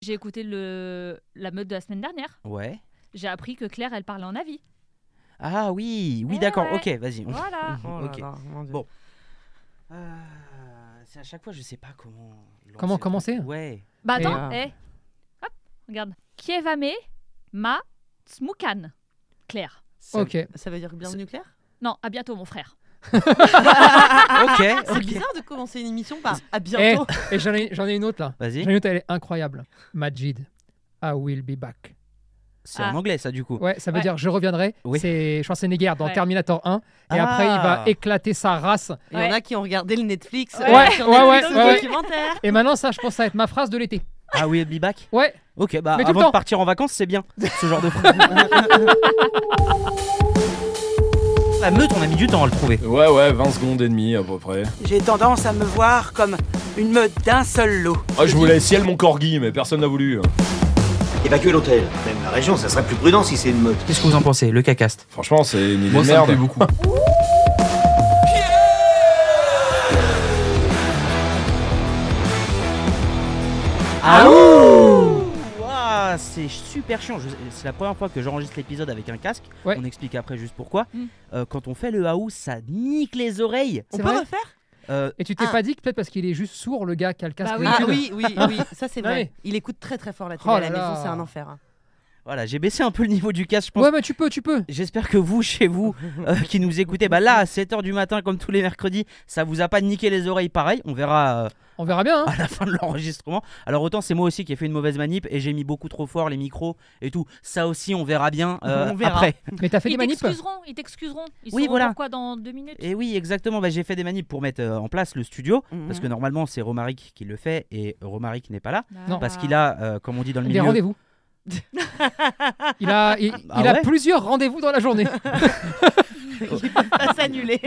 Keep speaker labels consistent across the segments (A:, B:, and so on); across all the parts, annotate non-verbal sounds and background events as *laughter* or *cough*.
A: J'ai écouté le... la meute de la semaine dernière.
B: Ouais.
A: J'ai appris que Claire, elle parlait en avis.
B: Ah oui, oui,
A: Eh
B: d'accord,
A: ouais.
B: ok, vas-y. *laughs* on-
A: Voilà.
B: on-
C: Oh là
B: ok.
C: là, mon Dieu.
B: Bon. Ah, c'est à chaque fois, je sais pas comment. lancer
D: Comment
B: le truc.
D: commencer
B: Ouais.
A: Bah
C: Et,
A: attends,
C: euh,
A: eh. Hop, regarde. Kievame ma smukan. Claire.
C: Ça,
D: Ok.
C: Ça veut dire bienvenue Claire
A: Non, à bientôt mon frère. Ah,
B: Ok,
C: C'est
B: ok.
C: bizarre de commencer une émission par à
D: Eh,
C: bientôt.
D: et j'en ai, j'en ai une autre là.
B: *laughs* Vas-y.
A: ah.
D: J'en ai une autre, elle est incroyable. Majid, I will be back.
B: C'est en
A: Ah.
B: anglais, ça, du coup.
D: Ouais, ça veut
A: Ouais.
D: dire je reviendrai.
B: Oui.
D: C'est Schwarzenegger dans
A: Ouais.
D: Terminator 1. Et après, il
B: Ah.
D: va éclater sa race.
C: Il y en a qui ont regardé le Netflix,
A: Ouais,
C: euh, sur
D: ouais,
C: Netflix,
D: ouais,
C: le
D: ouais.
C: documentaire.
D: Et maintenant, ça, je pense, ça va être ma phrase de l'été.
B: Ah oui, be back.
D: Ouais.
B: Ok, bah
D: Mais tout le
B: avant de
D: temps.
B: partir en vacances, c'est
D: *laughs*
B: bien ce genre de phrase. *laughs* La Ah, meute, on a mis du temps à le trouver.
E: Ouais, ouais, 20 secondes et demie à peu près.
F: J'ai tendance à me voir comme une meute d'un seul lot.
E: Ah, je voulais ciel mon corgi, mais personne n'a voulu. hein.
G: Évacuer l'hôtel, même la région, ça serait plus prudent si c'est une meute.
B: Qu'est-ce que vous en pensez, le cacaste
E: Franchement, c'est une idée
H: Moi,
E: de
H: ça me
E: merde.
H: plaît beaucoup.
B: Ah ouh C'est super chiant. Je- C'est la première fois que j'enregistre l'épisode avec un casque.
D: Ouais.
B: On explique après juste pourquoi.
A: Mm.
B: Euh, quand on fait le haou, ça nique les oreilles.
C: On
D: C'est
C: peut
D: vrai
C: refaire
B: Euh,
D: Et tu t'es
C: Ah.
D: pas dit que peut-être parce qu'il est juste sourd, le gars qui a le casque.
A: Bah oui.
C: Ah
D: d'habitude.
C: oui, oui,
D: *laughs*
C: oui, ça c'est vrai.
D: Ouais.
C: Il écoute très très fort la télé
D: Ah Oh
C: à la
D: là là.
C: maison, c'est un enfer. hein.
B: voilà, j'ai baissé un peu le niveau du casque, je pense.
D: Ouais, mais tu peux, tu peux.
B: J'espère que vous, chez vous, euh, qui nous écoutez, bah là, à 7h du matin, comme tous les mercredis, ça vous a pas niqué les oreilles pareil. On verra euh,
D: On verra bien. hein.
B: à la fin de l'enregistrement. Alors, autant c'est moi aussi qui ai fait une mauvaise manip et j'ai mis beaucoup trop fort les micros et tout. Ça aussi, on verra bien euh,
C: On verra.
B: après.
D: Mais t'as fait des
A: Ils
D: manips
A: t'excuseront, ils t'excuseront. Ils
B: Oui,
A: sauront
B: voilà.
A: pourquoi dans deux minutes.
B: Et oui, exactement. Bah, j'ai fait des manips pour mettre euh, en place le studio.
C: Mm.
D: Mmh.
B: Parce que
C: *laughs*
B: normalement, c'est Romaric qui le fait et Romaric n'est pas là.
A: Bah,
D: Non.
B: Parce qu'il a, euh, comme on dit dans le
D: Ah. des
B: milieu,
A: *laughs*
D: rendez-vous. il a, il,
B: Ah
D: il a
B: ouais
D: plusieurs rendez-vous dans la journée.
C: Il peut pas s'annuler.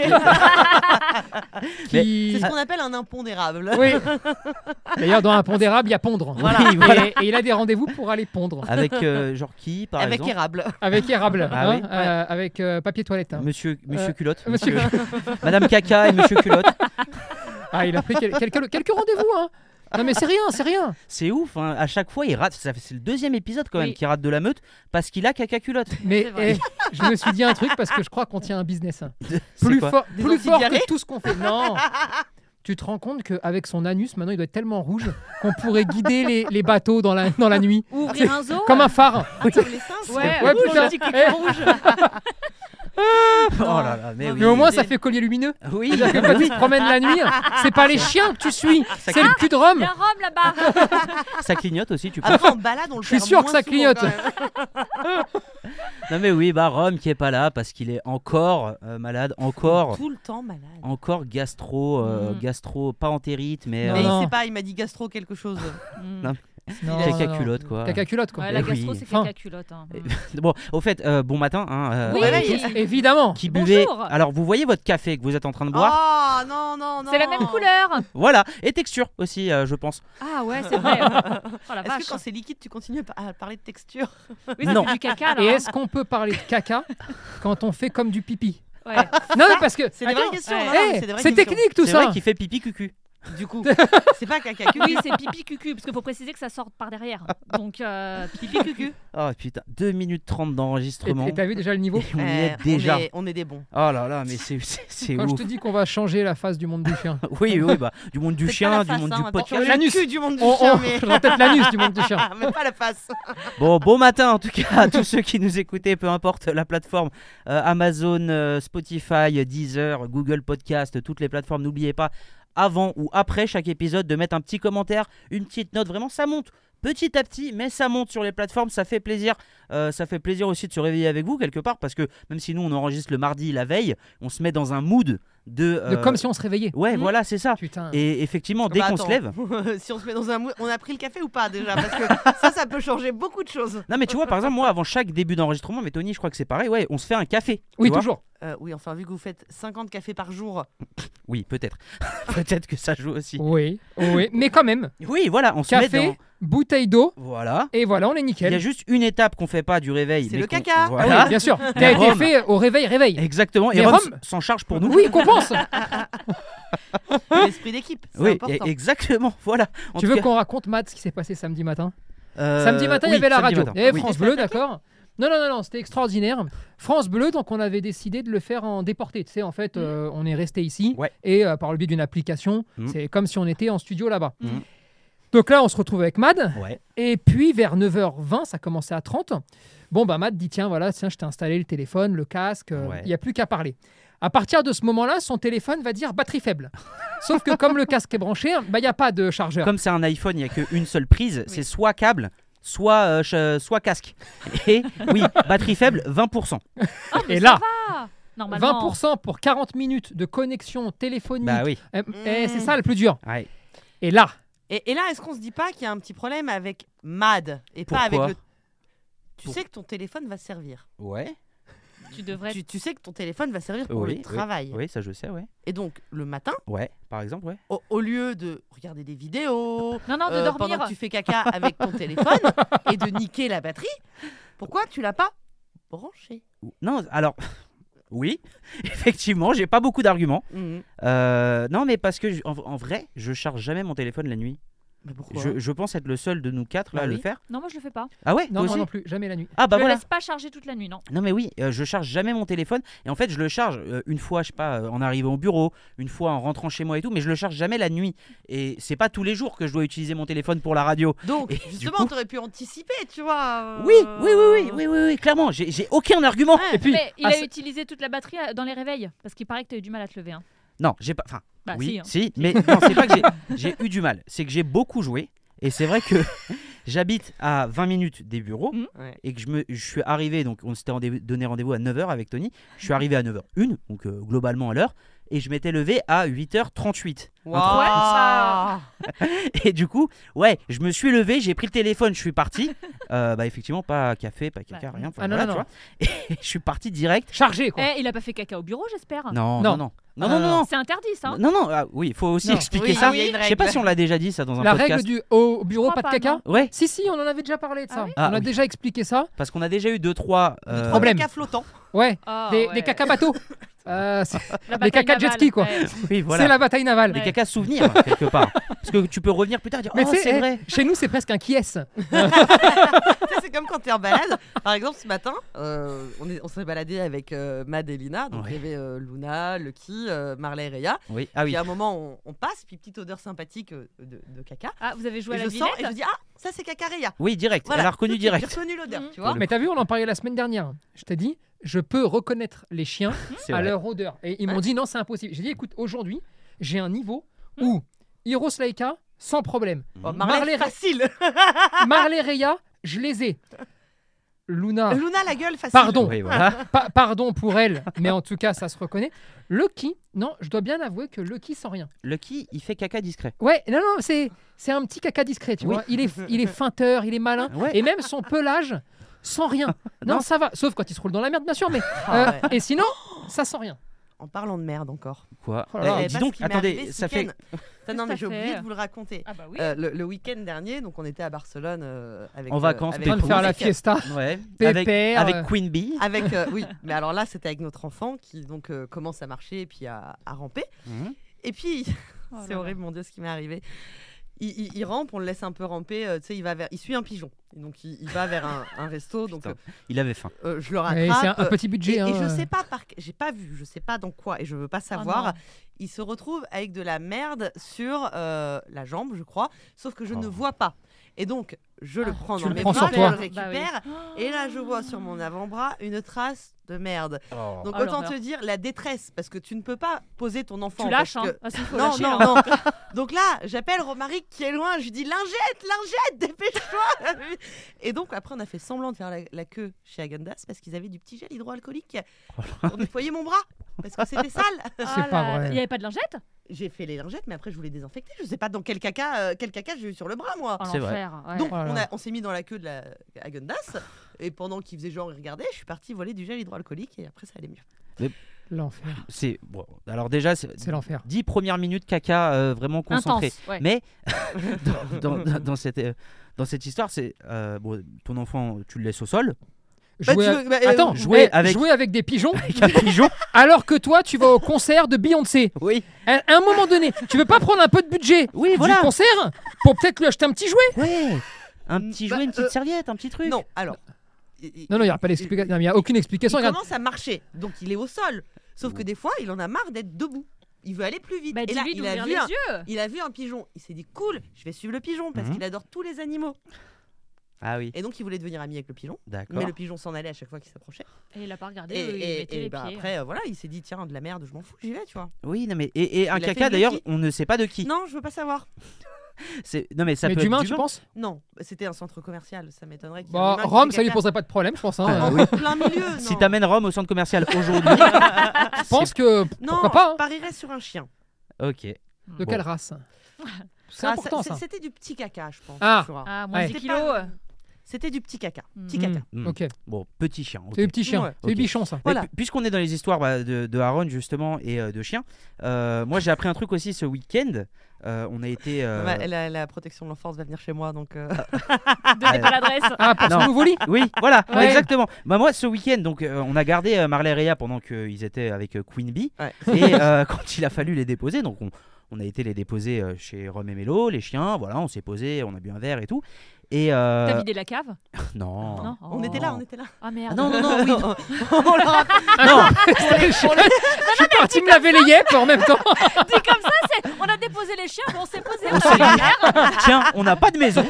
B: Mais-
D: Qui-
C: C'est ce qu'on appelle un impondérable. *laughs*
D: Oui. D'ailleurs, dans impondérable, il y a pondre.
B: Voilà.
D: Et- Et, il a des rendez-vous pour aller pondre.
B: avec euh, genre qui, par
C: Avec
B: exemple
D: *laughs*
C: érable.
D: Avec érable,
B: Ah
D: hein,
B: oui.
D: euh, avec euh, papier toilette. hein.
B: Monsieur, monsieur
D: Euh,
B: culotte,
D: monsieur-
B: monsieur- *laughs* Madame Caca et
D: *laughs*
B: Monsieur culotte.
D: Ah, il a pris quel- quelques, quelques rendez-vous. hein. Non, mais c'est rien,
B: *laughs*
D: c'est rien.
B: C'est ouf. hein. À chaque fois, il rate. Ça fait- C'est le deuxième épisode quand même
A: Oui.
B: qui rate de la meute parce qu'il a Caca
D: *laughs*
B: culotte.
D: Mais
A: C'est vrai.
D: eh, je me suis dit un truc parce que je crois qu'on tient un business. hein.
B: C'est
D: Plus,
B: quoi
D: fort,
C: Des
D: plus fort
C: antidiarrhées
D: que tout ce qu'on
B: *laughs*
D: fait. Non. Tu te rends compte qu'avec son anus, maintenant, il doit être tellement rouge qu'on pourrait guider les, les bateaux dans la, dans la nuit. C'est
A: Ouvrir un
D: *laughs*
A: zoo.
D: Comme un phare.
C: Comme les singes.
A: Ouais,
D: Ouais,
A: rouge,
D: putain.
A: un petit clic
D: Eh.
A: rouge.
B: Oh là là, mais
C: Non,
B: oui.
D: Mais au moins,
C: Des-
D: ça fait collier lumineux.
B: *laughs* Oui,
D: C'est-à-dire que
B: *laughs*
D: quand tu te promènes la nuit, c'est pas les chiens que tu suis,
B: Ça
D: c'est le cul de
A: Il y
D: Rome.
A: a Rome là-bas.
B: ça clignote aussi,
D: Ah.
B: tu peux.
C: Après, en balade, on le
D: Je suis
C: perd
D: sûr que
C: moins
D: ça
C: souvent,
D: clignote.
C: quand même.
B: Non mais oui, bah Rome qui est pas là parce qu'il est encore euh, malade,
D: *laughs*
B: encore,
C: Tout le temps
D: Oh
C: malade.
B: encore gastro, euh,
A: Mm.
B: gastro, pas entérite, mais
D: Non,
C: Mais
B: euh,
C: il
D: Mmh. non.
C: sait pas, il m'a dit gastro quelque chose.
A: Mm.
B: Non,
D: Non,
B: caca
D: non, non.
B: culotte quoi.
D: Caca culotte, quoi.
A: Ouais,
B: Eh
A: la
B: oui.
A: gastro, c'est
D: Enfin.
A: caca culotte. hein. Mm.
B: Bon, au fait, euh, bon matin. hein, euh,
A: Oui.
C: Voilà,
D: Et-
C: il-
D: Évidemment.
B: Qui
A: Bonjour.
B: buvait Alors vous voyez votre café que vous êtes en train de boire.
C: Oh non, non, non.
A: C'est la même couleur.
B: Voilà, et texture aussi, euh, je pense.
A: Ah ouais, c'est vrai. Oh la
C: Est-ce que
A: vache.
C: quand c'est liquide, tu continues à à parler de texture
A: Oui, ça
B: Non.
A: fait du caca là.
D: Et
A: hein.
D: est-ce qu'on peut parler de
B: *laughs*
D: caca quand on fait comme du pipi
A: Ouais.
B: Ah,
D: Non, mais parce que.
C: C'est des vraies
D: Attends,
C: questions.
A: ouais.
C: non, non,
D: eh,
C: c'est des vraies
D: c'est
C: questions.
D: technique tout
B: C'est vrai
D: ça.
B: qu'il fait pipi cucu.
C: Du
D: *laughs*
C: coup, c'est pas caca
A: Oui,
C: *laughs* cucu.
A: c'est pipi cucu parce qu'il faut préciser que ça sort par derrière. Donc
C: *laughs*
A: euh,
C: Pipi cucu.
B: Oh putain, 2 minutes 30
D: Et
B: d'enregistrement.
D: et t'as vu déjà le niveau
B: *laughs* on y
C: Eh,
B: est déjà.
C: On est, on est des bons.
B: Oh là là, mais c'est c'est- c'est
D: Quand je
B: ouf.
D: te dis qu'on va changer la face du monde du
B: *laughs*
D: chien.
B: Oui, oui, bah, du monde du
C: Peut-être
B: chien,
C: pas la
B: du
C: face,
B: monde
C: hein,
B: du
C: on va
B: podcast.
C: peut-être faire
D: l'anus.
C: le cul du monde du
D: On,
C: chien,
D: on-
C: mais... *laughs*
D: faudra peut-être oh, l'anus du monde du chien.
B: *laughs*
C: même pas la face.
B: Bon, bon matin en tout cas à tous ceux qui nous écoutaient, peu importe la plateforme euh, Amazon, euh, Spotify, Deezer, Google Podcast, toutes les plateformes. N'oubliez pas, avant ou après chaque épisode, de mettre un petit commentaire, une petite note. Vraiment, ça monte petit à petit, mais ça monte sur les plateformes. Ça fait plaisir. Euh, ça fait plaisir aussi de se réveiller avec vous quelque part parce que même si nous on enregistre le mardi la veille, on se met dans un mood de.
D: De
B: euh,
D: comme si on Mmh. se réveillait.
B: Ouais, voilà, c'est ça.
D: Putain.
B: Et effectivement, dès
C: Bah,
B: qu'on se
C: attends.
B: lève.
C: *laughs* si on se met dans un mou- on a pris le café ou pas déjà Parce
B: *laughs*
C: que ça, ça peut changer beaucoup de choses.
B: Non, mais tu vois, par exemple, moi, avant chaque début d'enregistrement, mais Tony, je crois que c'est pareil, ouais, on se fait un café. tu
D: Oui,
B: vois.
D: toujours.
C: Euh, oui, enfin, vu que vous faites 50 cafés par jour,
B: Oui, peut-être. *laughs* peut-être que ça joue aussi.
D: Oui, oui. Mais quand même,
B: Oui, voilà, on se met
D: Oh. café,
B: dans.
D: bouteille d'eau,
B: Voilà.
D: et voilà, on
B: Il
D: est
B: y a
D: nickel.
B: juste une étape qu'on fait pas du réveil.
C: C'est
B: mais
C: le
B: qu'on-
C: caca.
D: Ah
B: Voilà.
D: oui, bien sûr.
B: Mais
D: T'as été
B: Rome.
D: fait au réveil, réveil.
B: Exactement. Et
D: Mais
B: Rome
D: Rome-
B: s- s'en charge pour nous.
D: Oui,
B: *laughs*
D: compense.
C: l'esprit d'équipe, c'est
B: Oui,
C: important.
B: e- exactement. *laughs* Voilà. En
D: Tu
B: tout
D: veux
B: cas-
D: qu'on raconte, Matt, ce qui s'est passé samedi matin
B: Euh,
D: Samedi matin, il y
B: oui,
D: avait la
B: samedi
D: radio.
B: matin.
D: Il y avait
B: Oui.
D: France Bleu, d'accord non, non, non, non, c'était extraordinaire. France Bleu, donc on avait décidé de le faire en déporté. Tu sais, en fait, euh, on est resté ici
B: Mm. Ouais.
D: et euh, par le biais d'une application,
B: Mhm.
D: c'est comme si on était en studio là-bas.
B: Mhm.
D: Donc là, on se retrouve avec Mad.
B: Ouais.
D: Et puis vers 9h20, ça commençait à 30. Bon, bah Matt dit tiens, voilà, tiens, je t'ai installé le téléphone, le casque, euh, il
B: Ouais.
D: n'y a plus qu'à parler. À partir de ce moment-là, son téléphone va dire batterie faible. Sauf que comme le casque est branché, bah, il n'y a pas de chargeur.
B: Comme c'est un iPhone, il n'y a qu'une seule prise, c'est soit câble, soit, euh, ch- soit casque. *laughs* Et oui, batterie faible, 20%.
A: Ah, mais
D: Et
A: ça
D: là,
A: va Normalement.
D: 20% pour 40 minutes de connexion téléphonique.
B: Bah oui.
D: Eh,
A: Mmh.
D: eh, c'est
C: Mm.
D: ça le plus dur.
B: Ouais.
D: Et là,
C: Et, et là, est-ce qu'on se dit pas qu'il y a un petit problème avec Mad et pas avec
B: Pourquoi
C: le. Tu
B: Pour-
C: sais que ton téléphone va servir.
B: Ouais.
A: Tu devrais.
C: Tu, tu sais que ton téléphone va servir pour
B: Oui,
C: le
B: oui,
C: travail.
B: Oui, ça je sais, ouais.
C: Et donc, le matin,
B: Ouais, par exemple, ouais.
C: au, au lieu de regarder des vidéos,
A: Non, non, de
C: euh,
A: dormir.
C: pendant que tu fais caca avec ton téléphone et de niquer la batterie, pourquoi tu l'as pas branché
B: Non, alors. *laughs* Oui, *laughs* effectivement, j'ai pas beaucoup d'arguments.
C: Mhm.
B: Euh, non, mais parce que je- en, en vrai, je charge jamais mon téléphone la nuit.
C: Mais pourquoi
B: Je, je pense être le seul de nous quatre là
C: Bah
B: à le
C: oui.
B: faire.
A: Non, moi je le fais pas.
B: Ah ouais, toi
D: non, non,
B: aussi.
D: non plus, jamais la nuit.
B: Ah bah
A: je
B: voilà.
A: le laisse pas charger toute la nuit, non.
B: Non mais oui, euh, je charge jamais mon téléphone et en fait je le charge euh, une fois, je sais pas, euh, en arrivant au bureau, une fois en rentrant chez moi et tout, mais je le charge jamais la nuit. Et c'est pas tous les jours que je dois utiliser mon téléphone pour la radio.
C: Donc,
B: Et du
C: justement,
B: coup-
C: t'aurais pu anticiper, tu vois. euh,
B: Oui, oui, oui, oui, oui, oui, oui, clairement, j'ai j'ai aucun argument.
C: Ouais.
D: Et puis,
A: mais il
D: ah,
A: a
D: ça-
A: utilisé toute la batterie à- dans les réveils, parce qu'il paraît que tu as eu du mal à te lever. hein.
B: Non, j'ai pas, enfin,
A: Bah
B: oui,
A: si. hein.
B: si, mais non, c'est pas que j'ai- j'ai eu du mal, c'est que j'ai beaucoup joué et c'est vrai que *laughs* j'habite à 20 minutes des bureaux.
A: Mhm.
C: Ouais.
B: Et que je, me, je suis arrivé, donc on s'était rendez- donné rendez-vous à 9h avec Tony. Je suis arrivé à 9h01, donc euh, globalement à l'heure. Et je m'étais levé à 8h38.
C: Waouh.
A: Ouais, ça-
B: *laughs* Et du coup, ouais, je me suis levé, j'ai pris le téléphone, je suis parti. Euh, bah effectivement, pas café, pas caca,
A: Bah,
B: rien. enfin,
D: Ah, non,
B: voilà, tu
D: non,
B: vois. Et je suis parti direct.
D: Chargé, quoi.
A: Eh, il a pas fait caca au bureau, j'espère.
B: Non, non, non,
D: Non.
B: non,
D: Ah,
B: non, non,
A: C'est interdit, ça.
B: non, non, non, ah, oui, il faut aussi
D: Non.
B: expliquer
C: Oui,
B: ça.
C: oui, il y a une
B: je sais pas
C: règle.
B: si on l'a déjà dit ça dans un
D: La
B: podcast.
D: règle du au bureau,
A: Je
D: pas de
A: crois pas,
D: caca
A: non.
B: Ouais,
D: Si, si, on en avait déjà parlé de
A: Ah
D: ça.
A: oui
B: Ah,
D: on a
B: oui.
D: déjà expliqué ça.
B: parce qu'on a déjà eu deux trois. euh,
D: problèmes.
C: Caca flottant. *laughs*
D: Ouais,
A: Ah,
D: des,
A: ouais.
D: des
A: *laughs*
D: caca bateaux. Euh, c'est
A: La
D: des
A: bataille
D: caca de jet
A: navale,
D: ski, quoi.
A: ouais.
B: Oui,
D: c'est
B: Ah, voilà.
D: la bataille navale.
B: Des
A: Ouais.
B: caca souvenirs quelque part. Parce que tu peux revenir plus tard et dire
D: Mais
B: oh,
D: tu sais,
B: c'est
D: eh,
B: vrai.
D: Chez nous, c'est presque un qui est
C: Ça, c'est comme quand t'es en balade. Par exemple, ce matin, euh, on, est- on s'est baladé avec euh, Mad et Lina. Donc,
B: Ouais.
C: il y avait euh, Luna, Lucky, euh, Marley et Rhea.
B: Oui, ah
C: Puis
B: oui.
C: à un moment, on, on passe, puis petite odeur sympathique euh, de, de caca.
A: Ah, vous avez joué
C: Et
A: à la
C: je sens et je
A: devinette
C: dis, ah, ça c'est caca Rhea.
B: Oui, direct.
C: Voilà,
B: Elle a
C: tout
B: reconnu
C: de suite,
B: direct.
C: J'ai reconnu l'odeur,
A: Mhm.
C: tu vois.
D: Mais t'as vu, on en parlait la semaine dernière. Je t'ai dit, je peux reconnaître les chiens
B: C'est
D: à
B: vrai.
D: leur odeur. Et ils m'ont dit, non, c'est impossible. J'ai dit, écoute, aujourd'hui, j'ai un niveau où Hiros Laika, sans problème.
C: Bon,
B: Mhm.
C: Marley,
B: *laughs*
D: Marley-
C: facile.
D: Marley Reya, je les ai.
B: Ah.
D: Luna,
C: Luna, la gueule, facile.
D: Pardon.
B: Oui, voilà.
D: pa- pardon pour elle, mais en tout cas, ça se reconnaît. Lucky, non, je dois bien avouer que Lucky sans rien.
B: Lucky, il fait caca discret.
D: Ouais, non, non, c'est c'est un petit caca discret, tu
B: Oui.
D: vois. Il est, il est feinteur, il est malin.
B: Ouais.
D: Et même son pelage, sans rien. Non,
B: Non.
D: ça va. Sauf quand il se roule dans la merde, bien sûr, mais.
C: Ah,
B: *laughs*
D: euh, Et sinon, ça sent rien.
C: En parlant de merde encore.
B: Quoi
D: Oh là là.
B: Eh,
C: Eh,
B: Dis
C: parce
B: donc,
C: qu'il m'est
B: attendez,
C: arrivé ce
B: ça fait.
C: week-end.
B: *laughs*
C: Putain, non, mais
A: Qu'est-ce
C: j'ai
A: que t'as
C: oublié
A: fait
C: de vous le raconter.
A: Ah, bah oui.
C: Euh, le, le week-end dernier, donc on était à Barcelone euh, avec
B: En
C: euh,
B: vacances,
D: En
B: Mais
C: avec
D: train de
B: pour
D: faire
B: vous,
D: la fiesta.
B: Ouais. Avec,
D: Pépère, euh,
B: avec Queen Bee.
C: avec euh,
B: *laughs*
C: oui, mais alors là c'était avec notre enfant qui donc euh, commence à marcher et puis à, à ramper.
B: Mhm.
C: Et puis
A: Oh là
C: c'est
A: là.
C: horrible, mon dieu, ce qui m'est arrivé. Il, il- il rampe, on le laisse un peu ramper. euh, tu sais, il va vers, il suit un pigeon. Et donc il, il va vers un, un resto. Donc
B: Putain. Il avait faim.
C: euh, je le
D: Ouais,
C: rattrape.
D: C'est un, un petit
C: et,
D: budget.
C: et
D: hein.
C: je sais pas par, j'ai pas vu, je sais pas dans quoi et je veux pas
A: Oh
C: savoir.
A: non.
C: il se retrouve avec de la merde sur euh, la jambe, je crois, sauf que je ne
B: Oh.
C: vois pas. Et donc, je le
A: Ah.
C: prends
D: Tu
C: dans
D: le
C: mes
D: prends
C: bras,
D: sur
C: je
D: toi.
C: le
A: Bah oui.
C: récupère, et là, je vois sur mon avant-bras une trace de merde. Donc,
A: Oh,
C: autant
A: l'horreur.
C: te dire la détresse, parce que tu ne peux pas poser ton enfant.
A: Tu lâches, hein.
C: parce que-
A: Ah, si, faut
C: Non,
A: lâcher,
C: non,
A: hein.
C: non. Donc là, j'appelle Romaric qui est loin. Je lui dis Lingette, Lingette, dépêche-toi. Et donc, après, on a fait semblant de faire la, la queue chez Agendas parce qu'ils avaient du petit gel hydroalcoolique pour nettoyer mon bras. Parce que c'était sale.
A: Ah
D: pas
A: là,
D: vrai.
A: Il n'y avait pas de lingette
C: J'ai fait les lingettes, mais après je voulais désinfecter. Je sais pas dans quel caca, euh, quel caca j'ai eu sur le bras, moi.
A: Oh,
B: C'est vrai.
A: l'enfer, ouais.
C: Donc
D: Oh là
C: on,
D: là.
C: a- on s'est mis dans la queue de la à Gundas et pendant qu'il faisait genre il regardait, je suis partie voler du gel hydroalcoolique et après ça allait mieux.
D: L'enfer.
B: C'est bon. Alors déjà, c'est
D: C'est l'enfer.
B: 10 premières minutes caca euh, vraiment concentré.
A: Intense, ouais.
B: Mais dans, dans- dans- dans cette euh, dans cette histoire, c'est euh, bon, ton enfant, tu le laisses au sol
C: Bah,
D: Jouer
C: tu
D: à-
C: veux- bah, euh,
D: Attends, eh,
B: jouer
D: jouer,
B: avec-
D: avec... des pigeons
B: avec un pigeon.
D: alors que toi tu vas au concert de Beyoncé.
B: Oui.
D: À à un moment donné, tu veux pas prendre un peu de budget
B: Oui,
D: du
B: voilà.
D: concert pour peut-être lui acheter un petit jouet
B: *laughs* Ouais. Un petit
C: Bah,
B: jouet, une petite
C: euh,
B: serviette, un petit truc.
C: Non, alors. il-
D: Non, non, il n'y a pas d'explication. Non, mais Il n'y a aucune
C: Il
D: explication. Regarde,
C: commence à marcher, donc il est au sol. Sauf que des fois, il en a marre d'être debout. Il veut aller plus vite.
A: Bah,
C: Et là,
A: dis-lui
C: il a,
A: d'ouvrir
C: vu
A: les
C: un,
A: yeux.
C: il a vu un pigeon. Il s'est dit cool, je vais suivre le pigeon parce
B: Mhm.
C: qu'il adore tous les animaux.
B: Ah oui,
C: Et donc, il voulait devenir ami avec le pigeon.
B: d'accord.
C: Mais le pigeon s'en allait à chaque fois qu'il s'approchait.
A: Et il a pas regardé.
C: Et,
A: euh, il
C: et-
A: mettait
C: et
A: les
C: bah,
A: pieds. hein.
C: après, euh, voilà, il s'est dit tiens, de la merde, je m'en fous, j'y vais, tu vois.
B: Oui, non mais et, et un
C: Il a fait
B: caca
C: de
B: d'ailleurs,
C: qui
B: on ne sait pas de qui.
C: Non, je veux pas savoir.
B: C'est non mais ça
D: mais
B: peut
D: d'humain,
B: être
D: tu penses
C: Non, c'était un centre commercial, ça m'étonnerait. qu'il y ait un
D: Bah,
C: humain qui
D: Rome,
C: fait
D: ça lui
C: caca
D: poserait pas de problème, je pense. hein.
B: Ah,
D: Euh,
B: oui.
C: En plein
D: *laughs*
C: milieu.
B: Si
C: non.
B: t'amènes Rome au centre
C: *laughs*
B: commercial aujourd'hui,
D: Je pense que
C: Non,
D: pourquoi pas.
C: je
D: hein.
C: parierais sur un chien.
B: ok. Bon.
D: De quelle race C'est
C: Ah,
D: important
C: c'est-
D: ça.
C: C'était du petit caca, je pense.
D: Ah.
C: tu vois.
A: Ah, moins
D: Ouais.
A: 10
C: C'était
A: kilos.
C: pas-
A: euh.
C: C'était du petit caca. Petit
D: Hmm,
C: caca.
B: Mm.
D: Ok,
B: Bon, petit chien. ok.
D: c'est le petit chien,
C: Ouais.
D: c'est le
B: Ok.
D: bichon ça.
B: Mais
C: Voilà.
B: pu- Puisqu'on est dans les histoires bah, de, de Aaron justement et euh, de chiens, euh, moi j'ai appris un truc aussi ce week-end. Euh, on a été. euh,
C: Ouais, la, la protection de l'enfance va venir chez moi, donc. euh,
A: Donnez pas l'adresse.
D: Ah, pour
B: Non.
D: son nouveau lit
B: Oui, voilà,
D: Ouais.
B: exactement. Bah moi, ce week-end, donc, euh, on a gardé euh, Marley et Rhea pendant qu'ils étaient avec euh, Queen Bee.
C: Ouais.
B: Et euh, quand il a fallu les déposer, donc on, on a été les déposer euh, chez Rome et Mélo, les chiens, voilà, on s'est posé, on a bu un verre et tout. Et euh,
A: T'as vidé la cave
B: non.
A: Non.
C: *laughs* On était là, on était là.
A: Ah merde.
B: Ah
C: Oh.
B: non, non, non, oui.
C: On leur a-
B: non.
D: Je suis parti me laver les yeux en même temps.
A: Dit comme ça, c'est. On a déposé les chiens, mais on s'est posé.
B: On s'est *laughs* dit, tiens, on n'a pas de *laughs* maison.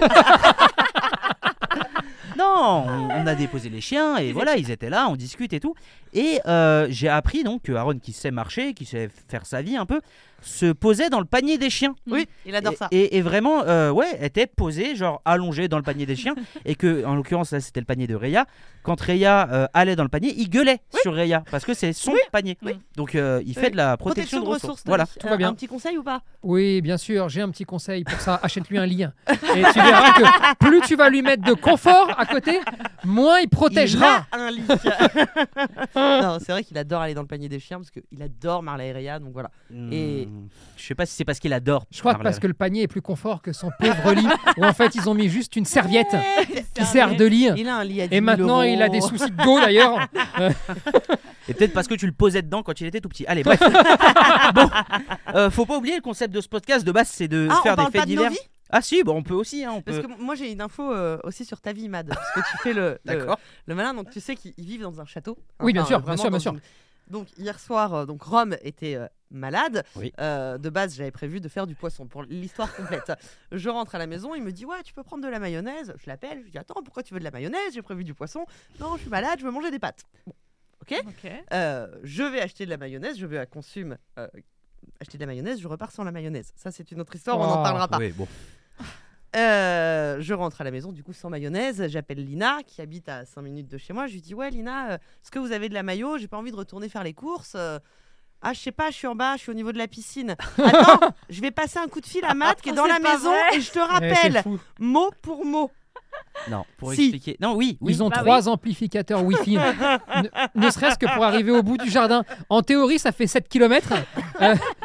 B: Non, on, on a déposé les chiens et voilà, ils étaient là, on discute et tout. Et euh, j'ai appris donc que Aaron, qui sait marcher, qui sait faire sa vie un peu, se posait dans le panier des chiens.
C: *laughs* Oui, il adore ça.
B: Et, et- et vraiment, euh, ouais, était posé, genre allongé dans le panier des
C: *laughs*
B: chiens. et que, en l'occurrence, là, c'était le panier de Reya. Quand Reya euh, allait dans le panier, il gueulait sur Reya parce que c'est son panier.
C: oui.
B: Donc, euh, il fait de la protection, de ressources.
C: Tony.
B: Voilà.
D: tout va bien.
C: Euh, Un petit conseil ou pas
D: Oui, bien sûr, j'ai un petit conseil pour ça. Achète-lui un lien. Et tu verras que plus tu vas lui mettre de confort à côté, moins il protégera.
C: Il a un lit. *laughs* non, c'est vrai qu'il adore aller dans le panier des chiens parce qu'il adore Marla et Rhea, donc voilà. Et-
B: Hmm, Je sais pas si c'est parce qu'il adore.
D: Je crois que
B: Marley.
D: parce que le panier est plus confort que son pauvre lit, où en fait ils ont mis juste
B: *laughs*
D: une serviette qui sert de lit.
C: Il a un lit à 10
D: Et
C: 000
D: maintenant
C: euros.
D: il a des soucis de
B: *laughs*
D: dos d'ailleurs. Eh,
B: Et peut-être parce que tu le posais dedans quand il était tout petit. Allez,
C: *laughs*
B: bref. bon, euh, faut pas oublier le concept de ce podcast de base, c'est de
C: Ah,
B: faire
C: on
B: des
C: parle
B: faits
C: pas de nos
B: divers.
C: vies
B: ah si, bon, on peut aussi. hein, on
C: Parce
B: peut-
C: que moi j'ai une info euh, aussi sur ta vie, Mad. Parce que tu fais *laughs* le, le,
B: D'accord.
C: le malin, donc tu sais qu'ils ils vivent dans un château.
D: Oui, bien sûr,
C: vraiment
D: bien sûr, bien
C: dans
D: sûr.
C: une- Donc hier soir, euh, donc Rome était euh, malade.
B: Oui.
C: Euh, de base, j'avais prévu de faire du poisson pour l'histoire
D: *laughs*
C: complète. je rentre à la maison, il me dit ouais, tu peux prendre de la mayonnaise. Je l'appelle, je lui dis attends, pourquoi tu veux de la mayonnaise J'ai prévu du poisson. Non, je suis malade, je veux manger des pâtes. Bon, ok.
A: Ok. Ah,
C: Euh, je vais acheter de la mayonnaise, je vais à Consume euh, acheter de la mayonnaise, je repars sans la mayonnaise. Ça, c'est une autre histoire, on n'en
D: Oh.
C: parlera pas.
B: Oui, bon.
C: Euh, je rentre à la maison, du coup, sans mayonnaise. J'appelle Lina, qui habite à 5 minutes de chez moi. Je lui dis Ouais, Lina, euh, est-ce que vous avez de la maillot J'ai pas envie de retourner faire les courses. Euh, ah, je sais pas, je suis en bas, je suis au niveau de la piscine. Attends, je vais passer un coup de fil à Matt qui est
A: Oh,
C: dans
A: c'est
C: la
A: pas
C: maison
A: vrai.
C: et je te
D: Eh, c'est
C: rappelle,
D: fou.
C: mot pour mot.
B: Non, pour
C: Si.
B: expliquer. Non, oui, oui.
D: Ils ont
A: Bah
B: *laughs*
D: trois amplificateurs Wi-Fi, ne, ne serait-ce que pour arriver au bout du jardin. En théorie, ça fait 7 km.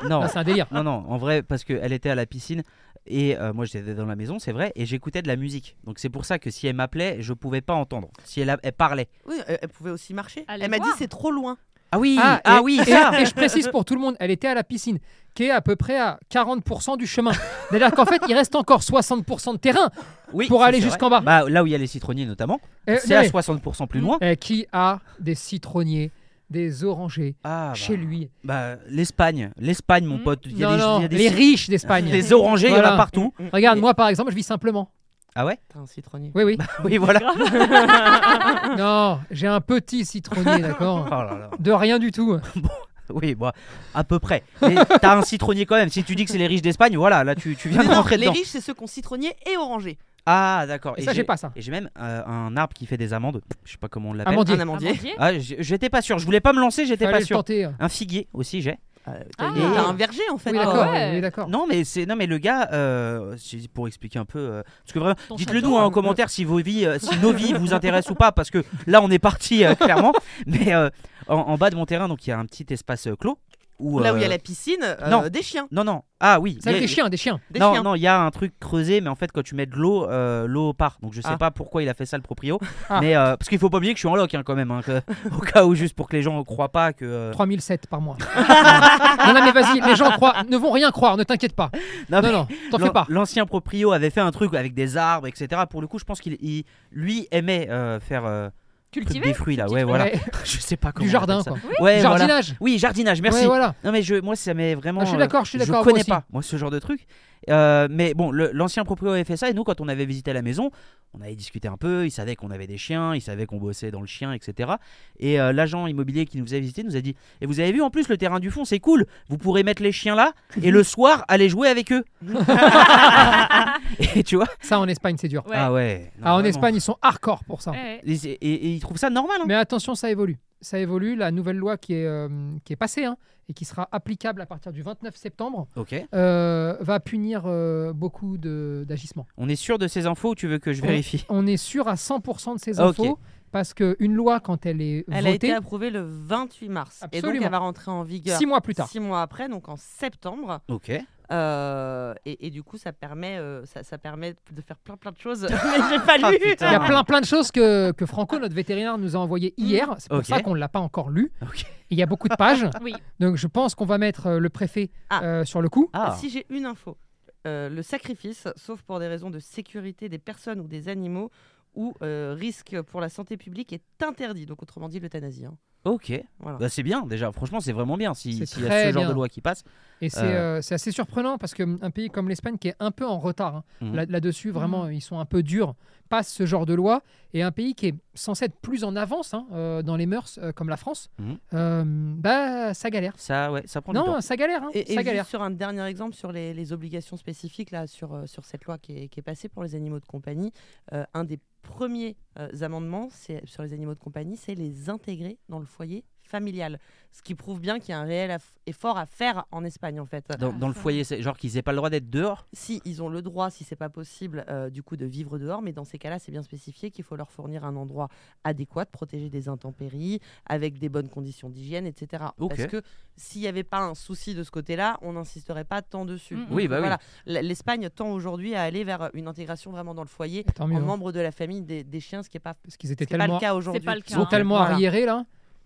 B: Non,
D: c'est un délire.
B: Non, non, en vrai, parce qu'elle était à la piscine et euh, moi j'étais dans la maison, c'est vrai, et j'écoutais de la musique. Donc c'est pour ça que si elle m'appelait, je pouvais pas entendre. Si elle, a- elle parlait.
C: Oui, euh, elle, elle pouvait aussi marcher.
A: Allez
C: elle m'a dit
A: voir.
C: C'est trop loin.
B: Ah oui,
D: Ah,
B: ah,
D: et-
B: oui,
D: et,
B: ça
D: et je précise pour tout le monde, elle était à la piscine, qui est à peu près à 40% du chemin. C'est-à-dire qu'en fait, il reste encore 60% de terrain
B: oui,
D: pour
B: ça,
D: aller
B: c'est
D: jusqu'en
B: vrai.
D: bas.
B: Bah, là où il y a les citronniers notamment,
D: Euh,
B: c'est
D: non,
B: à
D: mais,
B: 60% plus loin.
D: euh, qui a des citronniers, des orangers
B: Ah, bah,
D: chez lui
B: bah, l'Espagne, l'Espagne, mon
A: Hmm.
B: pote. Il y a
D: Non,
B: des-
D: non,
B: il y a des
D: les
B: ci-
D: riches
B: *laughs*
D: d'Espagne.
B: des orangers, il y en
D: Voilà.
B: a partout.
D: Regarde,
B: Et-
D: moi par exemple, je vis simplement.
B: Ah ouais
C: T'as un citronnier.
D: Oui, *laughs* oui.
B: Oui, voilà. Ah.
D: non, j'ai un petit citronnier,
B: Oh
D: d'accord
B: là là.
D: De rien du tout.
B: Oui, bah, à peu près. Mais t'as un citronnier quand même. Si tu dis que c'est les riches d'Espagne, voilà, là tu, tu viens de
C: Non,
B: rentrer
C: les
B: dedans.
C: riches, c'est ceux qui ont citronnier et orangé.
B: Ah, d'accord.
D: Et ça, j'ai pas ça.
B: Et j'ai même euh, un arbre qui fait des amandes. Je sais pas comment on l'appelle.
D: Amandier.
C: Un amandier.
A: Amandier.
B: Ah, j- j'étais pas sûr. Je voulais pas me lancer, j'étais
D: Fallait
B: pas
D: le
B: sûr.
D: tenter.
B: Un figuier aussi, j'ai.
C: Euh,
A: Ah.
C: T'as t'as un verger en fait. Euh,
D: Oui,
A: Ah
D: d'accord.
A: ouais.
D: oui, d'accord.
B: Non, mais c'est non, mais le gars, euh, si- pour expliquer un peu, euh, parce que vraiment,
A: Ton
B: dites-le
A: château,
B: nous hein, en
A: hein.
B: commentaire si vos vies, euh, si nos vies vous intéressent ou pas, parce *laughs* que là, on est parti euh, clairement. Mais euh, en, en bas de mon terrain, donc il y a un petit espace euh, clos. où,
C: Là où il y a
B: euh,
C: la piscine, euh,
B: non.
C: des chiens.
B: Non, non. Ah oui.
D: Ça,
B: il y a-
D: des chiens, des chiens.
C: Des
B: non,
C: chiens.
B: non, il y a un truc creusé, mais en fait, quand tu mets de l'eau, euh, l'eau part. Donc, je sais
C: Ah.
B: pas pourquoi il a fait ça, le proprio.
D: *laughs* Ah.
B: Mais euh, parce qu'il faut pas oublier que je suis en loc hein, quand même. hein, que- *laughs* au cas où, juste pour que les gens ne croient pas que. euh,
D: 3007
B: *laughs*
D: par mois. non, non, mais vas-y, les gens croient, ne vont rien croire, ne t'inquiète pas. Non,
B: mais
D: non, t'en
B: l'an-
D: fais pas.
B: L'ancien proprio avait fait un truc avec des arbres, etc. Pour le coup, je pense qu'il, il- lui, aimait euh, faire euh, truc
A: Cultiver
B: des fruits là.
A: petits
B: Ouais,
A: trucs.
B: voilà.
D: Ouais,
B: *laughs* Je sais pas comment.
D: du
B: on
D: jardin,
B: appelle
D: quoi.
B: ça. Ouais,
D: du
B: voilà.
D: jardinage.
B: Oui, jardinage. Merci.
D: Ouais, voilà.
B: Non mais je, moi ça m'est vraiment.
D: Ah, je suis
B: euh,
D: d'accord, je suis d'accord, moi
B: connais
D: aussi.
B: pas moi ce genre de truc. Euh, mais bon, le- l'ancien proprio avait fait ça et nous quand on avait visité la maison, on avait discuté un peu. Il savait qu'on avait des chiens, il savait qu'on bossait dans le chien, etc. Et euh, l'agent immobilier qui nous a visité nous a dit et vous avez vu en plus le terrain du fond, c'est cool. Vous pourrez mettre les chiens là et le soir aller jouer avec eux. *laughs* et tu vois
D: Ça, en Espagne, c'est dur.
A: Ouais.
B: Ah ouais. non,
D: Ah, en
B: vraiment.
D: Espagne, ils sont hardcore pour ça.
A: Ouais, ouais.
B: Et, c'est- et- et ils trouvent ça normal. hein.
D: Mais attention, ça évolue. Ça évolue. La nouvelle loi qui est, euh, qui est passée hein, et qui sera applicable à partir du 29 septembre
B: Ok.
D: euh, va punir euh, beaucoup de- d'agissements.
B: On est sûr de ces infos ou tu veux que je *laughs*
D: Ouais.
B: vérifie
D: On est sûr à 100% de ces
B: Ah, Ok.
D: infos parce qu'une loi, quand elle est
C: Elle a été
D: votée,
C: approuvée le 28 mars. Et donc,
D: Absolument.
C: elle va rentrer en vigueur
D: six mois plus tard.
C: six mois après, donc en septembre.
B: Ok.
C: Euh, et, et du coup, ça permet, euh, ça, ça permet de faire plein plein de choses. Mais j'ai pas lu.
B: Ah,
D: Il y a
B: putain.
D: plein plein de choses que, que Franco, notre vétérinaire, nous a envoyées
C: Mm.
D: hier. C'est pour
B: Ok.
D: ça qu'on ne l'a pas encore lu.
B: Ok.
D: Il y a beaucoup de
C: *laughs*
D: pages.
A: Oui.
D: Donc je pense qu'on va mettre euh, le préfet
C: Ah.
D: euh, sur le coup.
B: Ah.
C: Si j'ai une info, euh, le sacrifice, sauf pour des raisons de sécurité des personnes ou des animaux, ou euh, risque pour la santé publique, est interdit. Donc autrement dit, l'euthanasie. hein.
B: Ok.
C: Voilà.
B: Bah, c'est bien déjà, franchement c'est vraiment bien si-
D: C'est
B: s'il y a
D: très
B: ce genre
D: bien.
B: de loi qui passe.
D: Et c'est
B: Euh.
D: euh, c'est assez surprenant parce qu'un pays comme l'Espagne, qui est un peu en retard hein,
B: Mhm.
D: là- là-dessus, vraiment, ils sont un peu durs, passe ce genre de loi. Et un pays qui est censé être plus en avance hein, euh, dans les mœurs, euh, comme la France,
B: Mhm.
D: euh, bah ça galère.
B: Ça, ouais, ça prend du temps.
D: Non, ça galère. hein,
C: Et, et
D: ça
C: juste
D: galère.
C: sur un dernier exemple sur les, les obligations spécifiques là sur, euh, sur cette loi qui est, qui est passée pour les animaux de compagnie, euh, un des premiers euh, amendements c'est- sur les animaux de compagnie, c'est les intégrer dans le foyer familial, ce qui prouve bien qu'il y a un réel aff- effort à faire en Espagne en fait.
B: Dans, dans le
D: euh,
B: foyer, c'est genre qu'ils aient pas le droit d'être dehors.
C: Si ils ont le droit, si c'est pas possible, euh, du coup de vivre dehors, mais dans ces cas-là, c'est bien spécifié qu'il faut leur fournir un endroit adéquat, protégé des intempéries, avec des bonnes conditions d'hygiène, etc.
B: Ok.
C: Parce que s'il n'y avait pas un souci de ce côté-là, on n'insisterait pas tant dessus.
A: Mm.
B: Oui, bah oui.
C: voilà, l- l'Espagne tend aujourd'hui à aller vers une intégration vraiment dans le foyer,
D: Tant mieux.
C: en
D: hein,
C: membre de la famille des, des chiens, ce qui n'est pas,
D: parce qu'ils étaient
C: ce qui est pas
D: tellement,
C: le cas
A: C'est
C: aujourd'hui.
A: pas le
D: ils
A: cas.
D: sont
A: hein.
D: tellement
C: Voilà.
D: arriérés là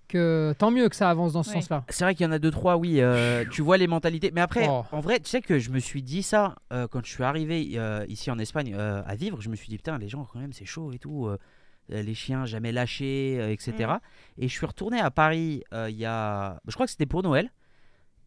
D: que tant mieux que ça avance dans ce
A: Ouais.
D: sens-là.
B: C'est vrai qu'il y en a deux, trois, oui. euh, tu vois les mentalités. Mais après,
D: Oh.
B: en vrai, tu sais que je me suis dit ça euh, quand je suis arrivé euh, ici en Espagne euh, à vivre. Je me suis dit, putain, les gens, quand même, c'est chaud et tout. euh, euh, les chiens jamais lâchés, euh, etc.
D: Mm.
B: Et je suis retourné à Paris euh, il y a. Je crois que c'était pour Noël.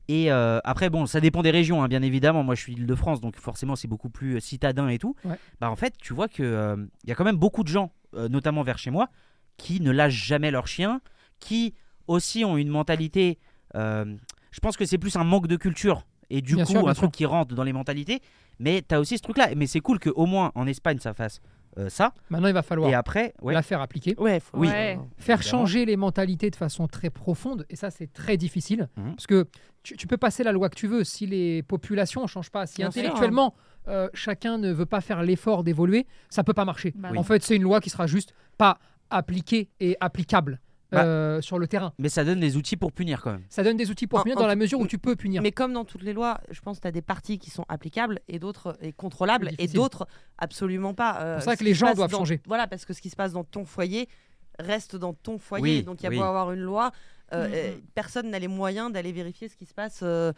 B: Et euh, après, bon, ça dépend des régions, hein, bien évidemment. Moi, je suis de de france donc forcément, c'est beaucoup plus euh, citadin et tout.
D: Ouais.
B: Bah, en fait, tu vois que euh, il y a quand même beaucoup de gens, euh, notamment vers chez moi, qui ne lâchent jamais leurs chiens, qui aussi ont une mentalité. euh, je pense que c'est plus un manque de culture et du
D: Bien
B: coup
D: sûr, bien
B: un truc qui rentre dans les mentalités. Mais t'as aussi ce truc-là. Mais c'est cool que au moins en Espagne, ça fasse euh, ça.
D: Maintenant, il va falloir
B: Et après, ouais.
D: la faire appliquer.
C: euh, Ouais, faut-
B: Oui.
A: Ouais.
D: Faire
B: Évidemment.
D: changer les mentalités de façon très profonde, et ça c'est très difficile,
B: Mhm.
D: parce que tu, tu peux passer la loi que tu veux, si les populations ne changent pas, si
C: Bien sûr,
D: intellectuellement euh, chacun ne veut pas faire l'effort d'évoluer, ça peut pas marcher.
A: Bah
B: Oui.
D: En fait, c'est une loi qui sera juste pas appliquée et applicable
B: Bah.
D: euh, sur le terrain.
B: Mais ça donne des outils pour punir quand même.
D: Ça donne des outils pour
C: En-
D: punir
C: en
D: dans la
C: tout-
D: mesure où tu peux punir.
C: Mais comme dans toutes les lois, je pense que tu as des parties qui sont applicables et d'autres et contrôlables
D: Plus
C: et
D: difficiles.
C: d'autres absolument pas. euh,
D: C'est pour ça
C: ce
D: que
C: qui
D: les
C: se
D: gens
C: passe
D: doivent
C: dans-
D: changer.
C: Voilà, parce que ce qui se passe dans ton foyer reste dans ton foyer.
B: Oui,
C: donc il y a
B: oui.
C: beau avoir une loi, euh,
A: Mhm.
C: euh, personne n'a les moyens d'aller vérifier ce qui se passe. euh,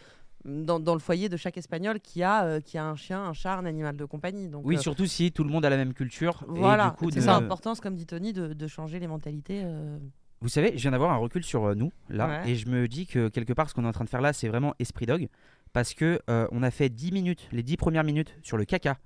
C: dans, dans le foyer de chaque espagnol qui a, euh, qui a un chien, un chat, un animal de compagnie. Donc,
B: Oui,
C: euh,
B: surtout si tout le monde a la même culture. et
C: voilà,
B: du coup,
C: c'est
B: de-
C: ça l'importance, comme dit Tony, de, de changer les mentalités. euh.
B: Vous savez, je viens d'avoir un recul sur euh, nous, là,
C: Ouais.
B: et je me dis que quelque part, ce qu'on est en train de faire là, c'est vraiment esprit dog, parce que euh, on a fait 10 minutes, les 10 premières minutes, sur le
C: *laughs*
B: caca,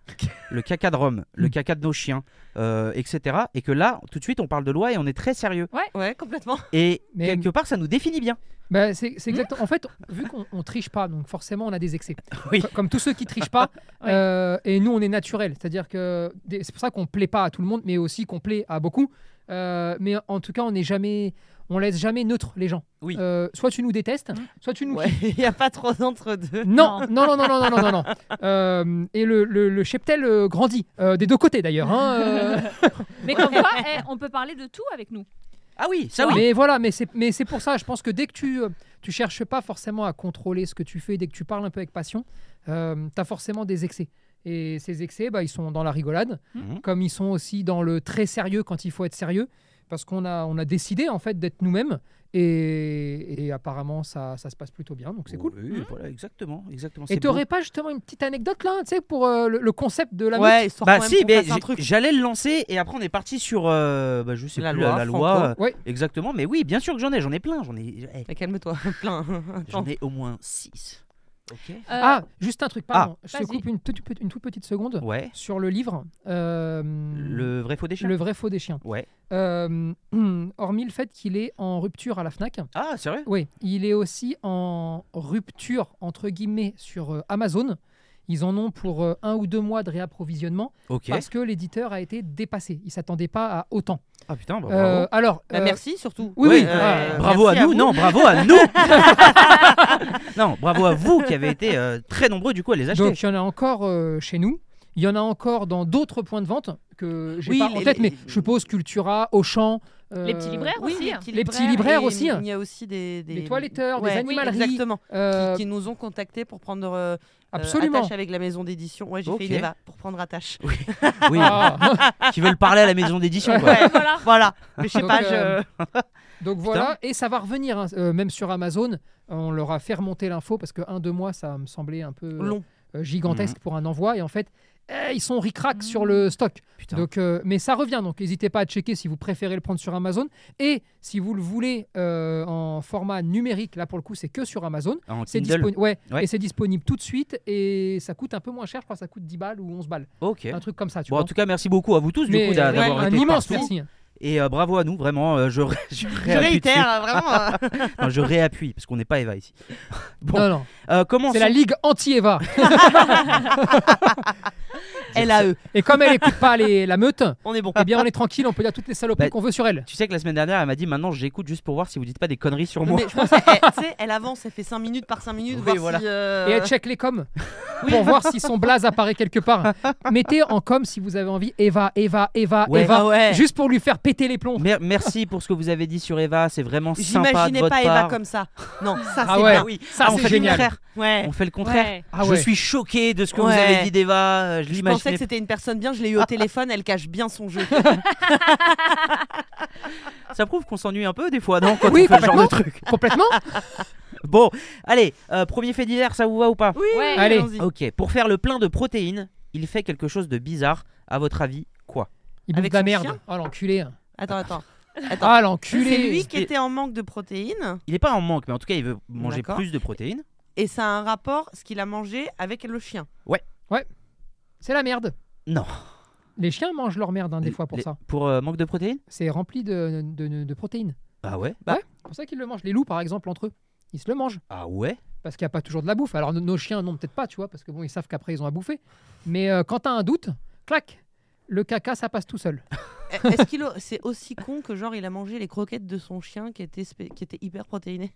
B: le caca de Rome, le
C: Mm.
B: caca de nos chiens, euh, etc. Et que là, tout de suite, on parle de loi et on est très sérieux.
C: Ouais, complètement.
B: Et
D: Mais-
B: quelque part, ça nous définit bien.
D: Bah, c'est c'est exactement. En fait, vu qu'on on triche pas, donc forcément on a des excès.
B: Oui.
D: Co- Comme tous ceux qui trichent pas.
A: Oui.
D: euh, et nous, on est naturel, c'est-à-dire que des- c'est pour ça qu'on plaît pas à tout le monde, mais aussi qu'on plaît à beaucoup. Euh, mais en tout cas, on n'est jamais, on laisse jamais neutre les gens.
B: Oui.
D: Euh, soit tu nous détestes, soit tu nous.
C: *laughs* Ouais, Il n'y a pas trop d'entre-deux.
D: Non, non, non, non, non, non, non, non, non. Euh, et le, le- le cheptel euh, grandit euh, des deux côtés d'ailleurs. hein, euh.
A: Mais comme quoi, eh, on peut parler de tout avec nous.
B: Ah oui, ça oui.
D: Mais voilà, mais c'est mais c'est pour ça. Je pense que dès que tu euh, tu cherches pas forcément à contrôler ce que tu fais. Dès que tu parles un peu avec passion, euh, tu as forcément des excès. Et ces excès, bah, ils sont dans la rigolade,
B: Mhm.
D: comme ils sont aussi dans le très sérieux quand il faut être sérieux, parce qu'on a, on a décidé en fait d'être nous-mêmes, et, et apparemment ça, ça se passe plutôt bien, donc c'est cool.
C: Mm.
B: Oui, voilà, exactement. exactement.
D: Et
B: Oh, c'est
D: t'aurais pas justement une petite anecdote là, tu sais, pour euh, le, le concept de la meute
C: Ouais, histoire
B: Bah
C: quand même
B: si,
C: qu'on
B: mais
C: fasse un
B: j-
C: truc.
B: j'allais le lancer et après on est parti sur euh, bah, je sais
C: La
B: plus,
C: loi,
B: la, loi
C: Franco.
B: euh,
D: Ouais.
B: exactement, mais oui, bien sûr que j'en ai, j'en ai plein, j'en ai, eh,
C: Mais Calme-toi, *laughs* plein. Attends.
B: j'en ai au moins 6 Ok.
A: Euh,
D: Ah, juste un truc, pardon. je te
A: vas-y.
D: coupe une toute, une toute petite seconde
B: Ouais.
D: sur le livre. euh,
B: Le vrai faux des chiens.
D: Le vrai faux des chiens.
B: Ouais.
D: Euh, *clears throat* hormis le fait qu'il est en rupture à la FNAC,
B: Ah sérieux
D: oui, il est aussi en rupture, entre guillemets, sur euh, Amazon. Ils en ont pour euh, un ou deux mois de réapprovisionnement
B: Ok.
D: parce que l'éditeur a été dépassé. Il s'attendait pas à autant.
B: Ah putain, bah,
D: Euh,
B: bravo.
D: alors,
C: Bah,
D: euh,
C: merci surtout.
D: oui, Ah, oui,
C: Euh,
B: Ah, Bravo
C: merci
B: à nous,
C: vous.
B: non, bravo à nous *laughs* Non, bravo à vous qui avez été euh, très nombreux du coup à les acheter.
D: donc il y en a encore euh, chez nous. Il y en a encore dans d'autres points de vente que j'ai
C: Oui,
D: pas en
C: les-
D: tête,
C: les-
D: mais je suppose Cultura, Auchan.
A: Les
D: euh,
A: petits libraires
C: Oui,
A: aussi.
D: Les petits libraires
C: et
D: aussi. hein.
C: Il y a aussi des, des...
D: Des toiletteurs, des
C: Ouais,
D: animaleries.
C: Exactement. Qui-
D: euh,
C: Qui, nous ont contactés pour prendre euh,
D: absolument.
C: attache avec la maison d'édition. Ouais, j'ai
B: Ok.
C: fait une EVA pour prendre attache.
B: Oui,
D: Ah.
B: qui veulent parler à la maison d'édition. quoi. *laughs*
C: Ouais,
A: Voilà.
C: voilà. Mais je sais
D: Donc,
C: pas,
D: euh,
C: je.
D: Donc voilà, et ça va revenir, hein, euh, même sur Amazon, euh, on leur a fait remonter l'info parce que un, deux mois, ça me semblait un peu euh,
C: Long.
D: euh, gigantesque
B: Mm.
D: pour un envoi, et en fait, eh, ils sont ric-rac sur le stock.
B: Putain.
D: Donc, euh, mais ça revient, donc n'hésitez pas à checker si vous préférez le prendre sur Amazon, et si vous le voulez euh, en format numérique, là pour le coup, c'est que sur Amazon.
B: En
D: C'est
B: Kindle.
D: disponible, ouais,
B: Ouais.
D: et c'est disponible tout de suite, et ça coûte un peu moins cher, je crois que ça coûte 10 balles ou 11 balles,
B: Ok.
D: un truc comme ça, Ah, tu
B: Bon, en
D: vois.
B: tout cas, merci beaucoup à vous tous du
D: Mais,
B: coup d'a-
D: ouais,
B: d'avoir
D: un
B: été
D: immense
B: partout.
D: merci.
B: Et euh, bravo à nous, vraiment. euh, je, ré- je
C: Je
B: réappuie dessus.
C: réitère, vraiment.
B: *laughs*
C: euh,
B: Enfin, je réappuie parce qu'on n'est pas Eva ici. Bon,
D: Non, non,
B: euh, comment
D: c'est la ligue anti-Eva.
C: LAE.
D: Et comme elle écoute pas les, la meute,
C: E. On est bon.
B: Ah,
D: eh bien on est tranquille, on peut dire toutes les saloperies
B: Bah,
D: qu'on veut sur elle.
B: Tu sais que la semaine dernière, elle m'a dit maintenant j'écoute juste pour voir si vous dites pas des conneries sur
C: Non,
B: moi.
C: mais je pense qu'elle- tu sais, elle avance, elle fait 5 minutes par 5 minutes.
B: Oui,
C: voir
B: voilà.
C: si, euh,
D: Et elle check
B: *laughs*
D: les coms pour voir si son blaze apparaît quelque part. Mettez en com si vous avez envie Eva, Eva, Eva,
B: Ouais.
D: Eva,
C: Ah ouais.
D: juste pour lui faire péter les plombs.
B: Mer- merci pour ce que vous avez dit sur Eva, c'est vraiment sympa de
C: J'imaginais
B: votre
C: pas Eva
B: part.
C: comme ça. Non, ça
D: Ah
C: c'est
D: ouais.
C: pas.
B: oui,
D: Ça,
B: on
D: c'est
B: fait
D: génial.
B: le contraire.
C: Ouais.
B: On fait le contraire.
A: Ouais.
D: Ah ouais.
B: Je suis choqué de ce que vous
C: Ouais.
B: avez dit d'Eva. euh, Je
C: Je pensais que
B: l'imaginais.
C: c'était une personne bien, je l'ai eu au téléphone, elle cache bien son jeu.
B: Ça prouve qu'on s'ennuie un peu des fois, non Quand
D: Oui,
B: on fait ce genre
D: complètement.
B: de truc.
D: complètement.
B: Bon, allez, euh, premier fait divers, ça vous va ou pas
C: Oui,
A: Ouais.
D: Allez.
C: allons-y.
B: Ok, pour faire le plein de protéines, il fait quelque chose de bizarre. À votre avis, quoi
D: Il bouffe
C: Avec
D: de la
C: son
D: merde.
C: chien
D: Ah l'enculé.
C: Attends, attends. Attends.
D: Ah
C: C'est
D: l'enculé.
C: lui qui était en manque de protéines
B: Il n'est pas en manque, mais en tout cas, il veut manger
C: D'accord.
B: plus de protéines.
C: et ça a un rapport ce qu'il a mangé avec le chien.
D: C'est la merde.
B: Non.
D: Les chiens mangent leur merde hein, des
B: Les-
D: fois pour
B: les-
D: ça.
B: Pour euh, manque de protéines
D: C'est rempli de, de, de- de protéines.
B: Ah
C: Bah
B: ouais
D: C'est pour ça qu'ils le mangent. Les loups par exemple entre eux, ils se le mangent.
B: Ah ouais
D: parce qu'il n'y a pas toujours de la bouffe. Alors no- nos chiens, non, peut-être pas, tu vois, parce que bon, ils savent qu'après ils ont à bouffer. Mais euh, quand t'as un doute, clac, le caca, ça passe tout seul.
C: E, Est-ce qu'il a- c'est aussi con que genre il a mangé les croquettes de son chien qui était spé- qui était hyper protéiné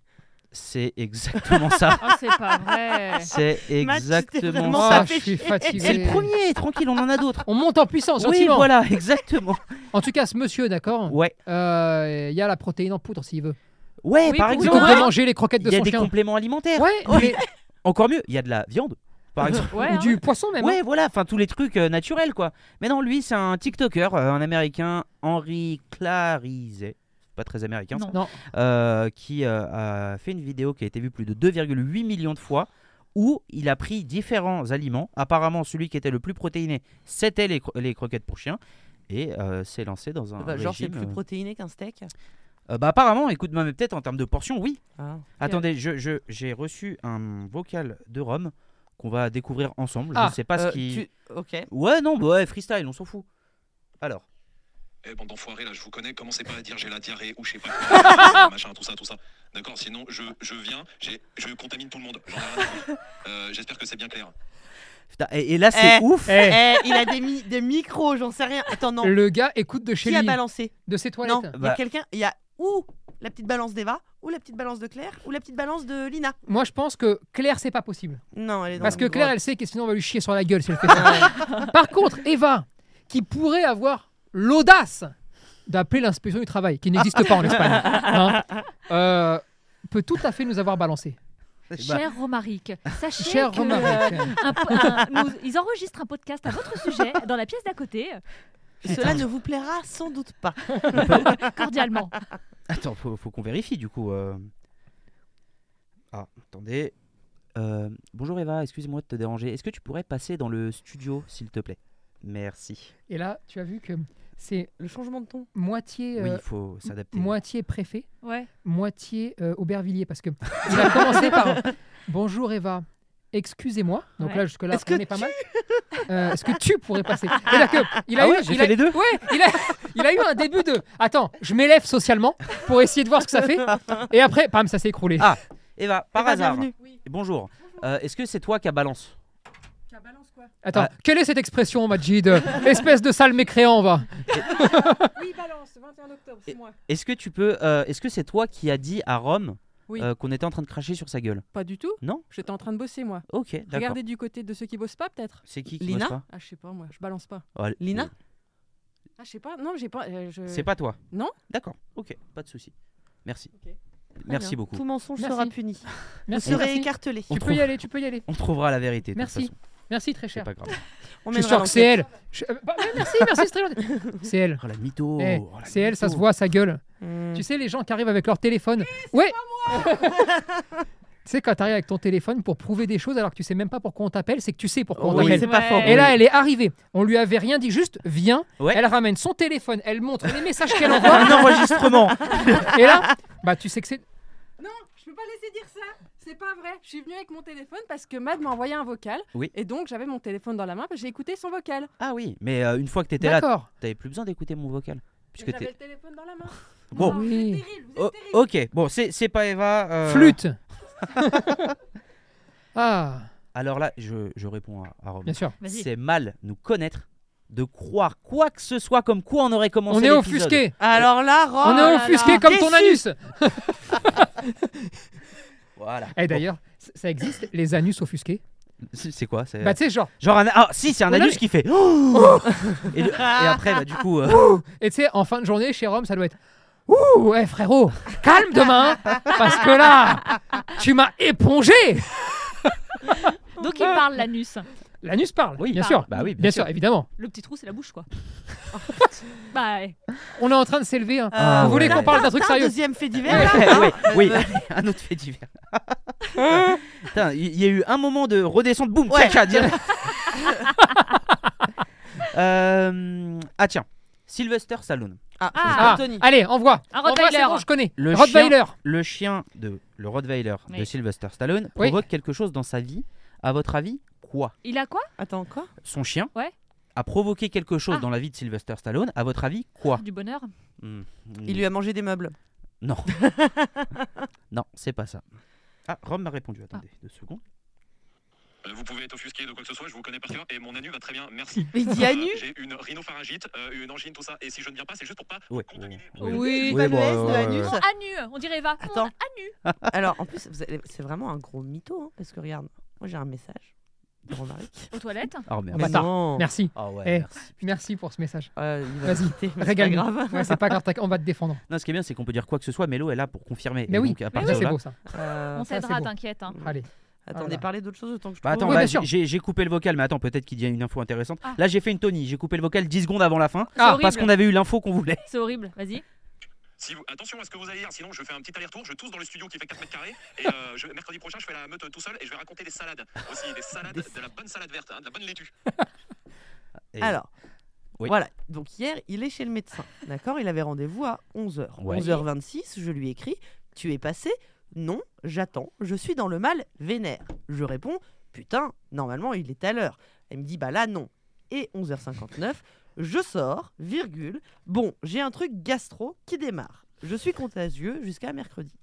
B: C'est exactement
C: *laughs*
B: ça.
A: Ah, c'est pas
B: *laughs*
A: vrai.
B: C'est
C: Matt, tu t'es
B: exactement
C: vraiment
B: ça.
C: tapé.
D: Ah, je suis fatigué.
B: C'est le premier, tranquille, on en a d'autres.
D: On monte en puissance,
B: Oui,
D: gentiment.
B: voilà, exactement.
D: En tout cas, ce monsieur, d'accord, euh,
B: Ouais,
D: il y a la protéine en poudre s'il veut.
B: ouais,
A: Oui,
B: par
A: pour-
D: Plutôt
B: exemple,
D: que de manger les croquettes
B: il
D: de
B: y a
D: son
B: des
D: chien.
B: compléments alimentaires.
D: Ouais, mais-
B: *laughs* Encore mieux, il y a de la viande,
A: *laughs*
B: par exemple.
A: Ouais,
D: ou
A: hein.
D: du poisson même.
B: Ouais, voilà, enfin tous les trucs euh, naturels quoi. Mais non, lui, c'est un TikToker, euh, un américain, Henry Clarizet, pas très américain, ça,
A: Non.
D: Non,
B: euh, qui euh, a fait une vidéo qui a été vue plus de 2,8 millions de fois où il a pris différents aliments. Apparemment, celui qui était le plus protéiné, c'était les, cro- les croquettes pour chien. Et euh, s'est lancé dans un.
C: Bah, Genre c'est
B: régime,
C: plus
B: euh,
C: protéiné qu'un steak.
B: euh, bah, apparemment, écoute, moi, mais peut-être en termes de portions, oui.
C: Ah.
B: Attendez, je- je- j'ai reçu un vocal de Rome qu'on va découvrir ensemble.
D: Ah,
B: je ne sais pas
C: Euh,
B: ce qui.
C: tu- OK.
B: Ouais, non, bah ouais, freestyle, on s'en fout. Alors.
H: Eh bande d'enfoirés, là je vous connais, commencez pas à dire j'ai la diarrhée ou je sais pas quoi, machin, tout ça, tout ça. D'accord, sinon je, je viens, j'ai- je contamine tout le monde. J'en ai rien à foutre. Euh, J'espère que c'est bien clair.
B: Putain, et, et là, c'est
C: Eh.
B: ouf. *laughs*
C: Eh,
D: Eh,
C: il a des, mi- des micros, j'en sais rien. Attends non,
D: le gars écoute de chez
C: qui a
D: lui,
C: balancé
D: de ses
C: Non,
D: toilettes.
C: il y
B: Bah.
C: a quelqu'un, il y a ou la petite balance d'Eva, ou la petite balance de Claire, ou la petite balance de Lina.
D: Moi, je pense que Claire, c'est pas possible.
C: Non, elle est dans
D: Parce
C: le
D: que
C: micro.
D: Claire, elle sait que sinon on va lui chier sur la gueule si elle fait
B: *laughs*
D: ça. Par contre, Eva, qui pourrait avoir l'audace d'appeler l'inspection du travail, qui n'existe pas en Espagne, hein, euh, peut tout à fait nous avoir balancé.
B: Bah,
A: Cher Romaric, sachez
D: Cher
A: que,
B: *laughs*
D: Romaric.
A: euh, un po- un- nous- ils enregistrent un podcast à votre sujet dans la pièce d'à côté,
C: Cela ne vous plaira sans doute pas.
A: cordialement.
B: Attends, faut, faut qu'on vérifie du coup. euh. Ah, attendez. Euh, bonjour Eva, excuse-moi de te déranger. Est-ce que tu pourrais passer dans le studio, s'il te plaît Merci.
D: Et là, tu as vu que c'est
C: Le changement de ton.
D: moitié,
B: oui,
D: euh,
B: il faut s'adapter.
D: moitié préfet,
A: Ouais.
D: moitié euh, Aubervilliers, parce que il a commencé
B: *laughs*
D: par Bonjour Eva, excusez-moi. Donc
A: Ouais.
D: là, jusque-là,
C: Est-ce
D: on
C: que
D: est pas mal. Euh, Est-ce que tu
B: *laughs*
D: pourrais passer C'est-à-dire que il a
B: Ah
D: eu,
B: ouais, j'ai
D: il
B: fait
D: a-
B: les deux
D: Ouais, il a, il a eu un début de Attends, je m'élève socialement pour essayer de voir ce que ça fait. Et après, pam, ça s'est écroulé.
B: Ah, Eva, par
C: Eva,
B: hasard.
C: bienvenue.
B: Bonjour. Euh, Est-ce que c'est toi qui a balance
D: Attends,
B: Ah.
D: quelle est cette expression, Majid Espèce de sale mécréant, va.
I: Oui, balance, 21 octobre, c'est moi.
B: Est-ce que tu peux euh, Est-ce que c'est toi qui a dit à Rome
I: Oui.
B: euh, qu'on était en train de cracher sur sa gueule
I: Pas du tout.
B: Non
I: J'étais en train de bosser, moi.
B: Ok, d'accord.
I: Regardez du côté de ceux qui bossent pas, peut-être.
B: C'est qui qui
C: Lina
B: bosse pas
I: Ah, je sais pas, moi, je balance pas.
B: Oh, l-
C: Lina
I: Ah, je sais pas, non, j'ai pas. euh, je...
B: C'est pas toi
I: Non.
B: D'accord. Ok, pas de souci. Merci.
I: Ok.
B: Merci
C: bien.
B: beaucoup.
C: Tout mensonge
D: Merci.
C: sera puni. Vous
D: Merci.
C: serez
D: merci.
C: écartelé.
B: On
D: Tu peux y
B: trouve-
D: aller, tu peux y aller.
B: On trouvera la vérité. de toute
D: Merci.
B: façon.
D: Merci, très
B: C'est
D: cher.
B: pas grave.
C: On
D: Je suis
C: mènera
D: sûr que c'est
C: l'enquête.
D: elle. Je- euh, bah, bah, merci, merci, c'est très gentil. C'est elle.
B: Oh la mytho.
D: Eh,
B: oh, la
D: c'est elle, ça se
B: mytho.
D: voit, sa gueule.
C: Hmm. Eh,
D: Tu sais, les gens qui arrivent avec leur téléphone. ouais *laughs*
C: *laughs*
D: Tu sais, quand t'arrives avec ton téléphone pour prouver des choses alors que tu sais même pas pourquoi on t'appelle, c'est que tu sais pourquoi on
C: Oui,
D: t'appelle.
C: c'est pas
I: Ouais.
C: fort.
D: Et là, elle est arrivée. On lui avait rien dit, juste viens.
B: Ouais.
D: Elle ramène son téléphone, elle montre les messages qu'elle
C: *laughs*
D: envoie.
B: Un
D: *laughs*
B: enregistrement.
D: Et là, bah tu sais que c'est.
I: Non, je peux pas laisser dire ça. C'est pas vrai. Je suis venue avec mon téléphone parce que Mad m'a envoyé un vocal.
B: Oui.
I: Et donc, j'avais mon téléphone dans la main, parce que j'ai écouté son vocal.
B: ah oui, mais euh, une fois que t'étais là,
D: D'accord.
B: t'avais plus besoin d'écouter mon vocal.
I: Et
B: Puisque
I: J'avais
B: t'es.
I: le téléphone dans la main.
B: Bon.
I: Non, vous
D: Oui.
I: êtes terrible, vous êtes
B: Oh,
I: terrible.
B: ok, bon, c'est c'est pas Eva. euh, *laughs*
D: Flûte. ah,
B: Alors là, je, je réponds à, à Rome.
D: bien sûr.
A: Vas-y.
B: C'est mal nous connaître de croire quoi que ce soit comme quoi on aurait commencé.
D: On est
B: l'épisode.
D: offusqué.
C: Alors Oh là, Rome.
D: On est offusqué comme ton anus.
B: Voilà.
D: Et Eh, d'ailleurs, c- ça existe les anus offusqués.
B: Bon, c'est c'est quoi c'est-
D: Bah tu sais genre,
B: Genre un. Ah, si, c'est un
D: On a-
B: anus qui fait. Oh et, le- et après, bah, du coup. euh,
D: et tu sais en fin de journée chez Rome, ça doit être. Ouh, ouais frérot, calme demain, parce que là, tu m'as épongé.
A: Donc il parle l'anus.
D: L'anus parle.
B: Oui,
D: bien
B: parle.
D: sûr.
B: Bah oui, bien sûr.
D: évidemment.
A: Le petit trou, c'est la bouche, quoi. bah ouais.
D: On est en train de s'élever. hein.
B: Ah,
D: Vous voulez
B: ouais.
D: qu'on parle Ah. d'un truc
C: T'as un
D: sérieux
C: deuxième fait divers Ah, là
D: *laughs*
B: oui, oui, *laughs* un autre fait divers. Putain, il y a eu un moment de redescente, boum,
C: Ouais.
B: tchac, direct. *laughs* Euh, ah tiens, Sylvester Stallone,
C: Ah,
A: Ah.
C: Anthony.
D: Allez, envoie.
A: Un
D: Envoie, c'est
A: Rottweiler.
D: bon, je connais.
B: Le
D: Rottweiler.
B: le chien de le Rottweiler de
A: Oui.
B: Sylvester Stallone
D: Oui.
B: provoque quelque chose dans sa vie. À votre avis, quoi
A: Il a quoi
C: Attends, quoi
B: Son chien
A: Ouais.
B: a provoqué quelque chose
A: Ah.
B: dans la vie de Sylvester Stallone. À votre avis, quoi
A: Du bonheur
B: Hmm,
C: Il lui a mangé des meubles.
D: *laughs*
B: Non. non, c'est pas ça. Ah, Rome m'a répondu. Attendez deux secondes.
H: Euh, vous pouvez être offusqué de quoi que ce soit, je vous connais par cœur et mon anus va très bien, merci.
C: Il
D: *laughs*
C: dit à
H: Euh,
C: nu
H: J'ai une rhinopharyngite, euh, une angine, tout ça, et si je ne viens pas, c'est juste pour pas
B: Ouais,
H: contaminer.
B: ouais, ouais.
C: Oui,
E: Oui,
C: pas le
D: bah,
E: bon,
C: S de
E: ouais,
C: anus.
A: Mon anu, on dirait Eva. Ah, Mon
C: Attends.
A: anu.
C: Alors, en plus, vous allez- c'est vraiment un gros mytho, hein, parce que regarde, moi j'ai un message de
D: Ah,
C: Romaric.
A: Aux toilettes.
B: Oh, merde.
D: Bâtard.
C: non.
D: Merci.
B: Ah ouais,
D: Bah, Eh.
B: merci.
D: Merci pour ce message.
C: Euh, il va
D: Vas-y,
C: nous quitter, mais c'est pas
D: Régale-nous.
C: grave.
D: Ouais, c'est pas grave, t'inquiète, on va te défendre.
B: Non, ce qui est bien, c'est qu'on peut dire quoi que ce soit, Mélo est là pour confirmer.
D: Mais
B: Et
D: oui,
B: donc, à
D: mais oui,
B: partir de
D: c'est
B: là- Ah,
D: beau ça.
C: Euh,
A: On
D: ça, c'est
A: s'aidera,
D: bon.
A: t'inquiète. hein.
D: Allez. oh
C: attendez,
D: Voilà.
C: parlez d'autre chose autant que je
B: Bah, attends,
C: trouve.
D: Oui,
B: bah,
D: bien
B: j'ai-
D: sûr.
B: j'ai j'ai coupé le vocal, mais attends, peut-être qu'il y a une info intéressante.
A: Ah.
B: Là, j'ai fait une Tony, j'ai coupé le vocal 10 secondes avant la fin,
A: C'est
D: Ah,
A: horrible.
B: parce qu'on avait eu l'info qu'on voulait. *laughs*
A: C'est horrible. Vas-y.
H: Si vous- Attention à ce que vous allez dire, sinon je fais un petit aller-retour, je tousse dans le studio qui fait 4 mètres carrés, et euh, je- mercredi prochain je fais la meute euh, tout seul et je vais raconter des salades aussi, des salades, de la bonne salade verte, hein, de la bonne laitue.
B: Et-
C: Alors,
B: Oui.
C: voilà. Donc hier, il est chez le médecin. D'accord Il avait rendez-vous à 11h.
B: Ouais.
C: 11h26, je lui écris Tu es passé Non, j'attends. Je suis dans le mal vénère. Je réponds Putain, normalement, il est à l'heure. Elle me dit Bah là, non. Et 11h59, je sors, virgule. Bon, j'ai un truc gastro qui démarre. Je suis contagieux jusqu'à mercredi.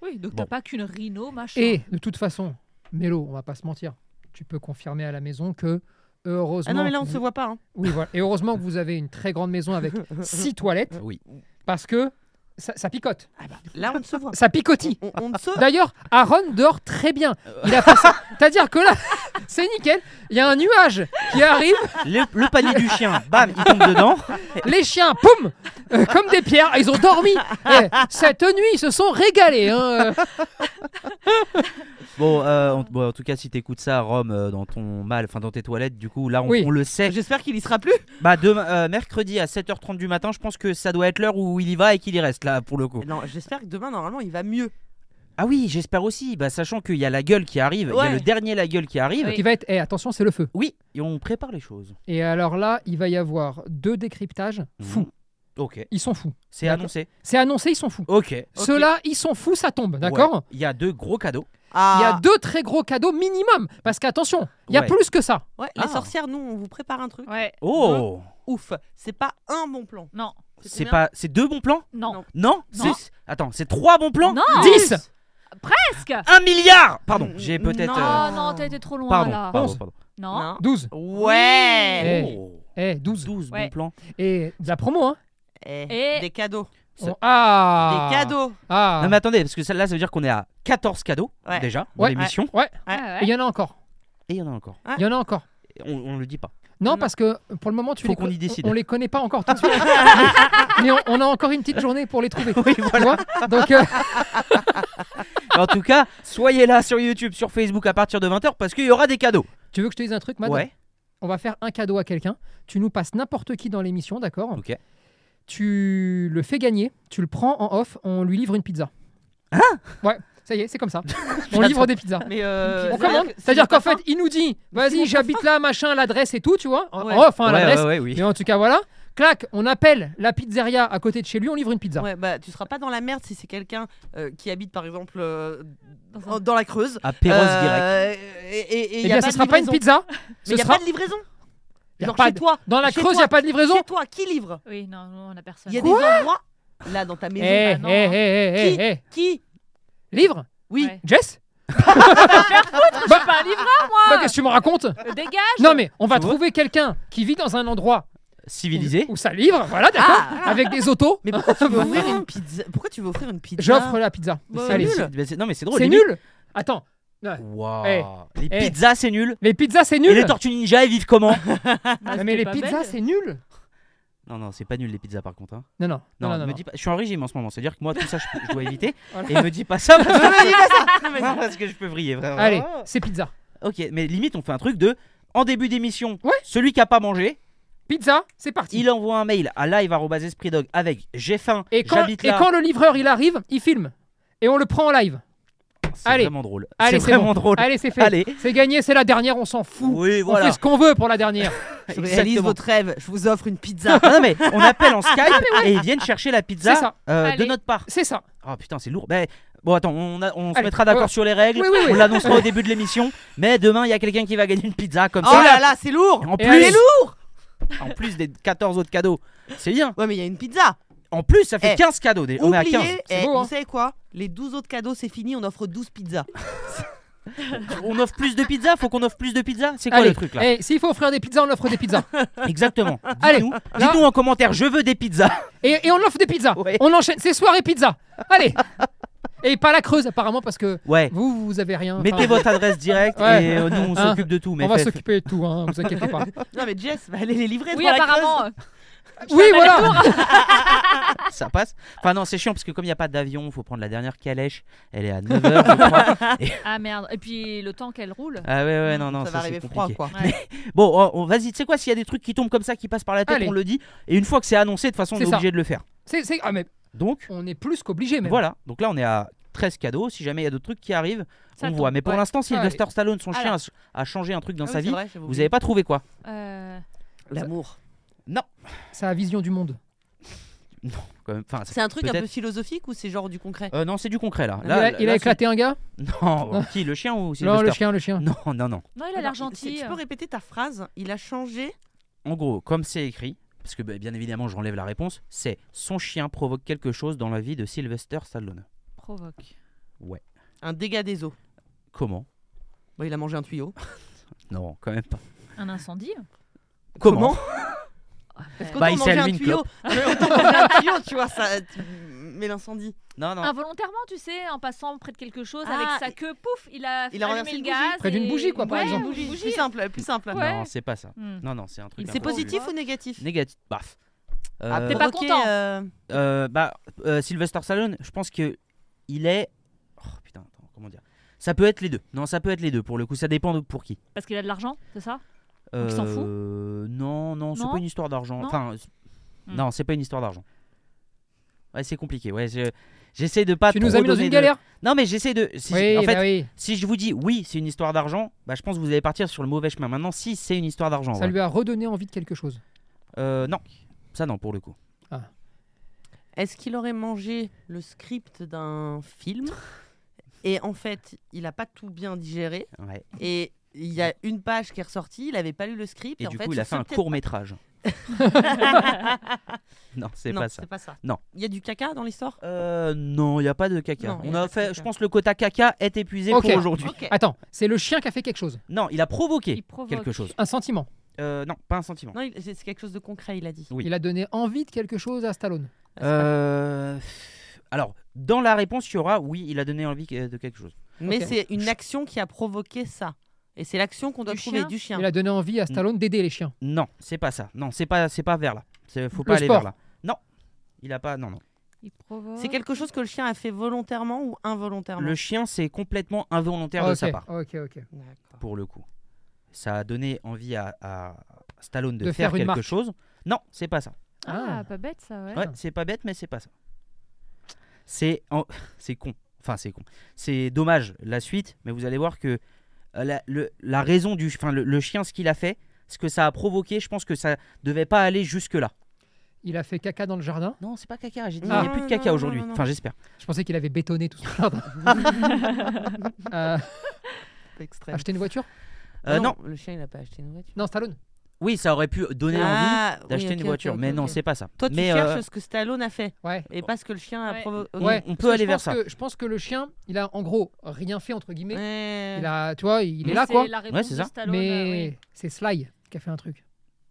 A: Oui, donc
B: Bon.
A: t'as pas qu'une rhino, machin.
D: Et de toute façon, Mélo, on va pas se mentir, tu peux confirmer à la maison que heureusement.
C: Ah non, mais là, on
D: que
C: se
D: vous-
C: voit pas. hein.
D: Oui, voilà. Et heureusement que vous avez une très grande maison avec six toilettes.
B: Oui.
D: Parce que ça, ça picote.
C: Là, on ne se
D: *laughs*
C: voit.
D: Ça picotille.
C: On, on ne se.
D: D'ailleurs, Aaron dort très bien. Il
B: *laughs*
D: a passé. C'est-à-dire que là, *laughs* c'est nickel. Il y a un nuage qui arrive.
B: Le, le panier du chien, bam, il tombe dedans.
D: Les chiens, poum euh, comme des pierres. Ils ont dormi. Eh, cette nuit, ils se sont régalés. hein.
B: Bon, euh, en, bon, en tout cas, si t'écoutes ça, Rome, euh, dans ton mal, enfin dans tes toilettes, du coup, là, on,
D: Oui.
B: on le sait.
C: J'espère qu'il y sera plus.
B: Bah, demain, euh, mercredi à 7h30 du matin, je pense que ça doit être l'heure où il y va et qu'il y reste, là, pour le coup.
C: Non, j'espère que demain, normalement, il va mieux.
B: Ah oui, j'espère aussi. Bah, sachant qu'il y a la gueule qui arrive, il y a
C: Ouais.
B: le dernier la gueule qui arrive.
A: Oui.
D: Qui va être. eh, attention, c'est le feu.
B: Oui, et on prépare les choses.
D: Et alors là, il va y avoir deux décryptages fous.
B: Mmh. Ok,
D: Ils sont fous.
B: c'est
D: D'accord.
B: annoncé.
D: C'est annoncé, ils sont fous.
B: Ok. Ouais.
D: Ceux-là, ils sont fous, ça tombe, d'accord
B: Il y a deux gros cadeaux.
C: Ah,
D: Il y a deux très gros cadeaux minimum. Parce qu'attention, il y a
B: Ouais.
D: plus que ça.
C: ouais, les
B: Ah.
C: sorcières, nous, on vous prépare un truc.
A: Ouais.
B: Oh
C: Ouf, c'est pas un bon plan.
A: Non.
B: C'est
C: combien
B: pas, c'est deux bons plans
A: Non.
C: Non.
B: Non,
A: Non.
B: C'est- Attends, c'est trois bons plans
A: Non.
D: 10
A: Presque.
B: Un milliard Pardon, j'ai peut-être. euh,
A: Ah
C: Euh,
A: non, t'as été trop loin
B: Pardon,
A: là.
B: pardon,
D: Onze.
B: pardon.
A: Non.
D: 12
C: Ouais.
D: Eh.
B: Oh.
D: Eh, 12
B: 12
A: Ouais.
B: bons plans.
D: Et de la promo, hein
C: Eh,
A: Et-
C: Des cadeaux.
B: Ça-
D: On- Ah
C: Des cadeaux.
D: Ah
B: Non mais attendez, parce que celle-là, ça veut dire qu'on est à 14 cadeaux
C: Ouais.
B: déjà dans
D: Ouais.
B: l'émission.
D: Ouais,
A: Ah
D: il
A: ouais.
D: y en a encore.
B: Et il y en a encore.
D: Il y en a encore.
B: Et On, on le dit pas.
D: Non,
C: Non.
D: parce que pour le moment, tu
B: Ah. Faut
D: les
B: qu'on
D: co-
B: y décide.
D: On, on les connaît pas
B: *laughs*
D: encore tout de suite. Mais on, on a encore une petite journée pour les trouver. Tu vois Donc, euh,
B: en tout cas, soyez là sur YouTube, sur Facebook à partir de 20h parce qu'il y aura des cadeaux.
D: tu veux que je te dise un truc, Mad
B: Ouais.
D: On va faire un cadeau à quelqu'un. Tu nous passes n'importe qui dans l'émission, d'accord
B: Ok.
D: Tu le fais gagner, tu le prends en off, on lui livre une pizza. Hein Ouais, ça y est, c'est
B: *laughs*
D: comme ça. on livre des pizzas.
C: Mais euh,
D: On
C: c'est-à-dire
D: commande.
C: que si
D: C'est-à-dire
C: j'ai pas
D: qu'en fait, il nous dit, vas-y, j'habite là, machin, l'adresse et tout, tu vois. En
C: Ouais.
D: en off, hein,
B: ouais,
D: l'adresse.
B: ouais, ouais, oui.
D: Mais en tout cas, voilà. Clac, on appelle la pizzeria à côté de chez lui, on livre une pizza.
C: Ouais, bah, tu seras pas dans la merde si c'est quelqu'un euh, qui habite par exemple euh,
A: Dans
C: en-
A: un-
C: dans, la Creuse.
B: À Perros Guirec.
C: Euh, et- et- et
D: Eh
C: y a
D: bien,
C: pas
D: ce
C: de
D: sera pas une
C: livraison.
D: pizza.
C: Mais
D: Ce
C: il n'y a
D: sera...
C: pas de livraison.
D: y a
C: Genre
D: pas
C: chez
D: de-
C: toi.
D: Dans la
C: Chez
D: Creuse, il
C: toi.
D: n'y a pas de livraison.
C: Chez toi, qui livre
A: Oui, non, nous, on a personne.
C: Il y a des endroits là dans ta
D: Eh,
C: maison
D: eh,
A: Ah non.
D: eh, eh, eh, eh.
C: bah qui
D: Livre
C: Oui.
A: Ouais.
C: *laughs*
D: Jess
A: Je suis pas un livreur, moi.
D: Bah, Qu'est-ce que tu me racontes
C: Ah,
A: Euh, Dégage.
D: Non, mais on va
B: Tu vois
D: trouver quelqu'un qui vit dans un endroit
B: Civilisé.
D: où ça livre, voilà, d'accord, avec des autos.
C: Ah. Mais pourquoi
D: *laughs*
C: tu veux offrir une pizza Pourquoi tu veux offrir une pizza
D: J'offre la pizza.
C: Bah,
D: Allez.
C: nul.
B: C'est- mais c'est- Non mais c'est drôle.
D: C'est
B: limite.
D: nul Attends,
B: Waouh.
D: Eh.
B: Les
D: Eh.
B: pizzas c'est nul.
D: les pizzas, c'est
B: Et
D: nul
B: les tortues ninja ils vivent
D: *laughs*
B: comment
A: Bah,
D: Non, Mais
A: c'était
D: les
A: pas
D: pizzas,
A: belle.
D: c'est nul
B: Non non c'est pas nul les pizzas par contre. hein.
D: Non, non,
B: Non,
D: non, non.
B: me
D: non.
B: dis pas. Je suis en régime en ce moment, c'est à dire que moi tout ça je, peux- je dois éviter.
D: *laughs* Voilà.
B: Et me dis pas ça
D: *laughs*
B: parce
C: Non, mais dis pas ça.
A: Ah,
B: que, parce que je peux vriller vraiment.
D: Allez, c'est pizza.
B: Ok, mais limite, on fait un truc de. En début d'émission,
D: Ouais.
B: celui qui a pas mangé,
D: Pizza, c'est parti.
B: il envoie un mail à live@espritdog avec j'ai faim.
D: Et, quand,
B: j'habite
D: et
B: là.
D: quand le livreur, il arrive, il filme. Et on le prend en live.
B: C'est
D: Allez.
B: vraiment drôle.
D: Allez,
B: c'est
D: c'est
B: vraiment
D: bon.
B: drôle.
D: Allez, c'est fait.
B: Oh, Allez.
D: C'est gagné, c'est la dernière, on s'en fout.
B: Oui,
D: On fait
B: voilà.
D: ce qu'on veut pour
B: *laughs*
D: la dernière.
C: Je réalise
B: Exactement.
C: votre rêve. Je vous offre une *laughs* pizza.
B: Non, non, mais on appelle
D: *laughs*
B: en Skype et ils viennent chercher la pizza
D: Ah, C'est ça.
B: euh, de
A: Allez.
B: notre part.
D: C'est ça.
B: Oh putain, c'est lourd. Ben, bon, attends, on, a- on se
D: Allez.
B: mettra d'accord
D: Ouais.
B: sur les règles.
D: Oui, oui, oui.
B: On l'annoncera au début de l'émission. Mais demain, il y a quelqu'un qui va gagner une pizza comme
C: Oh
B: ça.
C: là là, c'est lourd.
B: En
D: Et allez.
B: plus, en plus des 14 autres cadeaux. C'est bien.
C: Ouais, mais il y a une pizza.
B: En plus, ça fait
C: Eh,
B: 15 cadeaux. déjà. On est à 15.
C: Oubliez,
D: C'est
C: eh,
D: beau, hein.
C: vous savez quoi Les 12 autres cadeaux, c'est fini, on offre 12
B: *laughs*
C: pizzas.
B: On offre plus de pizza Faut qu'on offre plus de pizza C'est quoi
D: Allez.
B: le truc là
D: Eh, S'il faut offrir des pizzas, on offre
B: *laughs*
D: des pizzas.
B: Exactement.
D: Allez,
B: Dites-nous dites-nous en commentaire, je veux des
D: *laughs*
B: pizzas.
D: Et, et on offre des pizzas.
B: Ouais.
D: On enchaîne. C'est soirée pizza. Allez. Et pas la creuse, apparemment, parce que
B: Ouais.
D: vous, vous avez rien.
B: Mettez
D: Enfin,
B: votre adresse directe
D: Ouais.
B: et euh, nous on
D: Hein
B: s'occupe de tout. Mais
D: On va
B: faites-
D: s'occuper de tout, hein, vous
B: *laughs*
D: inquiétez pas.
C: Non, mais Jess va aller les livrer.
A: Oui,
C: dans la
A: apparemment. euh,
D: oui, voilà.
B: ça passe. Enfin non, c'est chiant parce que comme il n'y a pas d'avion, faut prendre la dernière calèche. Elle est à
D: *laughs*
B: 9h, je crois.
A: Ah merde. Et puis le temps qu'elle roule.
B: Ah ouais, ouais,
C: Creuse.
B: non, non,
C: ça va
B: c'est
C: arriver froid,
B: compliqué. Ah
C: quoi.
A: Ouais.
B: Bon, on- on, vas-y, tu sais quoi, s'il y a des trucs qui tombent comme ça, qui passent par la tête,
D: Allez.
B: on le dit. Et une fois que c'est annoncé, de toute façon, on
D: C'est
B: est
D: ça.
B: obligé de le faire.
D: C'est- c'est- ah, mais
B: Donc,
D: on est plus qu'obligé, même.
B: voilà. Donc là, on est à 13 cadeaux. Si jamais il y a d'autres trucs qui arrivent,
A: Ça
B: on
A: tombe.
B: voit. Mais pour
A: Ouais.
B: l'instant, Sylvester Stallone, son
A: Alors.
B: chien, a, a changé un truc dans
C: Ah oui,
B: sa
C: c'est
B: vie.
C: vrai, j'avais
B: Vous
C: oublié.
B: avez pas trouvé quoi
A: Euh,
C: L'amour.
D: Sa vision du monde.
B: quand même. Enfin,
C: C'est un truc un
B: peut-être-
C: peu philosophique ou c'est genre du concret
B: Euh, non, c'est du concret là.
D: il a,
B: Là,
D: il a
B: là,
D: éclaté un gars
B: c'est-
D: *laughs*
B: Non, qui le chien ou
D: Non, le
B: Sylvester
D: chien, le chien.
B: Non, non, non.
A: Non, il a l'air
C: Attends, c'est-
A: gentil. euh.
C: Tu peux répéter ta phrase Il a changé.
B: En gros, comme c'est écrit, parce que bah, bien évidemment, je relève la réponse, c'est son chien provoque quelque chose dans la vie de Sylvester Stallone.
A: Provoque.
C: Un dégât des eaux.
B: Comment
C: Bon, il a mangé un tuyau.
B: Non, quand même pas.
A: Un incendie.
C: Ah.
B: Comment,
A: Après,
C: Quand
B: Bah,
C: on
B: il s'est
C: mangeait
B: allumé
C: un
B: une
C: tuyau, Ah, autant manger un tuyau, tu vois, ça. tu- Mais l'incendie.
B: Non,
A: Ah,
B: non.
A: Involontairement, tu sais, en passant près de quelque chose avec
C: Ah,
A: sa queue, pouf, il a,
C: il
A: allumé
C: a renversé
A: le
C: une
A: gaz.
C: bougie.
D: Près d'une
A: et-
D: bougie, quoi, par
A: Ouais,
D: exemple.
A: une
C: Plus
A: bougie.
C: simple, plus simple.
A: Ouais.
B: Non, c'est pas ça.
A: Hmm.
C: Bah,
B: Non, non, c'est un truc.
A: Il
B: un
A: s'est
C: C'est
B: peu plus
C: positif ou négatif
B: Négatif. Baf. Euh,
D: Ah,
A: T'es pas
C: Provoquer,
A: content.
C: euh,
B: euh, bah, euh, Sylvester Stallone, je pense que il est. Oh, putain, attends, comment dire Ça peut être les deux. Non, ça peut être les deux. Pour le coup, ça dépend de pour qui.
A: Parce qu'il a de l'argent, c'est ça Donc, il s'en fout
B: Euh, Non, non, c'est
A: Non
B: pas une histoire d'argent.
A: Non
B: Enfin, c'est-
A: Hmm.
B: non, c'est pas une histoire d'argent. Ouais, c'est compliqué. Ouais, je- j'essaie de pas.
D: Tu nous
B: trop
D: as mis dans
B: donner
D: une
B: de-
D: galère
B: Non, mais j'essaie de. si-
D: Oui,
B: en fait,
D: bah oui.
B: si je vous dis oui, c'est une histoire d'argent, bah, je pense que vous allez partir sur le mauvais chemin. Maintenant, si c'est une histoire d'argent,
D: Ça
B: ouais.
D: lui a redonné envie de quelque chose.
B: Euh, non, ça non pour le coup.
C: Est-ce qu'il aurait mangé le script d'un
B: *laughs*
C: film et en fait, il a pas tout bien digéré
B: Ouais.
C: et il y a une page qui est ressortie, il avait pas lu le script
B: Et,
C: et, en
B: du
C: fait,
B: coup, il a
C: sur
B: fait
C: ce
B: un
C: peut-être-
B: court
C: *laughs*
B: métrage. *laughs* non, c'est
C: Non,
B: pas ça.
C: c'est pas ça.
B: Non.
C: Il y a du caca dans l'histoire
B: Euh, non, il n'y a pas de caca.
C: Non, y
B: On
C: a
B: a
C: pas de
B: fait,
C: caca.
B: je pense, le quota caca est épuisé
D: Ok.
B: pour aujourd'hui.
C: OK.
D: Attends, c'est le chien qui a fait quelque chose.
B: Non, il a provoqué
A: Il provoque.
B: quelque chose.
D: Un sentiment.
B: Euh, non, pas un sentiment.
C: Non, il- c'est c'est quelque chose de concret, il a dit.
B: Oui.
D: Il a donné envie de quelque chose à Stallone.
B: Euh, Alors, dans la réponse, il y aura oui, il a donné envie que- de quelque chose.
C: Mais
D: Ok.
C: c'est une action qui a provoqué ça. Et c'est l'action qu'on doit
A: Du
C: trouver
A: chien
C: du chien.
D: Il a donné
B: Mm.
D: envie à Stallone d'aider les chiens.
B: Non, c'est pas ça. Non, c'est pas, c'est pas vers là. C'est- Faut
D: Le
B: pas aller
D: sport.
B: vers là. Non, il a pas. Non, non.
A: Il provoque.
C: C'est quelque chose que le chien a fait volontairement ou involontairement
B: Le chien, c'est complètement involontaire de
D: Ah, ok,
B: sa part,
D: ok, ok.
C: D'accord.
B: pour le coup. Ça a donné envie à, à Stallone de,
D: De faire
B: faire, quelque
D: une marque.
B: chose. Non, c'est pas ça.
A: Ah,
D: Ah.
A: pas bête ça, ouais.
B: Ouais, c'est pas bête, mais c'est pas ça. C'est en- *laughs* c'est con. Enfin, c'est con. C'est dommage la suite, mais vous allez voir que euh, la, le- la raison du, enfin, le, le chien, ce qu'il a fait, ce que ça a provoqué, je pense que ça devait pas aller jusque là.
D: Il a fait caca dans le jardin.
B: Non, c'est pas caca. J'ai dit,
D: Ah.
B: il n'y a plus de
C: Non,
B: caca
C: non, non,
B: aujourd'hui.
C: non, non.
B: Enfin, j'espère.
D: Je pensais qu'il avait
B: *laughs*
D: bétonné tout son jardin. Euh,
C: Extrême.
D: acheter une voiture
B: Euh, non.
C: le chien il a pas acheté une voiture.
D: Non, Stallone.
B: Oui, ça aurait pu donner envie
C: Ah, oui,
B: d'acheter
C: ok,
B: une
C: ok,
B: voiture,
C: ok,
B: mais non,
C: ok.
B: c'est pas ça.
C: Toi, tu
B: mais
C: cherches
B: euh,
C: ce que Stallone a fait
D: Ouais.
C: et pas ce que le chien a
A: Ouais.
C: provoqué.
B: on,
D: Ouais,
B: on peut
D: Parce que
B: aller
D: je
B: vers
D: pense
B: ça.
D: que- je pense que le chien, il a en gros rien fait entre guillemets.
C: Ouais.
D: Il a, tu vois, il
A: Mais
D: est là quoi.
A: C'est la réponse
B: Ouais, c'est
A: de
B: ça.
A: Stallone, euh,
D: Mais
A: oui.
D: c'est Sly qui a fait un truc.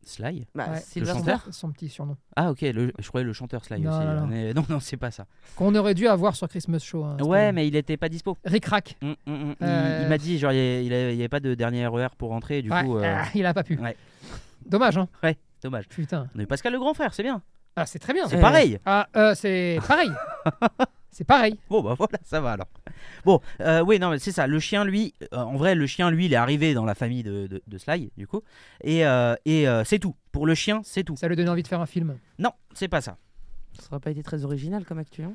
B: Sly.
C: Bah,
D: Ouais.
C: Sylvester.
B: Le chanteur.
D: Son petit surnom.
B: Ah ok, le- je croyais le chanteur Sly
C: Oh
D: Non,
B: aussi.
D: non, non.
B: Mais non, non, c'est pas ça.
C: Ah,
D: Qu'on aurait dû avoir sur Christmas Show. hein,
B: ouais,
D: Stallone.
B: mais il était pas dispo.
D: Rick Rack.
B: Mm, mm, mm. Il- Il,
D: Euh.
B: m'a dit, genre, il n'y avait, il y avait pas de dernier RER pour rentrer, du
D: Ouais,
B: coup, euh,
D: ah, il a pas pu.
B: ouais.
D: Dommage, hein.
B: ouais, dommage.
D: Putain.
B: On a eu Pascal le grand frère, c'est bien.
D: Ah, c'est très bien.
B: C'est pareil.
D: Ah, euh, c'est
B: *laughs*
D: pareil. c'est pareil.
B: Bon, bah voilà, ça va alors. Bon, euh, oui, non, mais c'est ça. Le chien, lui, euh, en vrai, le chien, lui, il est arrivé dans la famille de, de, de Sly, du coup. Et, euh, et euh, c'est tout. Pour le chien, c'est tout.
D: Ça lui donnait envie de faire un film.
B: Non, c'est pas ça.
C: Ça aurait pas été très original comme actu. hein.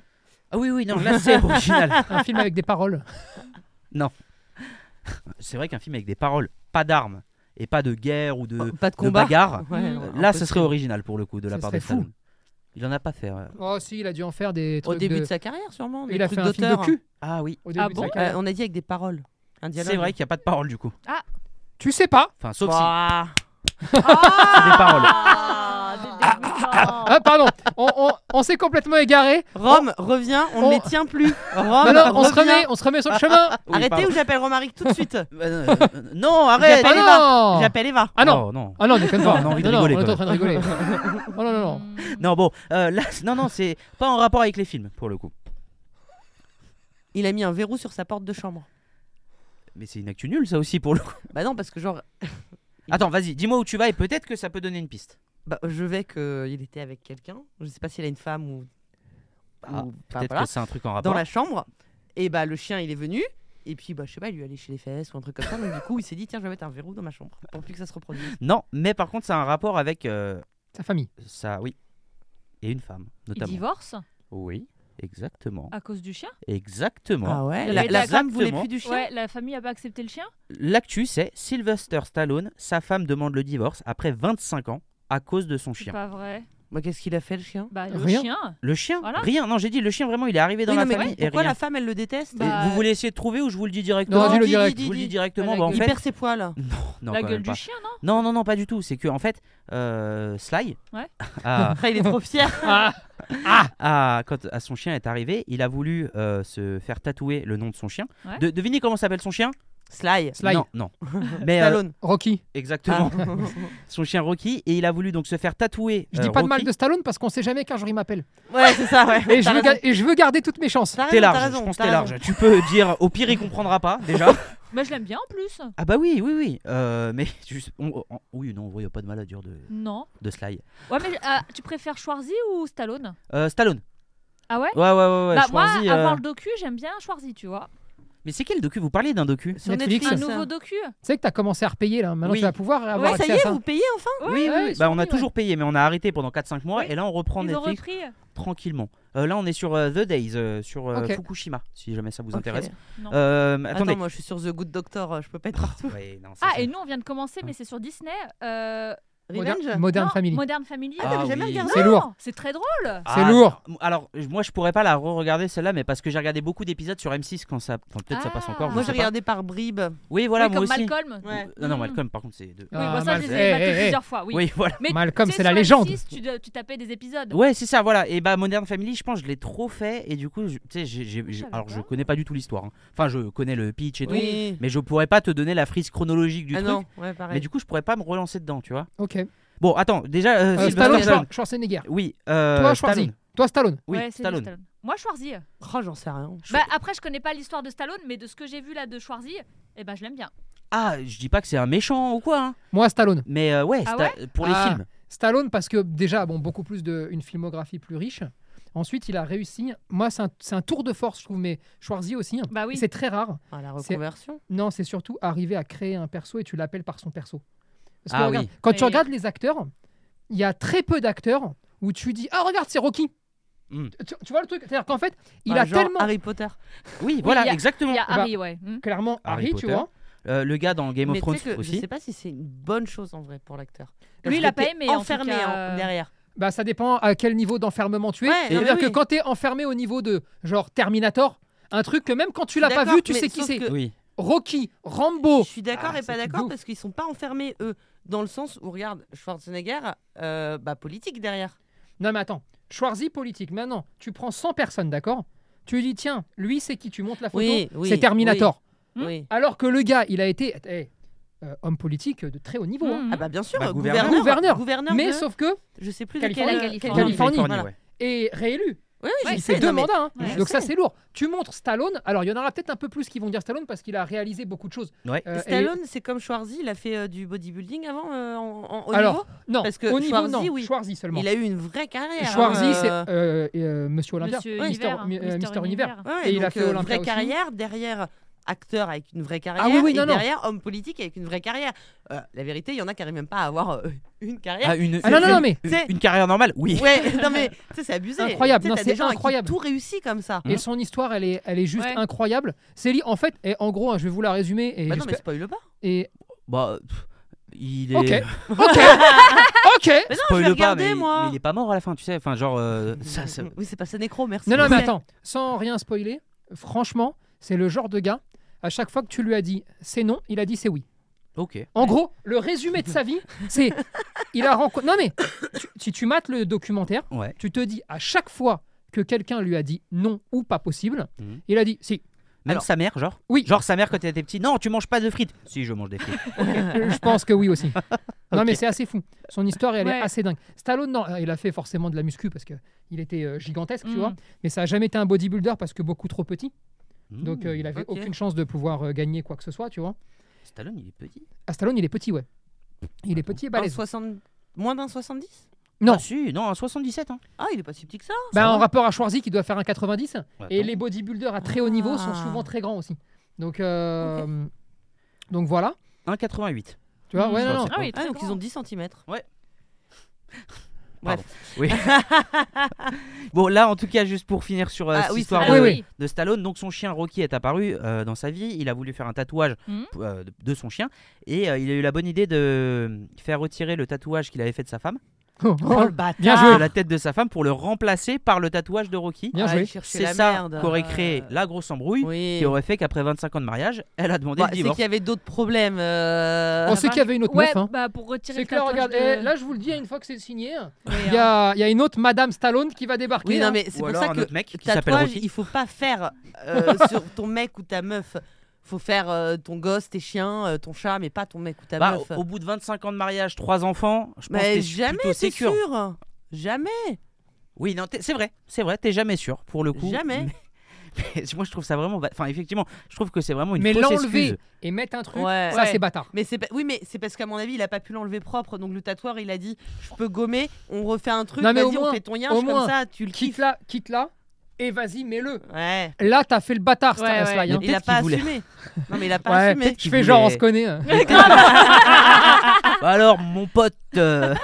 B: Ah oui, oui, non, là, *laughs* c'est original.
D: Un film avec des paroles.
B: C'est vrai qu'un film avec des paroles, pas d'armes, et pas de guerre ou de,
C: Oh, pas de
B: de
C: combat. Ah,
B: bagarre,
C: Ouais, ouais,
D: Mm.
B: là,
C: impossible.
B: ça serait original pour le coup de la
D: Ça
B: part de
D: serait fou.
B: Stallone. Il en a pas fait. euh. ouais.
D: Oh, si, il a dû en faire des trucs.
C: Au début de... sa carrière, sûrement. des
D: Il a
C: trucs
D: fait un film de
C: d'auteur.
D: cul.
B: Ah oui,
D: Au début
A: Ah
D: de
A: bon
D: sa
C: Euh,
D: carrière.
C: on a dit avec des paroles. Un dialogue.
B: c'est vrai qu'il n'y a pas de paroles, du coup.
D: Tu sais pas.
B: Enfin, sauf si.
C: Bah.
B: C'est des paroles.
A: Ah, des dégoûtants.
D: Ah, pardon. On, on- on s'est complètement égaré.
C: Rome, reviens, on
D: on-
C: ne Oh. les tient
B: *laughs*
C: plus. Rome,
D: Oh.
B: Ah, bah,
D: Non, non, on se
C: reviens.
D: remet, on se remet sur le chemin.
B: Oui,
C: Arrêtez
B: pardon.
C: ou j'appelle Romaric tout
B: *laughs*
C: de suite.
B: Euh, euh, euh, non, arrête.
C: J'appelle
D: Ah
C: Eva.
D: non.
C: J'appelle Eva.
D: Ah non.
B: Oh, non.
D: Ah non, déconne pas.
B: On a envie de
D: Non, non,
B: rigoler,
D: on est en
B: quand
D: train de rigoler.
B: *laughs*
D: oh non, non, non.
B: Non, bon, euh, là, *laughs* non, non, c'est pas en rapport avec les films pour le coup.
C: Il a mis un verrou sur sa porte de chambre.
B: Mais c'est une actu nulle, ça aussi pour le coup.
C: Bah non, parce que genre,
B: Attends, vas-y, dis-moi où tu vas et peut-être que ça peut donner une piste.
C: bah, je vais qu'il était avec quelqu'un. Je sais pas s'il a une femme ou.
B: Ah,
C: ou- enfin,
B: Peut-être
C: voilà,
B: que c'est un truc en
C: Dans
B: rapport.
C: la chambre. Et bah le chien, il est venu. Et puis, bah, je sais pas, il lui allait chez les fesses ou un truc comme ça. Donc, du coup, il s'est dit, tiens, je vais mettre un verrou dans ma chambre pour plus que ça se reproduise.
B: Non, mais par contre, ça a un rapport avec euh,
D: Sa famille.
B: ça, oui. Et une femme,
A: Il
B: notamment.
A: divorce
B: Oui, exactement.
A: à cause du chien
B: Exactement.
C: ouais
A: Il
C: La,
A: avait
C: la
A: dit
C: femme voulait
B: exactement.
C: plus du chien.
A: Ouais, la famille a pas accepté le chien
B: L'actu, c'est Sylvester Stallone, sa femme demande le divorce après 25 ans à cause de son
A: C'est
B: chien.
A: pas vrai.
C: Bah, qu'est-ce qu'il a fait, le chien
A: Bah, le
D: Rien.
A: chien
B: Le chien
A: Voilà.
B: Rien. Non, j'ai dit, le chien, vraiment, il est arrivé dans
C: Oui,
B: la
C: non, mais
B: famille et
C: Pourquoi
B: rien.
C: la femme, elle le déteste
B: Et
A: Bah,
B: Vous voulez essayer de trouver ou je vous le dis directement
D: Non, dis-le
C: dis,
D: direct.
B: Je vous le dis directement.
A: la
B: bah, en
A: gueule.
C: Il
B: fait,
C: perd ses poils.
B: Non, non,
A: La
B: quand
A: gueule
B: même
A: du
B: pas.
A: chien, non
B: Non, non, non, pas du tout. C'est que en fait, euh, Sly,
A: Ouais.
B: à,
C: Après, il est trop fier.
D: Ah,
B: à- quand à son chien est arrivé, il a voulu euh, se faire tatouer le nom de son chien.
A: Ouais.
B: De- devinez comment s'appelle son chien
C: Sly.
D: *laughs* Sly.
B: Non, non. Mais euh,
C: Stallone.
D: Rocky.
B: exactement. Son chien Rocky et il a voulu donc se faire tatouer.
D: Je
B: euh,
D: dis pas de mal
B: Rocky.
D: de Stallone parce qu'on sait jamais qu'un jour il m'appelle.
C: *laughs* ouais, c'est ça, ouais.
D: Et je,
C: T'as
D: veux
C: raison.
D: ga- et je veux garder toutes mes chances.
C: T'as
B: T'es
C: raison, Ah t'as
B: large,
C: raison,
B: je pense
C: t'as
B: t'es
C: raison.
B: large. Tu peux *laughs* dire, au pire, il comprendra pas déjà.
A: Mais Bah, je l'aime bien en plus.
B: ah bah oui, oui, oui. Euh, mais *laughs* juste, on- on- oui, non, on voit, y a pas de mal à dire de,
A: Non.
B: de Sly.
A: Ouais, mais ah, tu préfères Schwarzy ou Stallone
B: Euh, Stallone.
A: Ah ouais
B: Ouais, ouais, ouais. ouais
A: Bah,
B: Schwarzy,
A: moi,
B: euh,
A: avoir le docu, j'aime bien Schwarzy, tu vois.
B: Mais c'est quel docu Vous parlez d'un docu
C: Sur
D: Netflix.
A: Un
C: Netflix.
A: nouveau docu
D: Tu sais que t'as commencé à repayer là. Maintenant
B: Oui.
D: tu vas pouvoir avoir
C: Ouais, ça y
D: accès à
C: est,
D: ça.
C: vous payez enfin
A: Ouais,
D: ouais,
A: ouais,
D: ils
B: Bah,
D: sont
B: on a
D: mis,
B: toujours payé, mais on a arrêté pendant 4-5 mois.
A: Oui.
B: Et là, on reprend
A: Ils ont
B: Netflix
A: repris.
B: tranquillement. Euh, là, on est sur euh, The Days, euh, sur euh,
D: Ok.
B: Fukushima, si jamais ça vous
C: Ok.
B: intéresse.
A: Non.
B: Euh, attendez.
C: Attends, moi je suis sur The Good Doctor, euh, je peux pas être partout.
B: Ouais, non, ça,
A: Ah,
B: c'est-
A: et nous, on vient de commencer, mais c'est sur Disney. Euh...
D: Modern,
C: Revenge
D: Modern
A: non,
D: Family.
A: Modern Family.
B: Ah,
C: J'avais jamais
B: oui.
C: regardé.
D: C'est
A: Non,
D: lourd.
A: C'est très drôle.
B: Ah,
D: C'est lourd.
B: m- Alors, je- moi, je pourrais pas la re-regarder celle-là, mais parce que j'ai regardé beaucoup d'épisodes sur M6 quand ça, quand peut-être ça passe
A: Ah.
B: encore. je
C: Moi j'ai
B: sais pas.
C: regardé par bribes.
B: Oui, voilà,
A: oui,
B: moi
A: comme
B: aussi.
A: Malcolm.
C: Ouais.
B: Euh, non,
A: Mm.
B: Malcolm, par contre, c'est deux.
A: Oui,
D: Ah,
A: bon, ça, je les
D: Malcolm.
A: ai
D: Eh,
A: matés
D: eh, eh.
A: plusieurs fois. Oui.
B: Oui, voilà.
A: Mais
D: Malcolm,
A: tu sais,
D: c'est la
A: sur
D: légende.
A: M6, tu, dois- tu tapais des épisodes.
B: Ouais, c'est ça, voilà. Et bah, Modern Family, je pense, que je l'ai trop fait. Et du coup, je- tu sais, j'ai- j'ai- j'ai-
A: savais
B: alors je
A: pas.
B: connais pas du tout l'histoire. hein. Enfin, je connais le pitch et tout.
C: Oui.
B: Mais je pourrais pas te donner la frise chronologique du
C: Ah
B: truc.
C: non, ouais, pareil.
B: Mais du coup, je pourrais pas me relancer dedans, tu vois.
D: Ok. Euh,
B: Bon, attends, déjà. euh, Sylvester
D: Stallone,
B: Stallone.
D: Schwar- Schwarzenegger.
B: Oui, euh,
D: Toi, Schwarzy.
B: Stallone.
D: Toi, Stallone.
B: Oui,
A: Ouais, c'est du
B: Stallone.
A: Moi, Schwarzy.
C: Oh, j'en sais rien.
A: Bah, après, je connais pas l'histoire de Stallone, mais de ce que j'ai vu là de Schwarzy, eh ben, je l'aime bien.
B: Ah, je dis pas que c'est un méchant ou quoi, hein.
D: Moi, Stallone.
B: mais euh, ouais,
A: Ah
B: Sta- pour les
D: Ah.
B: films.
D: Stallone parce que déjà, bon, beaucoup plus de une filmographie plus riche. Ensuite, il a réussi. Moi, c'est un, c'est un tour de force, je trouve, mais Schwarzy aussi.
A: Bah oui.
D: C'est très rare.
C: Ah, la
D: C'est-
C: reconversion.
D: Non, c'est surtout arriver à créer un perso et tu l'appelles par son perso. Parce que
B: Ah
D: regarde,
B: oui.
D: Quand
A: Oui.
D: tu regardes les acteurs, il y a très peu d'acteurs où tu dis Ah, regarde, c'est Rocky.
B: Mm.
D: Tu, tu vois le truc C'est-à-dire qu'en fait, il
C: Ah,
D: a
C: genre
D: tellement.
C: Harry Potter.
B: Oui, voilà,
A: il y a-
B: exactement.
A: Il y a
D: bah-
A: Harry, ouais. Hmm.
D: Clairement,
B: Harry
D: Harry,
B: Potter.
D: tu vois.
B: Euh, le gars dans Game
C: Mais
B: of
C: tu
B: Thrones
C: sais que je
B: aussi.
C: sais pas si c'est une bonne chose en vrai pour l'acteur.
A: Lui, il a
C: Parce que
A: pas
C: t'es
A: aimé, en tout
C: Enfermé
A: cas,
C: hein,
A: euh,
C: derrière.
D: Bah, ça dépend à quel niveau d'enfermement tu es.
C: Ouais,
D: C'est-à-dire
C: mais
D: que
C: oui.
D: quand tu es enfermé au niveau de genre Terminator, un truc que même quand tu l'as pas
C: D'accord,
D: vu, tu
C: mais
D: sais qui
C: sauf
D: c'est.
C: que-
B: Oui.
D: Rocky, Rambo.
C: Je suis d'accord
D: Ah,
C: et
D: c'est
C: pas
D: tout
C: d'accord
D: doux.
C: parce qu'ils sont pas enfermés eux dans le sens où regarde Schwarzenegger, euh, bah politique derrière.
D: Non mais attends, Schwarzy politique. Maintenant, tu prends 100 personnes, d'accord Tu lui dis tiens, lui c'est qui Tu montes la photo.
C: Oui, oui,
D: c'est Terminator.
A: Hmm
C: Oui.
D: Alors que le gars, il a été eh, euh, homme politique de très haut niveau. hein.
A: Hmm.
C: Ah bah bien sûr.
B: Bah,
C: gouverneur.
B: gouverneur.
D: Gouverneur. Mais
C: de-
D: sauf que
C: je sais plus
D: Californie.
C: de quelle-
A: La
C: quelle
A: Californie.
C: Californie.
B: Californie,
C: Voilà.
B: ouais.
D: et réélu.
C: Oui, oui, je
D: il
C: sais,
D: fait deux
C: non, mais-
D: mandats. hein.
A: Ouais.
D: Donc
C: Je
D: ça
C: sais.
D: c'est lourd. Tu montres Stallone. Alors il y en aura peut-être un peu plus qui vont dire Stallone parce qu'il a réalisé beaucoup de choses.
B: Ouais.
D: Euh, et-
C: Stallone, c'est comme Schwarzy, il a fait euh, du bodybuilding avant euh, en, en haut
D: Alors,
C: niveau.
D: Non.
C: Parce que
D: au niveau
C: Schwarzy,
D: non.
C: oui.
D: Schwarzy seulement.
C: Il a eu une vraie carrière. hein,
D: Schwarzy
C: euh,
D: c'est euh, euh, Monsieur Olympia.
A: Monsieur
D: Mister-
A: Univers,
D: mi- euh,
A: Mister
D: Mister
A: Univers.
D: Univers.
C: ouais,
D: et il a
C: donc,
D: fait
C: euh,
D: Olympia
C: vraie
D: aussi. Ah
C: carrière derrière acteur avec une vraie carrière
D: oui, oui,
C: et
D: non, non.
C: derrière homme politique avec une vraie carrière. Euh, la vérité, il y en a qui n'arrivent même pas à avoir euh, une carrière.
B: Ah, une,
D: Ah non non non mais.
B: une,
C: C'est-
B: une carrière normale, oui.
C: Ouais, *laughs* non mais tu sais, c'est abusé.
D: Incroyable,
C: Tu sais,
D: non,
C: t'as
D: c'est
C: des gens à qui
D: incroyable.
C: Tout réussi comme ça.
D: Et son histoire, elle est, elle est juste
A: Ouais.
D: incroyable. C'est li- en fait, et en gros, hein, je vais vous la résumer. Et
C: Bah non mais
D: j'espère-
C: spoil pas.
D: et-
B: Bah, pff, il est.
D: Ok.
C: *laughs*
D: Ok. ok.
C: Mais non, je
B: Spoil
C: vais
B: pas,
C: regarder
B: mais,
C: moi.
B: mais il est pas mort à la fin, tu sais. Enfin, genre. euh, ça,
C: *laughs*
B: ça-
C: Oui, c'est pas ça nécro, merci.
D: Non, non, mais
C: Ouais.
D: attends. Sans rien spoiler, franchement, c'est le genre de gars. À chaque fois que tu lui as dit c'est non, il a dit c'est oui.
B: Ok.
D: En gros, le résumé de sa vie, c'est il a rencontré. Non mais tu- si tu mates le documentaire,
B: Ouais.
D: tu te dis à chaque fois que quelqu'un lui a dit non ou pas possible,
B: Mhm.
D: il a dit si.
B: Même
D: Alors-
B: sa mère, genre
D: Oui.
B: Genre sa mère quand elle était petite. Non, tu manges pas de frites. Si, je mange des frites.
D: Euh, Je pense que oui aussi. Non, mais c'est assez fou. Son histoire, elle
A: Ouais.
D: est assez dingue. Stallone, non, euh, il a fait forcément de la muscu parce que il était euh, gigantesque, tu
A: Mm.
D: vois. Mais ça a jamais été un bodybuilder parce que beaucoup trop petit.
B: Mhm.
D: Donc, euh, il avait
C: ok.
D: aucune chance de pouvoir euh, gagner quoi que ce soit, tu vois.
B: Stallone, il est petit.
D: Ah, Stallone, il est petit, ouais. Il est petit et
C: Un
D: balèze.
C: 60 moins d'un 70
D: Non.
B: Ah, si, non, un 77. Hein.
C: Ah, il est pas si petit que ça.
D: Bah,
B: va.
D: en rapport à Schwarzy qui doit faire un 90. Et
B: Attends.
D: les bodybuilders à très haut niveau sont
C: Ah.
D: souvent très grands aussi. Donc, euh, donc voilà.
B: 1,88.
D: Tu vois, ouais,
B: Mm.
D: non,
B: Ça,
D: non.
B: c'est
A: Ah oui,
C: Ah,
A: très
C: donc
A: grand.
C: ils ont 10 cm.
B: Bon, là, en tout cas, juste pour finir sur euh,
C: Ah
B: cette
C: oui,
B: histoire
D: c'est
B: de,
D: vrai.
A: Oui, oui.
B: de Stallone, donc son chien Rocky est apparu euh, dans sa vie. Il a voulu faire un tatouage
C: Mmh.
A: Mhm.
B: p- euh, de- de son chien et euh, il a eu la bonne idée de euh, faire retirer le tatouage qu'il avait fait de sa femme,
C: Oh le bâtard.
D: Bien joué.
B: de la tête de sa femme, pour le remplacer par le tatouage de Rocky.
D: *laughs* Bien
C: Ah,
D: joué.
C: il cherchait
B: C'est
C: la
B: ça
C: merde.
B: qu'aurait créé
C: Euh,
B: la grosse embrouille
C: Oui.
B: qui aurait fait qu'après 25 ans de mariage, elle a demandé
C: Bah,
B: le
C: c'est qu'il
B: divorce.
C: y avait d'autres problèmes. euh,
D: On sait
C: avant.
D: qu'il y avait une autre
A: Ouais,
D: meuf. hein.
A: bah, pour retirer
D: C'est
A: le
D: clair,
A: tatouage
D: regarde.
A: de-
D: eh, là, je vous le dis, une fois que c'est signé,
A: Oui,
D: Il y,
A: hein.
D: a, il y a une autre Madame Stallone qui va débarquer.
C: Oui, non
D: hein.
C: mais c'est
B: Ou
C: pour
B: alors
C: ça
B: un
C: que
B: autre mec qui s'appelle
C: tatouage,
B: Rocky.
C: il faut pas faire euh, sur ton mec ou ta meuf Faut faire euh, ton gosse, tes chiens, euh, ton chat, mais pas ton mec ou ta
B: Bah,
C: meuf.
B: au, au bout de 25 ans de mariage, 3 enfants, je pense que
C: mais
B: t'es plutôt
C: jamais, c'est
B: sécure.
C: sûr. Jamais,
B: Oui, non, t'es- c'est vrai, c'est vrai, t'es jamais sûr pour le coup.
C: jamais.
B: *laughs* Mais moi, je trouve ça vraiment. ba- Enfin, effectivement, je trouve que c'est vraiment une
D: mais
B: fausse
D: l'enlever
B: excuse.
D: et mettre un truc,
C: Ouais.
D: ça
C: Ouais.
D: c'est bâtard.
C: Mais c'est pas- oui, mais c'est parce qu'à mon avis, il a pas pu l'enlever propre. Donc le tatoueur, il a dit, je peux gommer, on refait un truc,
D: Non, mais au
C: vas-y, on
D: moins-
C: fait ton
D: au
C: yinche
D: moins,
C: comme ça, tu le
D: Quitte
C: kiffes.
D: là, quitte là, et vas-y, mets-le.
C: Ouais.
D: Là, t'as fait le bâtard, ça
A: Ouais, ouais.
D: Sly, hein.
C: Il a
B: peut-être qu'il
C: pas
B: voulait.
C: assumé. Non, mais il a pas
D: Ouais,
C: assumé.
D: je
B: qu'il
D: fais genre, on
B: voulait-
D: se connaît. hein. Ah.
B: Bah Alors, mon pote. euh,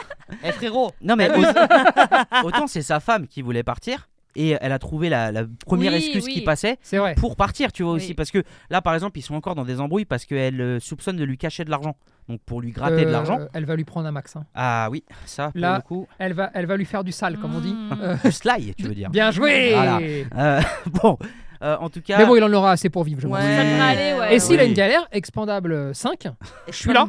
C: Eh, frérot.
B: Non,
D: *laughs*
B: mais au- autant c'est sa femme qui voulait partir et elle a trouvé la, la première
A: Oui,
B: excuse
A: oui.
B: qui passait
D: C'est vrai.
B: pour partir, tu vois
A: Oui.
B: aussi. Parce que là, par exemple, ils sont encore dans des embrouilles parce qu'elle euh, soupçonne de lui cacher de l'argent. Donc, pour lui gratter de
D: Euh,
B: l'argent.
D: Elle va lui prendre un max. hein.
B: Ah oui, ça, pour
D: Là-
B: le coup.
D: Elle, va, elle va lui faire du sale, comme on dit.
A: Mmh.
D: Euh,
B: Du Sly, tu veux
D: *laughs*
B: dire.
D: Bien joué
B: Ah. Voilà. Euh, *laughs* bon, euh, en tout cas.
D: Mais bon, il en aura assez pour vivre, je pense.
C: Ouais.
A: Ça devrait aller, ouais.
D: Et s'il a
B: Oui.
D: une galère, expandable euh, 5,
C: Je
D: suis là.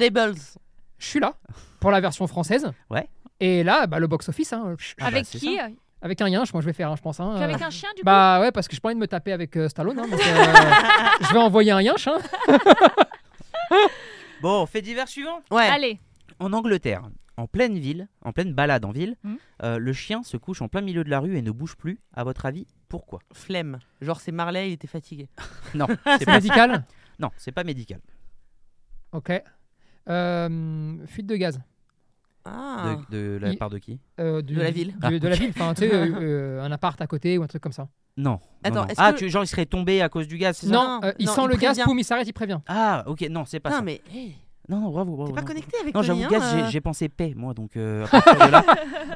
D: je suis là pour la version française.
B: Ouais.
D: Et là, bah, le box-office, hein, pff,
B: Ah bah,
A: Avec
B: c'est
A: qui
D: avec un yinche, moi je vais faire, hein, je pense. hein.
A: Avec un chien, du coup
D: Bah ouais, parce que je pas envie de me taper avec euh, Stallone. hein, donc, euh, je vais envoyer un yinche. hein.
B: Bon, fait divers suivant.
C: Ouais.
A: Allez.
B: En Angleterre, en pleine ville, en pleine balade en ville,
A: Mhm.
B: euh, le chien se couche en plein milieu de la rue et ne bouge plus. À votre avis, pourquoi
C: Flemme. Genre, c'est Marley, il était fatigué.
B: Non, c'est
D: C'est
B: pas,
D: médical.
B: non, c'est pas médical.
D: Ok. Euh, fuite de gaz.
C: Ah.
B: De, de la
D: Il-
B: part de qui
D: Euh, du-
C: De la
D: du-
C: ville.
D: du- De,
B: Ah,
D: la ville, enfin, tu
B: *laughs*
D: sais, euh, euh, un appart à côté ou un truc comme ça.
B: Non. non,
C: Attends,
B: non.
C: est-ce
B: Ah,
C: que-
B: tu, genre il serait tombé à cause du gaz, c'est ça
D: Non, euh, il
C: non,
D: sent
C: il
D: le gaz,
C: prévient.
D: poum, il s'arrête, il prévient.
B: Ah, ok, non, c'est pas
C: Putain,
B: ça.
C: mais hey,
B: Non, non, bravo, bravo.
C: t'es pas
B: Oh, non.
C: connecté avec
B: Non,
C: le
B: j'avoue,
C: lien,
B: gaz, j'ai-
C: euh.
B: j'ai pensé paix, moi, donc euh, à partir de là.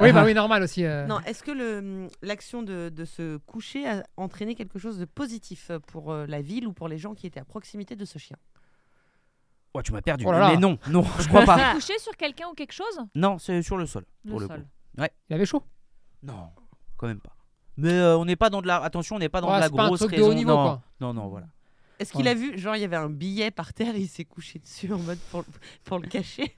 D: Oui,
B: Ah.
D: bah oui, normal aussi. euh.
C: Non, est-ce que le- l'action de, de se coucher a entraîné quelque chose de positif euh, pour euh, la ville ou pour les gens qui étaient à proximité de ce chien
B: Ouais, tu m'as perdu.
D: Oh là là.
B: Mais non, non, je crois pas.
A: Couché sur quelqu'un ou quelque chose
B: Non, c'est sur le sol.
A: Le
B: pour le
A: sol.
B: coup.
D: Il avait chaud.
B: Non, quand même pas. Mais euh, on n'est pas dans de la. Attention, on n'est pas dans
D: Ouais,
B: de la
D: c'est pas un
B: grosse
D: truc de
B: raison.
D: haut niveau,
B: non.
D: quoi.
B: non, non, voilà.
C: Est-ce qu'il a vu, genre, il y avait un billet par terre, il s'est couché dessus en mode pour, pour le cacher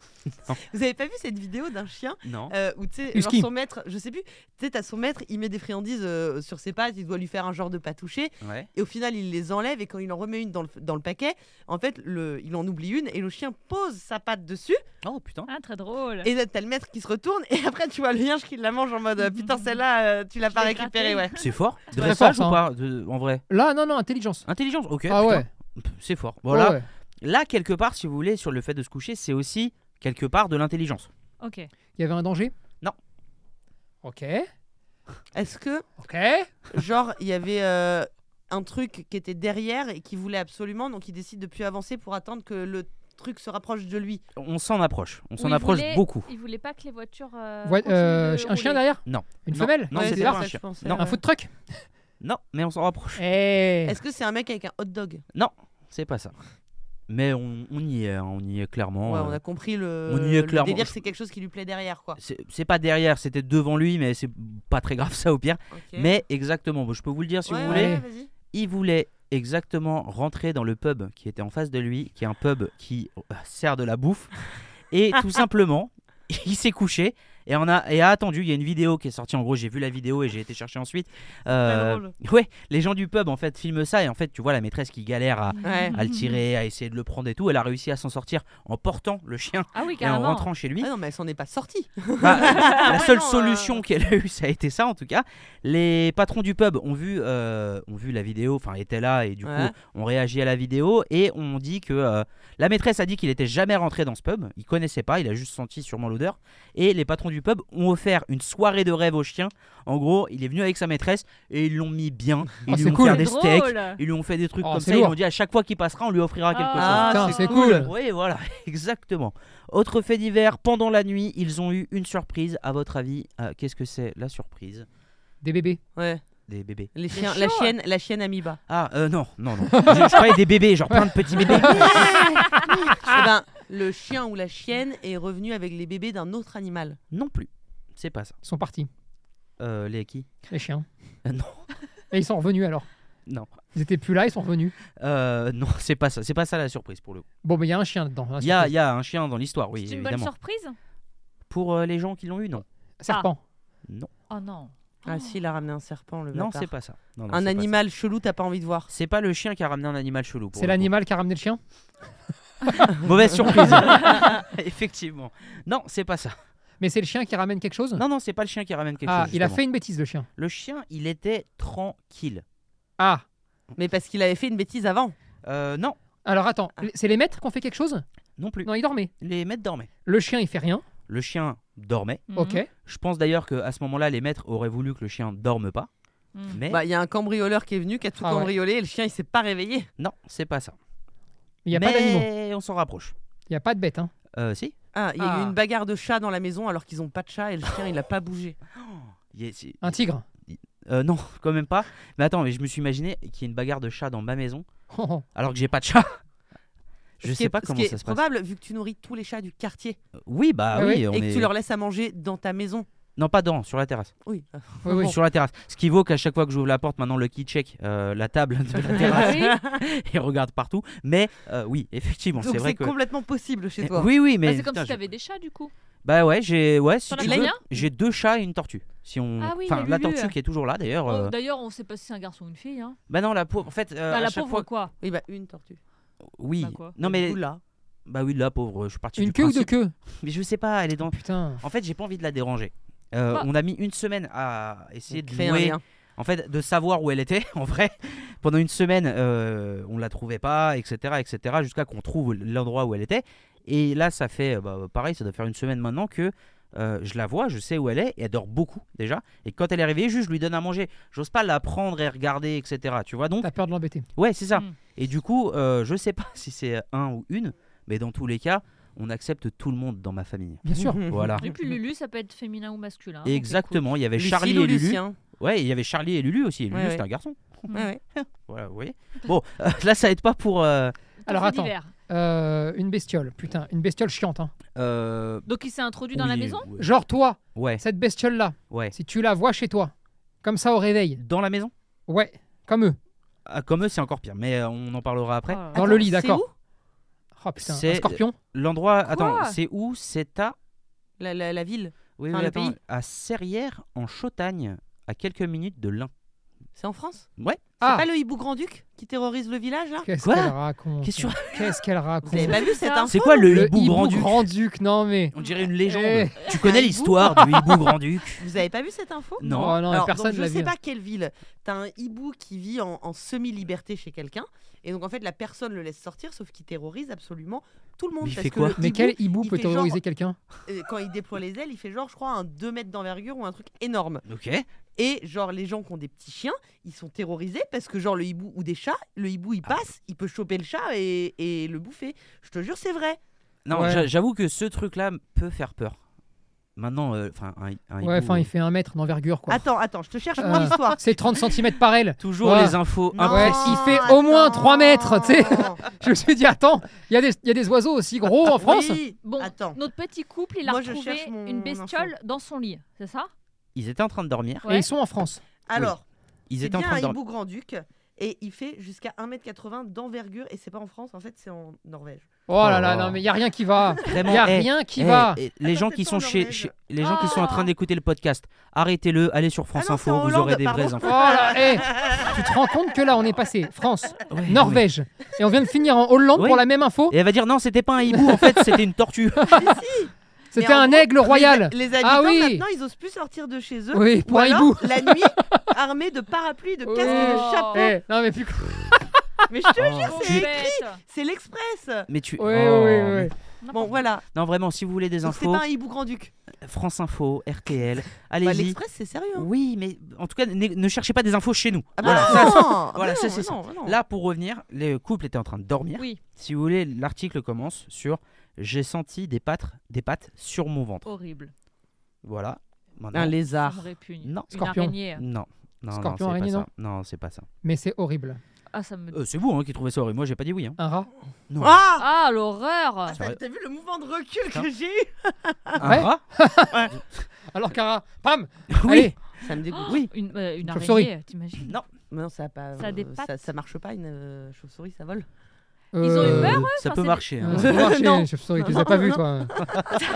B: Non.
C: *laughs* Vous avez pas vu cette vidéo d'un chien
B: Non.
C: euh, où, tu sais,
D: Du
C: genre,
D: ski.
C: son maître, je sais plus, tu sais, t'as son maître, il met des friandises euh, sur ses pattes, il doit lui faire un genre de pas toucher,
B: Ouais.
C: et au final, il les enlève, et quand il en remet une dans le, dans le paquet, en fait, le, il en oublie une, et le chien pose sa patte dessus.
B: Oh putain.
A: Ah, très drôle.
C: Et là, t'as le maître qui se retourne, et après, tu vois le lien qui la mange en mode euh, Putain, celle-là, euh, tu l'as
A: Je
C: pas
A: l'ai
C: récupérée, ouais.
A: grattée.
B: C'est fort
D: très
B: Dressage
D: fort,
B: ou
D: ça,
B: pas de- En vrai
D: Là, non, non, intelligence.
B: Intelligence, ok.
D: ah
B: putain.
D: ouais.
B: Pff, C'est fort. Voilà.
D: ouais.
B: Là, quelque part, si vous voulez, sur le fait de se coucher, c'est aussi quelque part de l'intelligence.
A: Ok.
D: Il y avait un danger
B: Non.
D: Ok.
C: Est-ce que,
D: Ok.
C: Euh, genre, il y avait euh, un truc qui était derrière et qui voulait absolument, donc il décide de plus avancer pour attendre que le truc se rapproche de lui
B: On s'en approche. On s'en
A: Oui, il
B: approche
A: voulait-
B: beaucoup.
A: Il voulait pas que les voitures. euh,
D: Voi-
A: continuent
D: euh,
A: de
D: un chien
A: rouler.
D: derrière
B: Non.
D: Une
B: Non,
D: femelle
B: Non,
C: Ouais,
B: c'était
C: c'est
B: pas
C: ça
B: un
C: que
B: chien.
C: je pensais,
B: Non,
D: Un
C: ouais.
D: food truck
B: Non, mais on s'en rapproche.
D: Eh.
C: Est-ce que c'est un mec avec un hot dog
B: C'est pas ça. Mais on, on y est, hein, on y est clairement.
C: Ouais,
B: euh,
C: on a compris le,
B: on y est
C: le
B: clairement.
C: délire, c'est quelque chose qui lui plaît derrière, quoi.
B: c'est- C'est pas derrière, c'était devant lui, mais c'est pas très grave *laughs* ça au pire.
C: Ok.
B: Mais exactement, bon, je peux vous le dire si
C: Ouais,
B: vous
C: ouais,
B: voulez.
C: ouais, vas-y.
B: Il voulait exactement rentrer dans le pub qui était en face de lui, qui est un pub qui euh, sert de la bouffe. Et tout simplement, *laughs* il s'est couché et, on a, et a attendu. Il y a une vidéo qui est sortie. En gros, j'ai vu la vidéo et j'ai été chercher ensuite. Euh, ouais, les gens du pub en fait filment ça et en fait, tu vois la maîtresse qui galère à,
C: Ouais.
A: *laughs*
B: à le tirer, à essayer de le prendre et tout. Elle a réussi à s'en sortir en portant le chien
A: Ah oui,
B: et en
A: carrément.
B: rentrant chez lui.
C: Ah non, mais elle s'en est pas sortie.
B: Bah, la seule
C: non, euh.
B: solution qu'elle a eue, ça a été ça en tout cas. Les patrons du pub ont vu, euh, ont vu la vidéo, enfin étaient là et du
C: Ouais.
B: coup ont réagi à la vidéo et on dit que euh, la maîtresse a dit qu'il était jamais rentré dans ce pub, il connaissait pas, il a juste senti sûrement l'odeur. Et les patrons du pub ont offert une soirée de rêve au chien. En gros, il est venu avec sa maîtresse et ils l'ont mis bien. Ils
D: Oh,
B: lui
D: c'est
B: ont
D: cool.
B: fait des
A: Drôle.
B: steaks, ils lui ont fait des trucs
D: Oh,
B: comme
D: c'est
B: ça. Ils
D: lourd.
B: ont dit à chaque fois qu'il passera, on lui offrira quelque chose.
A: Ah,
D: Putain,
C: c'est
D: c'est cool.
B: Oui, voilà, *laughs* exactement. Autre fait divers, pendant la nuit, ils ont eu une surprise. À votre avis, euh, qu'est-ce que c'est la surprise
D: Des bébés.
C: Ouais.
B: Des bébés
C: Les chiens,
A: chaud,
C: la
A: hein.
C: chienne, la chienne *laughs* Amiba.
B: Ah, euh, non, non,
D: *laughs*
B: non. je, je parlais des bébés, genre plein de petits bébés.
C: Eh ben, le chien ou la chienne est revenu avec les bébés d'un autre animal.
B: Non plus. C'est pas ça.
D: Ils sont partis,
B: Euh, les qui
D: les chiens.
B: Euh, Non,
D: *laughs* Et ils sont revenus alors.
B: non.
D: Ils étaient plus là, ils sont revenus.
B: Euh, non, *laughs* c'est pas ça. C'est pas ça la surprise pour le coup.
D: Bon, mais il y a un chien dedans. hein, un
B: Il y a, il y a un chien dans l'histoire, oui,
A: C'est une bonne
B: évidemment.
A: surprise
B: Pour euh, les gens qui l'ont eu, non.
D: serpent.
A: Oh non.
C: Ah si, il a ramené un serpent, le
B: Non,
C: bâtard.
B: c'est pas ça. Non, non, c'est
C: Un
B: pas ça.
C: animal chelou, t'as pas envie de voir.
B: C'est pas le chien qui a ramené un animal chelou. pour
D: C'est
B: le coup.
D: l'animal qui a ramené le chien
B: Mauvaise
D: *laughs*
B: surprise. *laughs* Effectivement. Non, c'est pas ça.
D: Mais c'est le chien qui ramène quelque chose
B: Non, non, c'est pas le chien qui ramène quelque
D: Ah,
B: chose.
D: il a
B: justement.
D: fait une bêtise, le chien.
B: Le chien, il était tranquille.
D: Ah
C: Mais parce qu'il avait fait une bêtise avant.
B: Euh, non,
D: Alors attends,
C: Ah.
D: c'est les maîtres qui ont fait quelque chose
B: non plus.
D: Non, il dormait.
B: Les maîtres dormaient.
D: Le chien, il fait rien.
B: Le chien dormait.
C: Mhm.
D: Ok.
B: Je pense d'ailleurs qu'à ce moment-là, les maîtres auraient voulu que le chien dorme pas.
A: Mhm.
B: Mais
C: Bah, il y a un cambrioleur qui est venu, qui a tout
D: Ah ouais.
C: cambriolé, et le chien, il s'est pas réveillé.
B: non, c'est pas ça.
D: Il n'y a
B: Mais
D: pas d'animaux.
B: on s'en rapproche.
D: Il n'y a pas de bête. Hein.
B: Euh, si.
C: Ah, il y a eu
D: Ah.
C: une bagarre de chat dans la maison alors qu'ils ont pas de chat et le chien, il a pas bougé.
B: Il y a- si-
D: Un tigre.
B: Euh, non, *laughs* quand même pas. Mais attends, mais je me suis imaginé qu'il y ait une bagarre de chat dans ma maison
D: Oh, oh.
B: alors que j'ai pas de chat. Je
C: Ce qui
B: sais
C: est-
B: pas
C: ce
B: comment
C: qui est
B: ça se passe.
C: probable, vu que tu nourris tous les chats du quartier
B: Oui, bah
D: Ah
B: oui.
D: oui,
B: on
C: et que
B: est-
C: tu leur laisses à manger dans ta maison. Ah.
B: Non, pas dans, sur la terrasse.
C: Oui.
D: Oui, oui.
B: Sur la terrasse. Ce qui vaut qu'à chaque fois que j'ouvre la porte, maintenant le key check euh, la table *laughs* de la terrasse *laughs* et regarde partout. Mais euh, oui, effectivement,
C: Donc
B: c'est vrai
C: c'est
B: que.
C: complètement possible chez
B: Eh,
C: toi.
B: Oui, oui, mais.
A: Bah, c'est comme
B: putain,
A: si
B: je-
A: t'avais des chats du coup.
B: Bah ouais, j'ai ouais, si
A: T'en as
B: tu
C: combien
B: veux, j'ai deux chats et une tortue. Si on,
A: Ah oui,
B: enfin
A: les
B: la
A: lulus.
B: tortue qui est toujours là d'ailleurs. euh,
A: Oh, D'ailleurs, on sait pas si c'est un garçon ou une fille. Hein.
B: Bah non, la pauvre. En fait, euh,
A: Bah,
B: à
A: la
B: chaque
A: pauvre
B: fois.
A: quoi.
C: Oui, bah une tortue.
B: Oui.
A: Bah, quoi.
B: non mais
C: Ou là.
B: bah oui, la pauvre. Je suis parti
D: Une
B: du
D: queue ou deux
B: principe-
D: queues
B: Mais je sais pas, elle est dans.
D: Putain.
B: En fait, j'ai pas envie de la déranger. Euh,
A: Bah.
B: On a mis une semaine à essayer de
C: Créer un
B: nouer
C: lien.
B: En fait, de savoir où elle était, *laughs* en vrai. Pendant une semaine, euh, on la trouvait pas, etc., etc., jusqu'à qu'on trouve l'endroit où elle était. Et là, ça fait, euh, bah, pareil, ça doit faire une semaine maintenant que euh, je la vois, je sais où elle est, et elle dort beaucoup déjà. Et quand elle est réveillée, juste, je lui donne à manger. J'ose pas la prendre et regarder, etc. Tu vois donc
D: T'as peur de l'embêter.
B: Ouais, c'est ça.
A: Mm.
B: Et du coup, euh, je sais pas *laughs* si c'est un ou une, mais dans tous les cas, on accepte tout le monde dans ma famille.
D: Bien sûr.
B: Voilà.
A: Et puis Lulu, ça peut être féminin ou masculin. donc c'est Ah, cool.
B: Exactement, il y avait
C: Lucille
B: Charlie
C: ou
B: et Lulu.
C: Lucien.
B: Ouais, il y avait Charlie et Lulu aussi. Et Lulu,
C: Ouais,
B: c'était
C: ouais.
B: un garçon.
C: Ouais, ouais.
B: *laughs* Voilà, vous voyez. Bon, euh, là, ça aide pas pour. euh,
A: Tout
D: Alors
A: fait
D: attends.
A: divers.
D: Euh, une bestiole. Putain, une bestiole chiante. Hein.
B: euh,
A: Donc il s'est introduit dans la
B: oui,
A: maison
B: ouais.
D: Genre toi,
B: Ouais,
D: cette bestiole-là,
B: ouais.
D: si tu la vois chez toi, comme ça au réveil,
B: Dans la maison
D: ouais, comme eux.
B: Ah, Comme eux, c'est encore pire, mais euh, on en parlera après.
A: Ah.
D: Dans le lit,
C: c'est
D: d'accord. Oh putain, un
B: C'est-
D: scorpion
B: L'endroit. Attends,
A: Quoi
B: c'est où C'est à.
C: La, la- la ville,
B: Oui,
C: Enfin,
B: oui,
C: le
B: attends,
C: pays.
B: À Serrières, en Chautagne, à quelques minutes de l'Ain.
C: c'est en France
B: Ouais.
D: Ah,
C: C'est pas le hibou grand-duc qui terrorise le village là
D: qu'est-ce
B: Quoi
D: qu'elle raconte
B: Qu'est-ce que
D: Qu'est-ce qu'elle raconte
C: Vous avez pas vu cette
A: ça.
C: info
B: C'est quoi le,
D: Le
B: hibou grand-duc
D: grand-duc, non mais.
B: On dirait une légende.
D: Eh.
B: Tu connais
C: Un hibou
B: l'histoire du hibou grand-duc
C: Vous avez pas vu cette info
B: Non.
D: Oh, non,
C: Alors, donc,
D: personne
C: je
D: l'a
C: sais
D: vu.
C: pas quelle ville. T'as un hibou qui vit en, en semi-liberté chez quelqu'un, et donc en fait la personne le laisse sortir, sauf qu'il terrorise absolument tout le monde.
B: Mais il
C: parce
B: fait
C: que
B: quoi
C: le
D: Mais
C: hibou,
D: quel hibou
C: il
D: peut
C: fait genre-
D: terroriser quelqu'un
C: euh, quand il déploie les ailes, il fait genre, je crois, un 2 mètres d'envergure ou un truc énorme.
B: Ok.
C: Et genre les gens qui ont des petits chiens, ils sont terrorisés parce que genre le hibou ou des chats, le hibou
D: Ah.
C: il passe, il peut choper le chat et, et le bouffer. Je te jure, c'est vrai.
B: Non,
D: Ouais.
B: j'a- j'avoue que ce truc-là peut faire peur. Maintenant, euh, enfin, un, un
D: Ouais,
B: hibou,
D: enfin,
B: euh,
D: il fait un mètre d'envergure quoi.
C: Ah, Attends, attends, je te cherche
D: Euh,
C: mon histoire.
D: C'est 30 cm par aile.
B: Toujours
D: Ouais.
B: les infos.
D: Ah
B: imp-
D: ouais, il fait au moins trois mètres, tu sais.
C: *laughs*
D: Je me suis dit, attends, il y, a des- il y a des oiseaux aussi gros en France
C: Oui,
A: Bon,
C: attends.
A: notre petit couple, il a
C: Moi, je
A: retrouvé
C: cherche mon
A: une bestiole dans son lit, c'est ça
B: Ils étaient en train de dormir.
D: Et
A: Ouais.
D: ils sont en France.
C: Alors,
B: Ils
C: c'est
B: étaient
C: bien
B: en train
C: un
B: de dormir.
C: hibou grand-duc et il fait jusqu'à 1m80 d'envergure et c'est pas en France, en fait, c'est en Norvège.
D: Oh là là,
B: Oh.
D: non mais il y a rien qui va. Il
B: Vraiment,
D: y a
B: eh,
D: rien qui
B: eh, *laughs*
D: va.
B: eh, les gens
C: c'est
B: qui
C: pas
B: sont
C: en
B: chez,
C: Norvège.
B: chez- les gens qui sont en
A: Ah.
B: train d'écouter le podcast, arrêtez-le, allez sur France
C: Ah non,
B: Info,
C: c'est en
B: vous
C: Hollande,
B: aurez des vraies
C: pardon.
D: Oh
B: infos.
D: là, eh, tu te rends compte que là on est passé France,
B: Ouais,
D: Norvège, et on vient de finir en Hollande
B: Oui.
D: pour la même info.
B: ouais. Et elle va dire non, c'était pas un hibou, en fait, c'était une tortue.
C: Mais si,
D: C'était
C: mais en
D: un
C: gros,
D: aigle royal.
C: Les, les habitants,
D: Ah oui.
C: maintenant, ils osent plus sortir de chez eux.
D: Oui, pour
C: Ou
D: un
C: alors,
D: hibou.
C: la
D: *laughs*
C: nuit, armés de parapluies, de casques et de
A: Oh.
C: chapeaux.
D: Eh, non mais plus.
C: Mais je te
B: Oh.
C: jure,
A: Pauvre
C: Ah, c'est écrit,
A: bête.
C: c'est l'Express.
B: Mais tu.
D: Oui,
B: Oh,
D: oui,
B: mais-
D: oui.
C: Bon, voilà.
B: Non, vraiment, si vous voulez des
C: Donc, C'est
B: infos,
C: pas un hibou grand-duc.
B: France Info, RTL,
C: Bah,
B: allez-y.
C: L'Express, c'est sérieux. hein.
B: Oui, mais en tout cas, ne, ne cherchez pas des infos chez nous.
C: Ah bah
B: Voilà,
C: non,
B: ça-
C: *laughs* ah
B: voilà,
C: bah
B: ça,
C: non,
B: c'est
C: bah non, bah non.
B: Là, pour revenir, le couple était en train de dormir.
A: Oui,
B: Si vous voulez, l'article commence sur J'ai senti des pattes, des pattes sur mon ventre.
A: horrible.
B: Voilà. Maintenant-
C: Un
A: Ça
C: lézard.
A: me répugne.
B: Ah. Non.
A: Une
D: Scorpion.
A: araignée.
B: Non. Non, non,
D: Scorpion,
B: c'est pas
D: araignée,
B: ça. Non, c'est pas ça.
D: Mais c'est horrible.
A: Ah, ça me.
B: Euh, c'est vous hein, qui trouvez ça horrible. Moi, j'ai pas dit oui. hein.
D: Un rat.
C: Ah
A: Ah, l'horreur
B: C'est vrai.
C: T'as vu le mouvement de recul
B: Putain.
C: que j'ai eu
B: Un
D: Ouais.
B: rat
D: Alors qu'un rat, pam.
B: Ah Oui.
D: Allez,
C: Ça me dégoûte.
B: Oui.
A: Une, euh, une
D: Chauve-souris.
A: araignée, t'imagines
B: Non.
C: Mais non, ça a pas.
A: Ça a des
C: euh,
A: pattes.
C: ça, ça marche pas, une euh, chauve-souris, ça vole.
A: Ils ont eu
D: Euh,
A: peur, ouais,
B: Ça
A: enfin,
B: peut
A: c'est-
B: marcher. hein. *laughs*
D: Euh, ça peut marcher,
C: Non.
D: les chauves-souris, tu les as pas vus toi.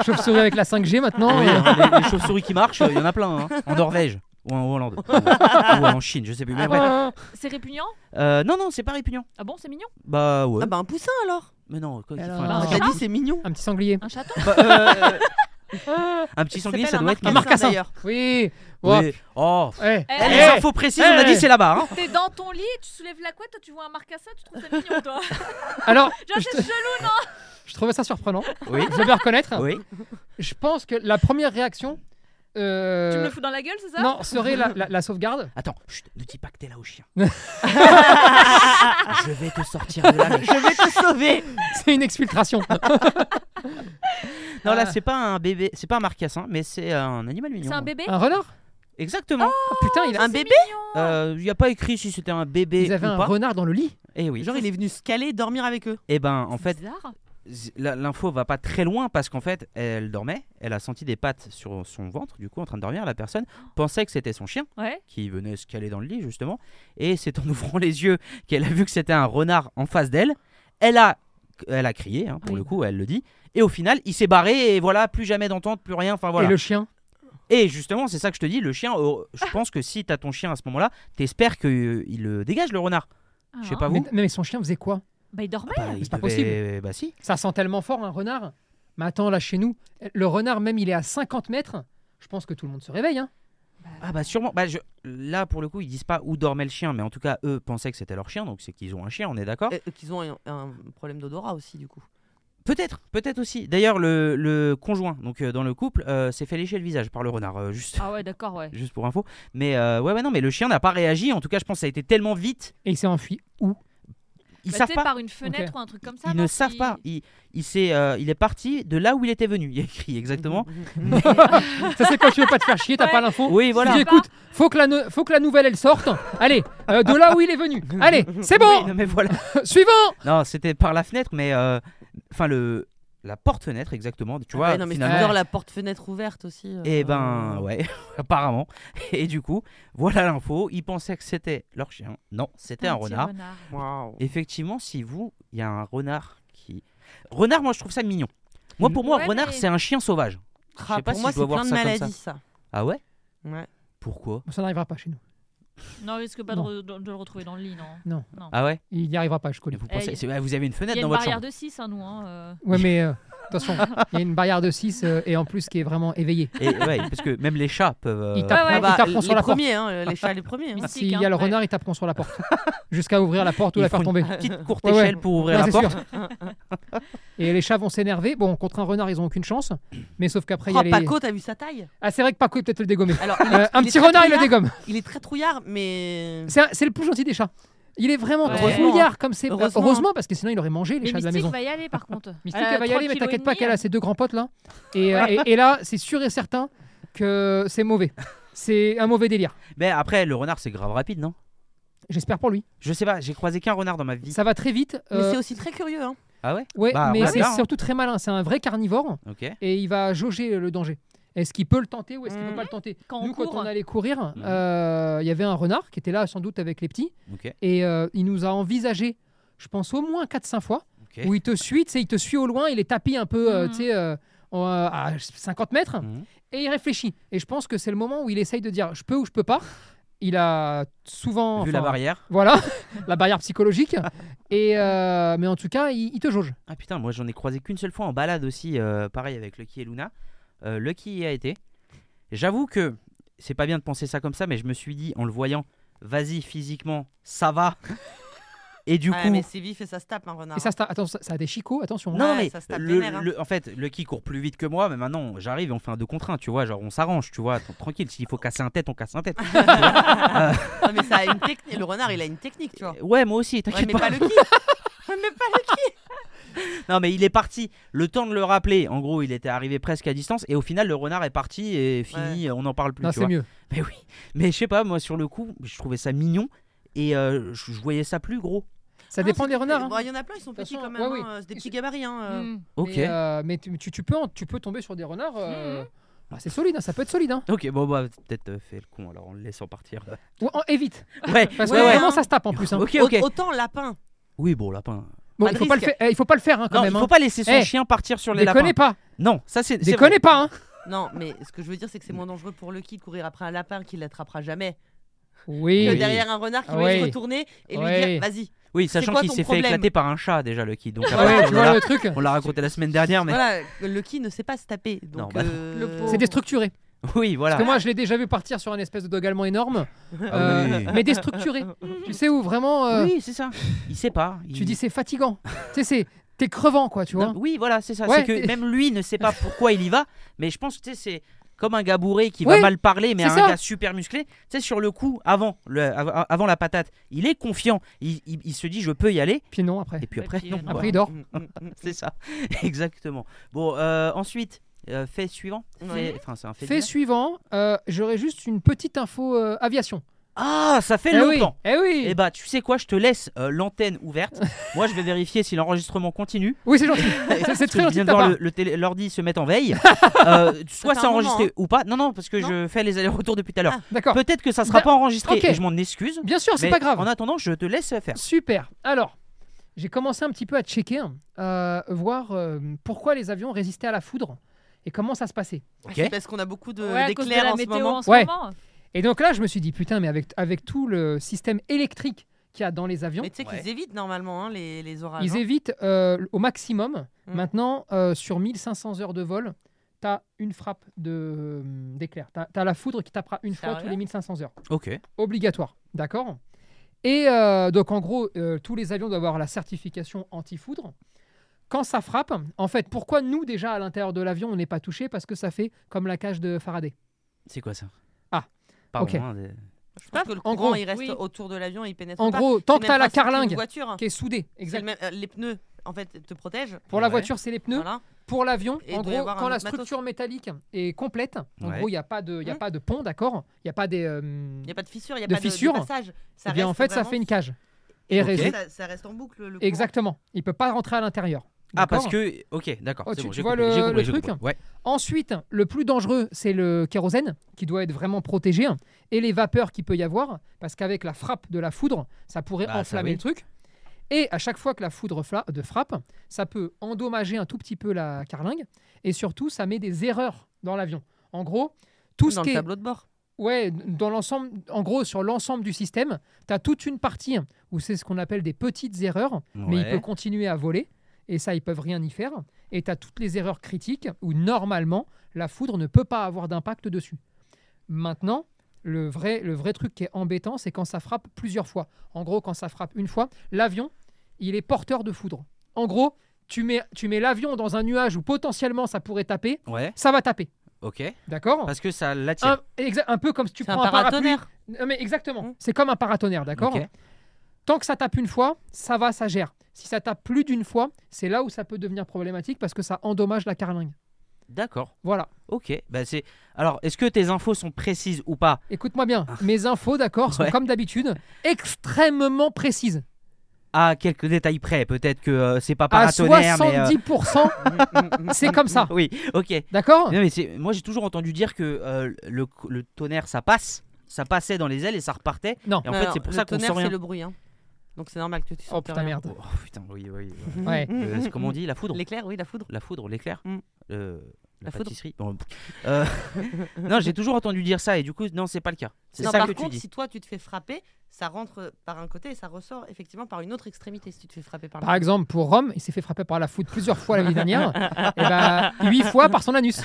D: Chauve-souris avec la 5G maintenant.
B: Oui,
D: euh,
B: hein, les, les chauves-souris qui marchent, il y en a plein. hein, en Norvège. Ou
A: *laughs*
B: en Hollande. ou ou en Chine, je sais plus. Mais ouais.
A: C'est répugnant
B: Euh, non, non, c'est pas répugnant.
A: Ah bon, c'est mignon
B: Bah ouais.
C: Ah bah un poussin alors
B: Mais non, quoi qu'il
D: Alors,
B: fasse,
D: Ah,
C: Ah,
B: un-
C: T'as dit c'est mignon
D: Un petit sanglier.
A: Un chaton
B: Bah, euh, *laughs* un petit sanglier, ça doit être.
D: Un
C: Un
B: mignon.
C: marcassin
D: marcassin.
C: d'ailleurs.
D: Oui. Ouah.
B: Oui. Oh,
D: Eh.
A: Eh,
B: Eh, les
D: Eh.
B: infos précises, on a dit
D: Eh.
B: c'est là-bas. hein.
A: T'es dans ton lit, tu soulèves la couette, toi, tu vois un marcassin, tu trouves ça mignon,
B: *laughs*
A: toi
D: Eh, Alors,
A: Genre,
D: je,
A: c'est chelou
D: je trouvais ça surprenant.
B: Oui.
D: Je vais reconnaître.
B: Oui.
D: Je pense que la première réaction. euh,
A: Tu me le fous dans la gueule, c'est ça
D: non, serait la, la-
A: *laughs*
D: la sauvegarde.
B: Attends, chut, ne dis pas que t'es là au chien.
C: Ah,
B: je vais te sortir
C: *laughs*
B: de là. mais-
C: Je vais te sauver
D: C'est une exfiltration.
B: Non, là, c'est pas un bébé, c'est pas un marcassin, mais c'est un animal mignon.
A: C'est un bébé
D: Un renard
B: Exactement.
D: Ah, Putain, il a-
C: Un
A: C'est
C: bébé
A: mignon.
B: Il n'y Euh, a pas écrit si c'était un bébé
D: ils avaient
B: ou
D: un
B: pas.
D: renard dans le lit.
B: Eh oui.
C: Genre il est venu se caler et dormir avec eux.
B: Eh ben, en
A: C'est
B: fait,
A: bizarre.
B: z- la- l'info va pas très loin parce qu'en fait, elle dormait, elle a senti des pattes sur son ventre, du coup, en train de dormir. La personne pensait que c'était son chien
A: Ouais.
B: qui venait se caler dans le lit, justement. Et c'est en *laughs* ouvrant les yeux qu'elle a vu que c'était un renard en face d'elle. Elle a, elle a crié, hein, pour
A: Oui.
B: le coup, elle le dit. Et au final, il s'est barré et voilà, plus jamais d'entente, plus rien. Enfin voilà.
D: Et le chien.
B: Et justement, c'est ça que je te dis, le chien, euh, je pense que si t'as ton chien à ce moment-là, t'espères qu'il le dégage, le renard. Je sais
A: Ah.
B: pas vous.
D: Mais, mais son chien faisait quoi
A: Bah, il dormait.
B: Bah, il
D: c'est pas
B: devait- Bah si.
D: Ça sent tellement fort un renard. Mais attends, là chez nous, le renard même il est à 50 mètres. Je pense que tout le monde se réveille. Hein.
B: Ah bah sûrement. Bah, je... Là, pour le coup, ils disent pas où dormait le chien, mais en tout cas, eux pensaient que c'était leur chien, donc c'est qu'ils ont un chien, on est d'accord
C: Et- et Qu'ils ont un, un problème d'odorat aussi du coup.
B: Peut-être, peut-être aussi. D'ailleurs, le, le conjoint, donc euh, dans le couple, euh, s'est fait lécher le visage par le renard, euh, juste,
A: Ah ouais, d'accord, ouais.
B: *laughs* juste pour info. Mais euh, ouais, ouais, non, mais le chien n'a pas réagi, en tout cas, je pense que ça a été tellement vite.
D: Et il s'est enfui
A: *laughs*
D: où
B: Ils
A: Bah,
B: savent
A: tu sais,
B: pas.
A: par une fenêtre
D: Ok.
A: ou un truc comme ça.
B: Ils
A: non,
B: ne savent
A: si-
B: pas. Il, il, s'est, euh, il est parti de là où il était venu. *laughs* Il y a écrit exactement.
D: Ça c'est quand tu veux pas te faire chier, t'as
A: Ouais.
D: pas l'info.
B: Oui, voilà.
D: Tu dis, écoute, faut que, la no- faut que la nouvelle elle sorte. Allez, euh, de là où il est venu. Allez, c'est
B: Oui,
D: bon.
B: non, mais voilà.
D: Suivant.
B: Non, c'était par la fenêtre, mais euh, enfin le la porte-fenêtre exactement. Tu vois,
C: Ah non mais
B: finalement.
C: tu dors la porte-fenêtre ouverte aussi. euh,
B: Et ben ouais, *laughs* apparemment. Et du coup, voilà l'info. Ils pensaient que c'était leur chien. Non, c'était un
A: petit
B: renard.
C: waouh.
B: Effectivement, si vous, il y a un renard qui. Renard, moi je trouve ça mignon. Moi, pour moi,
A: Ouais,
B: renard,
A: mais-
B: c'est un chien sauvage. Je
C: Ah,
B: sais pas
C: pour
B: si
C: moi
B: je dois
C: c'est
B: voir
C: plein de
B: ça comme ça.
C: maladies ça.
B: Ah ouais
C: Ouais.
B: Pourquoi
D: Bon, ça n'arrivera pas chez nous.
A: Non, il risque pas de,
D: Non.
A: re- de- de le retrouver dans le lit, non.
D: Non.
B: Ah ouais
D: Il n'y arrivera pas, je connais.
B: vous,
A: Eh,
B: pensez...
A: y-
B: c'est- vous avez une
A: Il
B: fenêtre
A: y a
B: dans
A: une
B: votre
A: barrière
B: chambre
A: de 6, hein, nous. Hein, euh.
D: Ouais, mais euh, attention, il y a une barrière de 6 et en plus qui est vraiment éveillée.
B: Et ouais, parce que même les chats peuvent.
D: Il
B: euh,
D: tape-
A: Ouais, ouais.
D: il taperont
C: Ah bah, les
D: sur la porte.
C: premiers, hein, les chats les premiers. hein.
A: Mystique,
D: S'il y a
A: hein,
D: le
A: ouais.
D: renard, ils taperont sur la porte. Jusqu'à ouvrir la porte ou
B: Ils
D: la faire
B: font
D: tomber.
B: une petite courte
D: Ouais, ouais.
B: échelle pour ouvrir
D: Ouais,
B: la
D: c'est
B: porte.
D: sûr. Et les chats vont s'énerver. Bon, contre un renard, ils ont aucune chance. Mais sauf qu'après, il y
C: Oh,
D: a les.
C: Paco, t'as vu sa taille
D: Ah, c'est vrai que Paco est peut-être le dégommer.
C: Alors,
D: Euh,
C: *laughs*
D: un
C: il est
D: petit
C: très
D: renard, il le
C: trouillard.
D: dégomme.
C: Il est très trouillard, mais.
D: C'est un- c'est le plus gentil des chats. Il est vraiment
A: Ouais.
D: trop
C: Heureusement.
D: trouillard comme c'est.
C: Heureusement. hein.
D: Heureusement, parce que sinon, il aurait mangé les
A: Mais
D: chats de la
A: Mystique
D: maison.
A: va y aller, par contre.
D: *laughs* Mystique,
A: Euh,
D: elle va y
A: trois
D: aller, mais
A: kilos et
D: t'inquiète pas
A: demi,
D: qu'elle a
A: euh.
D: ses deux grands potes là. Et, euh, et- et là, c'est sûr et certain que c'est mauvais. C'est un mauvais délire.
B: Mais après, le renard, c'est grave rapide, non
D: J'espère pour lui.
B: Je sais pas, j'ai croisé qu'un renard dans ma vie.
D: Ça va très vite.
C: Mais
D: euh,
C: c'est aussi très curieux. Hein.
B: Ah ouais
D: ouais,
B: Bah,
D: mais
B: ouais,
D: c'est
B: là, hein.
D: surtout très malin. C'est un vrai carnivore.
B: Ok.
D: et il va jauger le danger. Est-ce qu'il peut le tenter ou est-ce qu'il ne peut
B: Mmh.
D: pas le tenter
A: Quand
D: Nous,
A: on court.
D: quand on allait courir,
B: Mhm.
D: euh, il y avait un renard qui était là sans doute avec les petits
B: Ok.
D: et euh, il nous a envisagé, je pense, au moins 4-5 fois
B: Ok. Mmh.
D: où il te suit, tu sais, il te suit au loin, il est tapis un peu euh,
A: Mhm.
D: tu sais, euh, en, euh, à 50 mètres
B: Mhm.
D: et il réfléchit. Et je pense que c'est le moment où il essaye de dire je peux ou je peux pas. Il a souvent.
B: Vu
D: enfin,
B: la barrière.
D: Voilà, *laughs* la barrière psychologique. Et euh, mais en tout cas, il, il te jauge.
B: Ah putain, moi j'en ai croisé qu'une seule fois en balade aussi, euh, pareil avec Lucky et Luna. Euh, Lucky y a été. J'avoue que c'est pas bien de penser ça comme ça, mais je me suis dit en le voyant, vas-y physiquement, ça
C: *laughs*
B: va. et du
C: Ouais,
B: coup,
C: Ah, mais c'est vif et ça se tape, un renard.
D: Et ça, ça- attends, ça, ça a des chicots, attention.
B: non
C: Ouais,
B: mais
C: ça se tape
B: le,
C: des nerfs, hein.
B: le- en fait, Lucky court plus vite que moi, mais maintenant j'arrive et on fait un 2 contre 1, tu vois, genre on s'arrange, tu vois, tra- tranquille. S'il faut casser un tête, on casse un tête.
C: *laughs* Non, mais ça a une technique. Le renard, il a une technique, tu vois.
B: ouais, moi aussi,
C: Ouais,
B: t'inquiète
C: mais
B: pas.
C: pas le qui. Ouais, mais pas le qui.
B: Non mais il est parti, le temps de le rappeler. En gros, il était arrivé presque à distance et au final le renard est parti et fini, on n'en parle plus.
D: Non,
B: tu
D: c'est
B: vois.
D: mieux.
B: Mais oui, mais je sais pas, moi sur le coup, je trouvais ça mignon et euh, je, je voyais ça plus gros.
D: Ça
C: Non,
D: dépend
C: c'est-
D: des renards. hein.
C: Bon, Il y en a plein, ils sont
D: De toute
C: petits
D: façon,
C: quand même.
D: ouais,
C: hein,
D: oui.
C: C'est des petits gabarits. Hein. euh.
A: Mm.
B: Ok.
D: Mais, euh, mais tu, tu- tu peux, en- tu peux tomber sur des renards.
C: Mhm.
D: euh, bah, c'est solide, hein, ça peut être solide. Hein.
B: Ok, bon bah peut-être euh, fait le con alors en le laissant
D: *laughs*
B: partir.
D: Ou- en- et vite.
B: Ouais,
D: Parce
B: ouais,
D: que
B: ouais.
D: vraiment, ça se tape en plus. hein.
B: Ok,
C: Au-
B: ok.
C: Autant lapin.
B: Oui, bon lapin.
D: Bon,
C: pas
D: il
C: de
D: faut pas le
C: risque.
D: faire, eh, il faut pas le faire hein, quand
B: Non,
D: même.
B: il faut
D: hein.
B: pas laisser son
D: Eh,
B: chien partir sur les
D: Déconnez
B: lapins.
D: pas.
B: Non, ça c'est. c'est
D: Déconnez
B: vrai.
D: pas. hein.
C: Non, mais ce que je veux dire, c'est que c'est moins dangereux pour le qui de courir après un lapin qui l'attrapera jamais que
D: Oui.
C: derrière un renard qui
D: Ah
C: va
D: ouais.
C: se retourner et lui
D: Ouais.
C: dire vas-y.
B: Oui,
C: C'est
B: sachant
C: quoi
B: qu'il
C: ton
B: s'est fait
C: problème
B: éclater par un chat déjà, Lucky. Donc
D: Ah ouais,
B: on
D: tu vois
B: l'a-
D: le truc
B: on l'a raconté la semaine dernière, mais
C: Voilà, le qui ne sait pas se taper. Donc,
B: Non, bah non.
C: euh,
I: Le pauvre.
D: C'est déstructuré.
B: *laughs* oui, voilà.
D: Parce que moi, je l'ai déjà vu partir sur un espèce de dog allemand énorme, euh,
B: Ah oui. *laughs*
D: mais déstructuré. tu sais où vraiment euh,
B: Oui, c'est ça. Il sait pas.
D: Tu
B: Il-
D: dis c'est fatigant. tu sais, c'est t'es crevant quoi, tu vois.
B: Non, oui, voilà, c'est ça.
D: Hein Ouais,
B: c'est que
D: t'es-
B: même lui ne sait
D: *laughs*
B: pas pourquoi il y va, mais je pense que tu sais, c'est comme un gars bourré qui va
D: Ouais,
B: mal parler, mais
D: c'est
B: un
D: ça.
B: gars super musclé. Tu sais, sur le coup, avant, le, av- avant la patate, il est confiant. Il, il- il se dit, je peux y aller.
D: Puis non après.
B: Et puis bah,
A: Ouais,
B: après,
A: puis,
B: non.
A: euh, non.
B: quoi.
D: Après il dort.
C: mm, mm, mm.
B: *laughs* C'est ça, *laughs* exactement. Bon, euh, ensuite, euh, fait suivant. Fait- Enfin, c'est un fait.
D: Fait
B: divers.
D: suivant, euh, j'aurais juste une petite info euh, aviation.
B: Ah, ça fait
D: eh oui,
B: longtemps.
D: eh oui.
B: Eh bah, tu sais quoi, je te laisse euh, l'antenne
D: *laughs*
B: ouverte. Moi, je vais vérifier si l'enregistrement continue.
D: Oui,
B: *laughs*
D: c'est gentil. C'est- c'est
B: ben, Parce que
D: très
B: je
D: gentil
B: viens de
D: de ta
B: voir le-
D: part.
B: le télé- l'ordi se mettre en
D: *laughs*
B: veille. Euh, soit
C: fait
B: c'est
C: un moment, hein.
B: enregistré ou pas. Non, non, parce que
C: Non. Ah.
B: je fais les allers-retours depuis tout à l'heure.
D: D'accord.
B: Peut-être que ça sera
D: Bah,
B: pas enregistré
D: ok.
B: et je m'en excuse.
D: Bien sûr, c'est
B: mais
D: pas grave.
B: En attendant, je te laisse faire.
D: Super. Alors, j'ai commencé un petit peu à checker, hein, euh, voir euh, pourquoi les avions résistaient à la foudre et comment ça se passait.
C: Ah,
B: Ok.
C: C'est parce qu'on a beaucoup de-
A: Ouais, à cause de
C: d'éclairs
A: la
C: en ce
A: météo
C: moment.
A: en ce
D: Ouais.
A: moment.
D: Et donc là, je me suis dit putain, mais avec avec tout le système électrique qu'il y a dans les avions,
C: Mais tu sais qu'ils
B: Ouais.
C: évitent normalement hein, les, les orages.
D: ils
C: hein.
D: évitent euh, au maximum.
C: Mm.
D: Maintenant, euh, sur 1500 heures de vol, t'as une frappe de euh, d'éclair. T'as as la foudre qui tapera une fois tous
C: Sérieux
D: les 1500 heures.
B: Ok.
D: obligatoire, d'accord Et euh, donc en gros, euh, tous les avions doivent avoir la certification anti-foudre. Quand ça frappe, en fait, pourquoi nous déjà à l'intérieur de l'avion on n'est pas touché Parce que ça fait comme la cage de Faraday.
B: C'est quoi ça
D: Ah.
B: Pardon.
D: Ok.
B: hein, des-
C: Je pense que le
D: En
C: courant
D: gros,
C: il reste
A: oui.
C: autour de l'avion et il pénètre
D: En
C: pas.
D: gros,
C: C'est
D: tant
C: le
D: que
C: même
D: t'as la
C: principe qu'une
D: carlingue
C: voiture.
D: qui est soudée,
C: C'est le
D: exact.
C: même- euh, les pneus en fait te protègent.
D: Pour la
B: Ouais.
D: voiture, c'est les pneus.
C: Voilà.
D: Pour l'avion,
C: Et il
D: en
C: doit y
D: gros,
C: avoir un
D: quand la
C: autre matos.
D: structure métallique est complète, en
B: Ouais.
D: gros, il n'y a pas de, il y a
C: Hmm.
D: pas de pont, d'accord Il n'y a pas des. euh,
C: Il n'y a pas de fissure, il n'y a
D: De
C: pas de-
D: fissure.
C: de passage. Ça
D: eh bien, en
C: reste
D: fait, ça
C: vraiment-
D: fait une cage. Et
B: Ok.
D: résout-
C: Ça, ça reste en boucle le courant.
D: Exactement. Il peut pas rentrer à l'intérieur.
B: Ah, parce
D: d'accord
B: que. Ok, d'accord.
D: Oh,
B: c'est
D: tu-
B: bon,
D: tu
B: j'ai
D: vois
B: compris,
D: le-
B: j'ai
D: le
B: compris, j'ai
D: truc hein.
B: compris. Ouais.
D: Ensuite, le plus dangereux, c'est le kérosène, qui doit être vraiment protégé, et les vapeurs qu'il peut y avoir, parce qu'avec la frappe de la foudre, ça pourrait
B: Bah, ça,
D: enflammer
B: oui.
D: le truc. Et à chaque fois que la foudre fla- de frappe, ça peut endommager un tout petit peu la carlingue, et surtout, ça met des erreurs dans l'avion. En gros, tout ce
C: Dans
D: qui
C: le
D: est...
C: tableau de bord.
D: Ouais, dans l'ensemble, en gros, sur l'ensemble du système, tu as toute une partie où c'est ce qu'on appelle des petites erreurs, mais il
B: Ouais.
D: peut continuer à voler, et ça, ils peuvent rien y faire. Et tu as toutes les erreurs critiques où normalement, la foudre ne peut pas avoir d'impact dessus. Maintenant, le vrai, le vrai truc qui est embêtant, c'est quand ça frappe plusieurs fois. En gros, quand ça frappe une fois, l'avion, il est porteur de foudre. En gros, tu mets, tu mets l'avion dans un nuage où potentiellement ça pourrait taper,
B: Ouais,
D: ça va taper.
B: ok.
D: D'accord
B: Parce que ça l'attire.
D: un, exa- un peu comme si tu
C: C'est un
D: prends un parapluie
C: paratonnerre.
D: non, mais exactement.
C: Mm.
D: C'est comme un paratonnerre, d'accord
B: Mmh. Ok.
D: Tant que ça tape une fois, ça va, ça gère. Si ça tape plus d'une fois, c'est là où ça peut devenir problématique parce que ça endommage la carlingue.
B: D'accord.
D: Voilà.
B: Ok. Bah, c'est... Alors, est-ce que tes infos sont précises ou pas
D: Écoute-moi bien. Mes infos, d'accord, sont
B: Ah. Ouais.
D: comme d'habitude extrêmement précises.
B: À quelques détails près, peut-être que euh, c'est pas
D: À
B: paratonnerre, mais. euh, *laughs*
D: 70%, c'est comme ça.
B: Oui, ok.
D: D'accord
B: Non, mais c'est- moi j'ai toujours entendu dire que euh, le, le tonnerre ça passe, ça passait dans les ailes et ça repartait.
D: Non.
B: Et en fait
C: Alors,
B: c'est pour
C: le
B: ça qu'on sent
C: tonnerre,
B: rien.
C: c'est le bruit. hein. Donc c'est normal que tu
D: Oh
C: sentes
D: putain,
C: rien. Mm,
D: merde.
B: Oh, putain, oui, oui. oui.
D: Ouais.
B: Euh, c'est comme on dit, la foudre.
C: L'éclair, oui, la foudre.
B: La foudre, l'éclair.
C: Mm.
B: euh, la,
C: La foudre.
B: pâtisserie. Bon, pff. Euh, *laughs* non, j'ai toujours entendu dire ça et du coup, non, c'est pas le cas. C'est
C: Non,
B: ça
C: par
B: que
C: contre,
B: tu dis.
C: si toi tu te fais frapper, ça rentre par un côté et ça ressort effectivement par une autre extrémité si tu te fais frapper par
D: Par
C: là.
D: exemple, pour Rome, il s'est fait frapper par la foudre plusieurs fois l'année dernière. et bah, 8 fois par
B: *laughs*
D: son anus.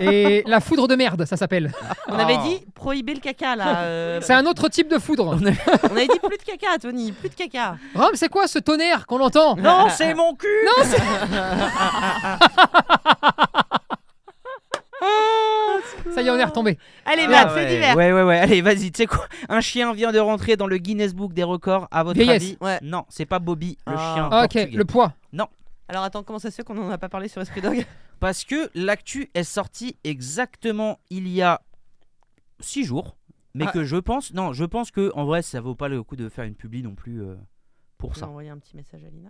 D: Et la foudre de merde, ça s'appelle.
C: On
B: Oh.
C: avait dit prohiber le caca
B: *laughs*
C: là. euh,
D: C'est un autre type de foudre.
C: on avait dit plus de caca, Tony, plus de caca.
D: Rome, c'est quoi ce tonnerre qu'on
B: *laughs*
C: *laughs*
D: entend
B: Non, c'est mon cul
D: Ça y est, on est retombé.
C: Allez,
B: Ah
C: Matt, fait
B: ouais,
C: divers.
B: Ouais, ouais, ouais. Allez, vas-y, tu sais quoi Un chien vient de rentrer dans le Guinness Book des records, à votre
D: Vieillesse.
B: avis
C: Ouais.
B: Non, c'est pas Bobby, le
C: Ah.
B: chien.
D: Ok,
B: portugais.
D: le poids.
C: Alors attends, comment ça se fait qu'on n'en a pas parlé sur Esprit Dog
B: Parce que l'actu est sortie exactement il y a 6 jours. Mais
C: Ah.
B: que je pense, non, je pense que en vrai, ça vaut pas le coup de faire une publi non plus euh, pour
C: On a
B: ça.
C: envoyé un petit message à Lina.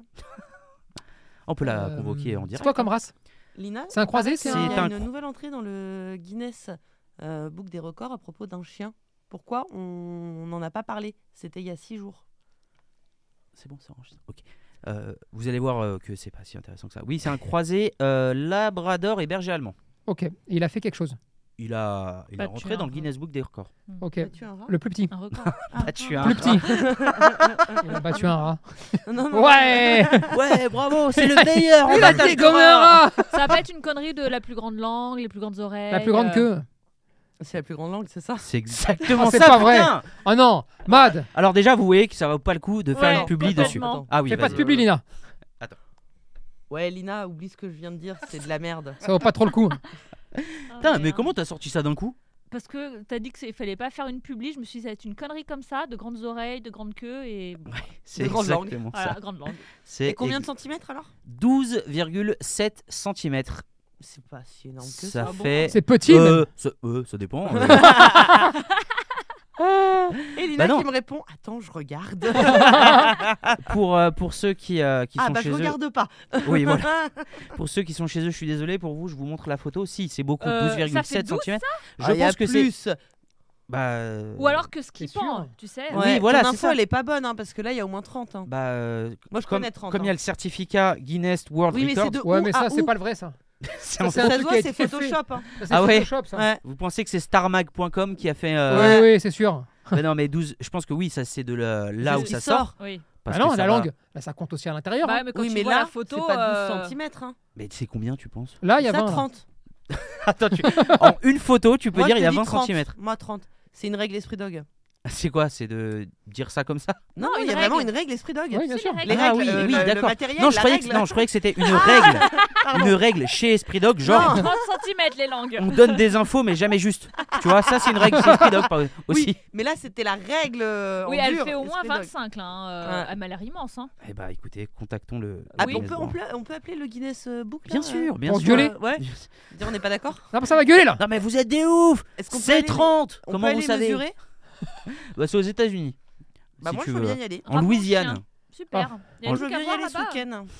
B: On peut la
D: Euh,
B: convoquer en
D: C'est
B: direct.
D: quoi comme race
C: Lina,
D: C'est un croisé C'est
C: Ah, c'est
D: un...
B: C'est- un
C: une
B: cro-
C: nouvelle entrée dans le Guinness euh, Book des records à propos d'un chien. Pourquoi on n'en a pas parlé C'était il y a 6 jours.
B: C'est bon, ça enregistre. Ok. Euh, vous allez voir euh, que c'est pas si intéressant que ça. Oui, c'est un croisé euh, Labrador et berger allemand.
D: Ok. Et il a fait quelque chose.
B: Il a, il
A: Pas
B: est
A: de
B: rentré
A: tueur,
B: dans le
A: hein.
B: Guinness Book des records.
D: Ok.
C: Tu as un rat
D: Le plus petit.
A: Un
D: *laughs*
A: record.
B: Pas de tueur.
D: Plus petit.
B: *laughs*
D: Il a battu un rat.
C: *laughs* Non, non.
D: Ouais.
B: Ouais, bravo,
C: *laughs*
B: c'est Bah, le meilleur en bataille
D: Comme un rat.
A: Ça va être une connerie de la plus grande langue, les plus grandes oreilles.
D: La plus grande
A: euh,
D: queue.
C: C'est la plus grande langue, c'est ça
B: *laughs* C'est exactement
D: Ah, c'est
B: ça,
D: pas vrai.
B: putain
D: Oh non, Mad.
B: Alors déjà, vous voyez que ça vaut pas le coup de faire
A: Ouais,
B: une publi
A: complètement.
B: dessus. Ah oui,
D: Fais pas
B: vas-y.
D: de publi, Lina.
C: Ouais, Lina, oublie ce que je viens de dire, c'est de la merde.
D: Ça vaut pas trop le coup.
B: Putain, mais
A: merde.
B: comment t'as sorti ça d'un coup
A: Ah, Parce que t'as dit qu'il fallait pas faire une publi, je me suis dit ça va être une connerie comme ça, de grandes oreilles, de grandes queues et
B: C'est
C: De grande langue.
B: exactement
A: voilà,
B: ça.
A: grande langue.
B: C'est
C: Et combien de
B: ex-
C: centimètres alors
B: 12,7 cm.
C: C'est pas si énorme que ça. Ah
B: Ça fait.
D: C'est petit. mais-
B: Euh, ça, euh, ça dépend. euh.
C: *laughs* Et Lina
B: Bah non.
C: qui me répond Attends, je regarde.
B: pour, euh, pour ceux qui, euh, qui
C: ah
B: sont
C: bah
B: chez
C: je regarde pas.
B: eux. *laughs* Oui,
C: *laughs*
B: voilà. Pour ceux qui sont chez eux, je suis désolé. Pour vous, je vous montre la photo. Si, c'est beaucoup.
A: Euh, ça fait
B: 12,7
A: 12,
B: cm. Je
C: Ah, y a
B: pense que c'est.
C: plus.
B: Bah, euh,
A: Ou alors que ce qui
D: C'est
A: pend,
D: sûr.
A: tu sais.
B: Ouais. voilà, c'est
C: ton info,
B: ça.
C: elle est pas bonne hein, parce que là il y a au moins 30 hein.
B: Bah, euh,
C: Moi je
B: comme
C: connais 30.
B: comme il y a
C: hein.
B: le certificat Guinness World
C: Oui, mais c'est
B: Record,
C: de
D: Ouais,
C: où
D: mais
C: à
D: ça, c'est
C: où
D: pas le vrai, ça.
B: c'est en-
D: c'est
C: Ça
D: un
C: se
D: truc qui
C: voit,
D: a
C: c'est
D: été fait.
C: Photoshop. hein.
D: Ça, c'est
B: Ah ouais.
D: Photoshop, ça.
C: Ouais.
B: vous pensez que c'est starmag.com qui a fait. euh,
D: Oui, oui, c'est sûr.
B: *laughs* bah non, mais 12, je pense que oui, ça c'est de la- là
C: C'est
B: où
C: ce
B: ça
C: qui
B: sort.
A: Oui.
B: parce
D: ah non,
B: que ça
D: la
B: va-
D: langue, là, ça compte aussi à l'intérieur. hein.
A: Bah, mais quand
C: oui,
A: tu
C: mais
A: vois
C: là,
A: la photo,
C: c'est pas 12
A: euh, *laughs*
C: cm. Hein.
B: Mais c'est combien tu
D: *laughs*
B: penses
D: Là, il y a
C: ça,
D: 20. là.
C: 30.
B: Attends, tu- en une photo, tu peux
C: Moi,
B: dire
C: je
B: il y a
C: te dis
B: 20
C: 30.
B: cm.
C: Moi 30. C'est une règle esprit dog.
B: Ah, C'est quoi C'est de dire ça comme ça
C: Non,
A: une
C: il y a
A: règle.
C: vraiment une règle esprit dog.
D: Oui, bien sûr.
A: les
C: Les
A: règles.
B: Ah
C: règles,
B: oui,
C: euh,
B: oui,
C: le- le
B: d'accord.
C: matériel,
B: Non, je
C: la
B: croyais, que,
C: règle. Ah,
B: non, je croyais que
C: *laughs*
B: c'était une règle. une règle chez Esprit Dog, genre
A: 30 cm les langues.
B: on donne des infos mais jamais juste. Tu vois, ça c'est une règle chez Esprit Dog par- aussi.
C: Oui, mais là c'était la règle. euh,
A: Oui,
C: en
A: elle
C: dur,
A: fait au moins
C: esprit dog.
A: 25 là. hein, euh,
C: Ouais.
A: Elle m'a l'air immense. Hein.
B: Eh bah écoutez, contactons le.
C: Ah,
B: le
C: on,
B: Guinness
C: peut, on,
B: World.
C: peut, on peut appeler le Guinness euh, Book là,
B: Bien
C: euh,
B: sûr, bien
D: Pour
B: sûr.
D: gueuler.
C: euh, ouais. Dire, on n'est pas d'accord
D: Non, mais ça va gueuler, là.
B: Non mais vous êtes des ouf
C: Est-ce qu'on peut
B: C'est
C: aller-
B: 30
C: on
B: Comment
C: peut
B: vous
C: aller
B: savez
C: mesurer
B: Bah, C'est aux États-Unis.
C: Bah,
B: si
C: moi
B: tu
C: je veux
B: veux.
C: bien y aller.
B: En
A: Bravo,
B: Louisiane.
A: chien. Super. Il y a
C: Moi
A: des
C: je veux
A: trucs à
C: bien y
A: voir
C: aller ce
A: là-bas.
C: week-end.
B: *laughs*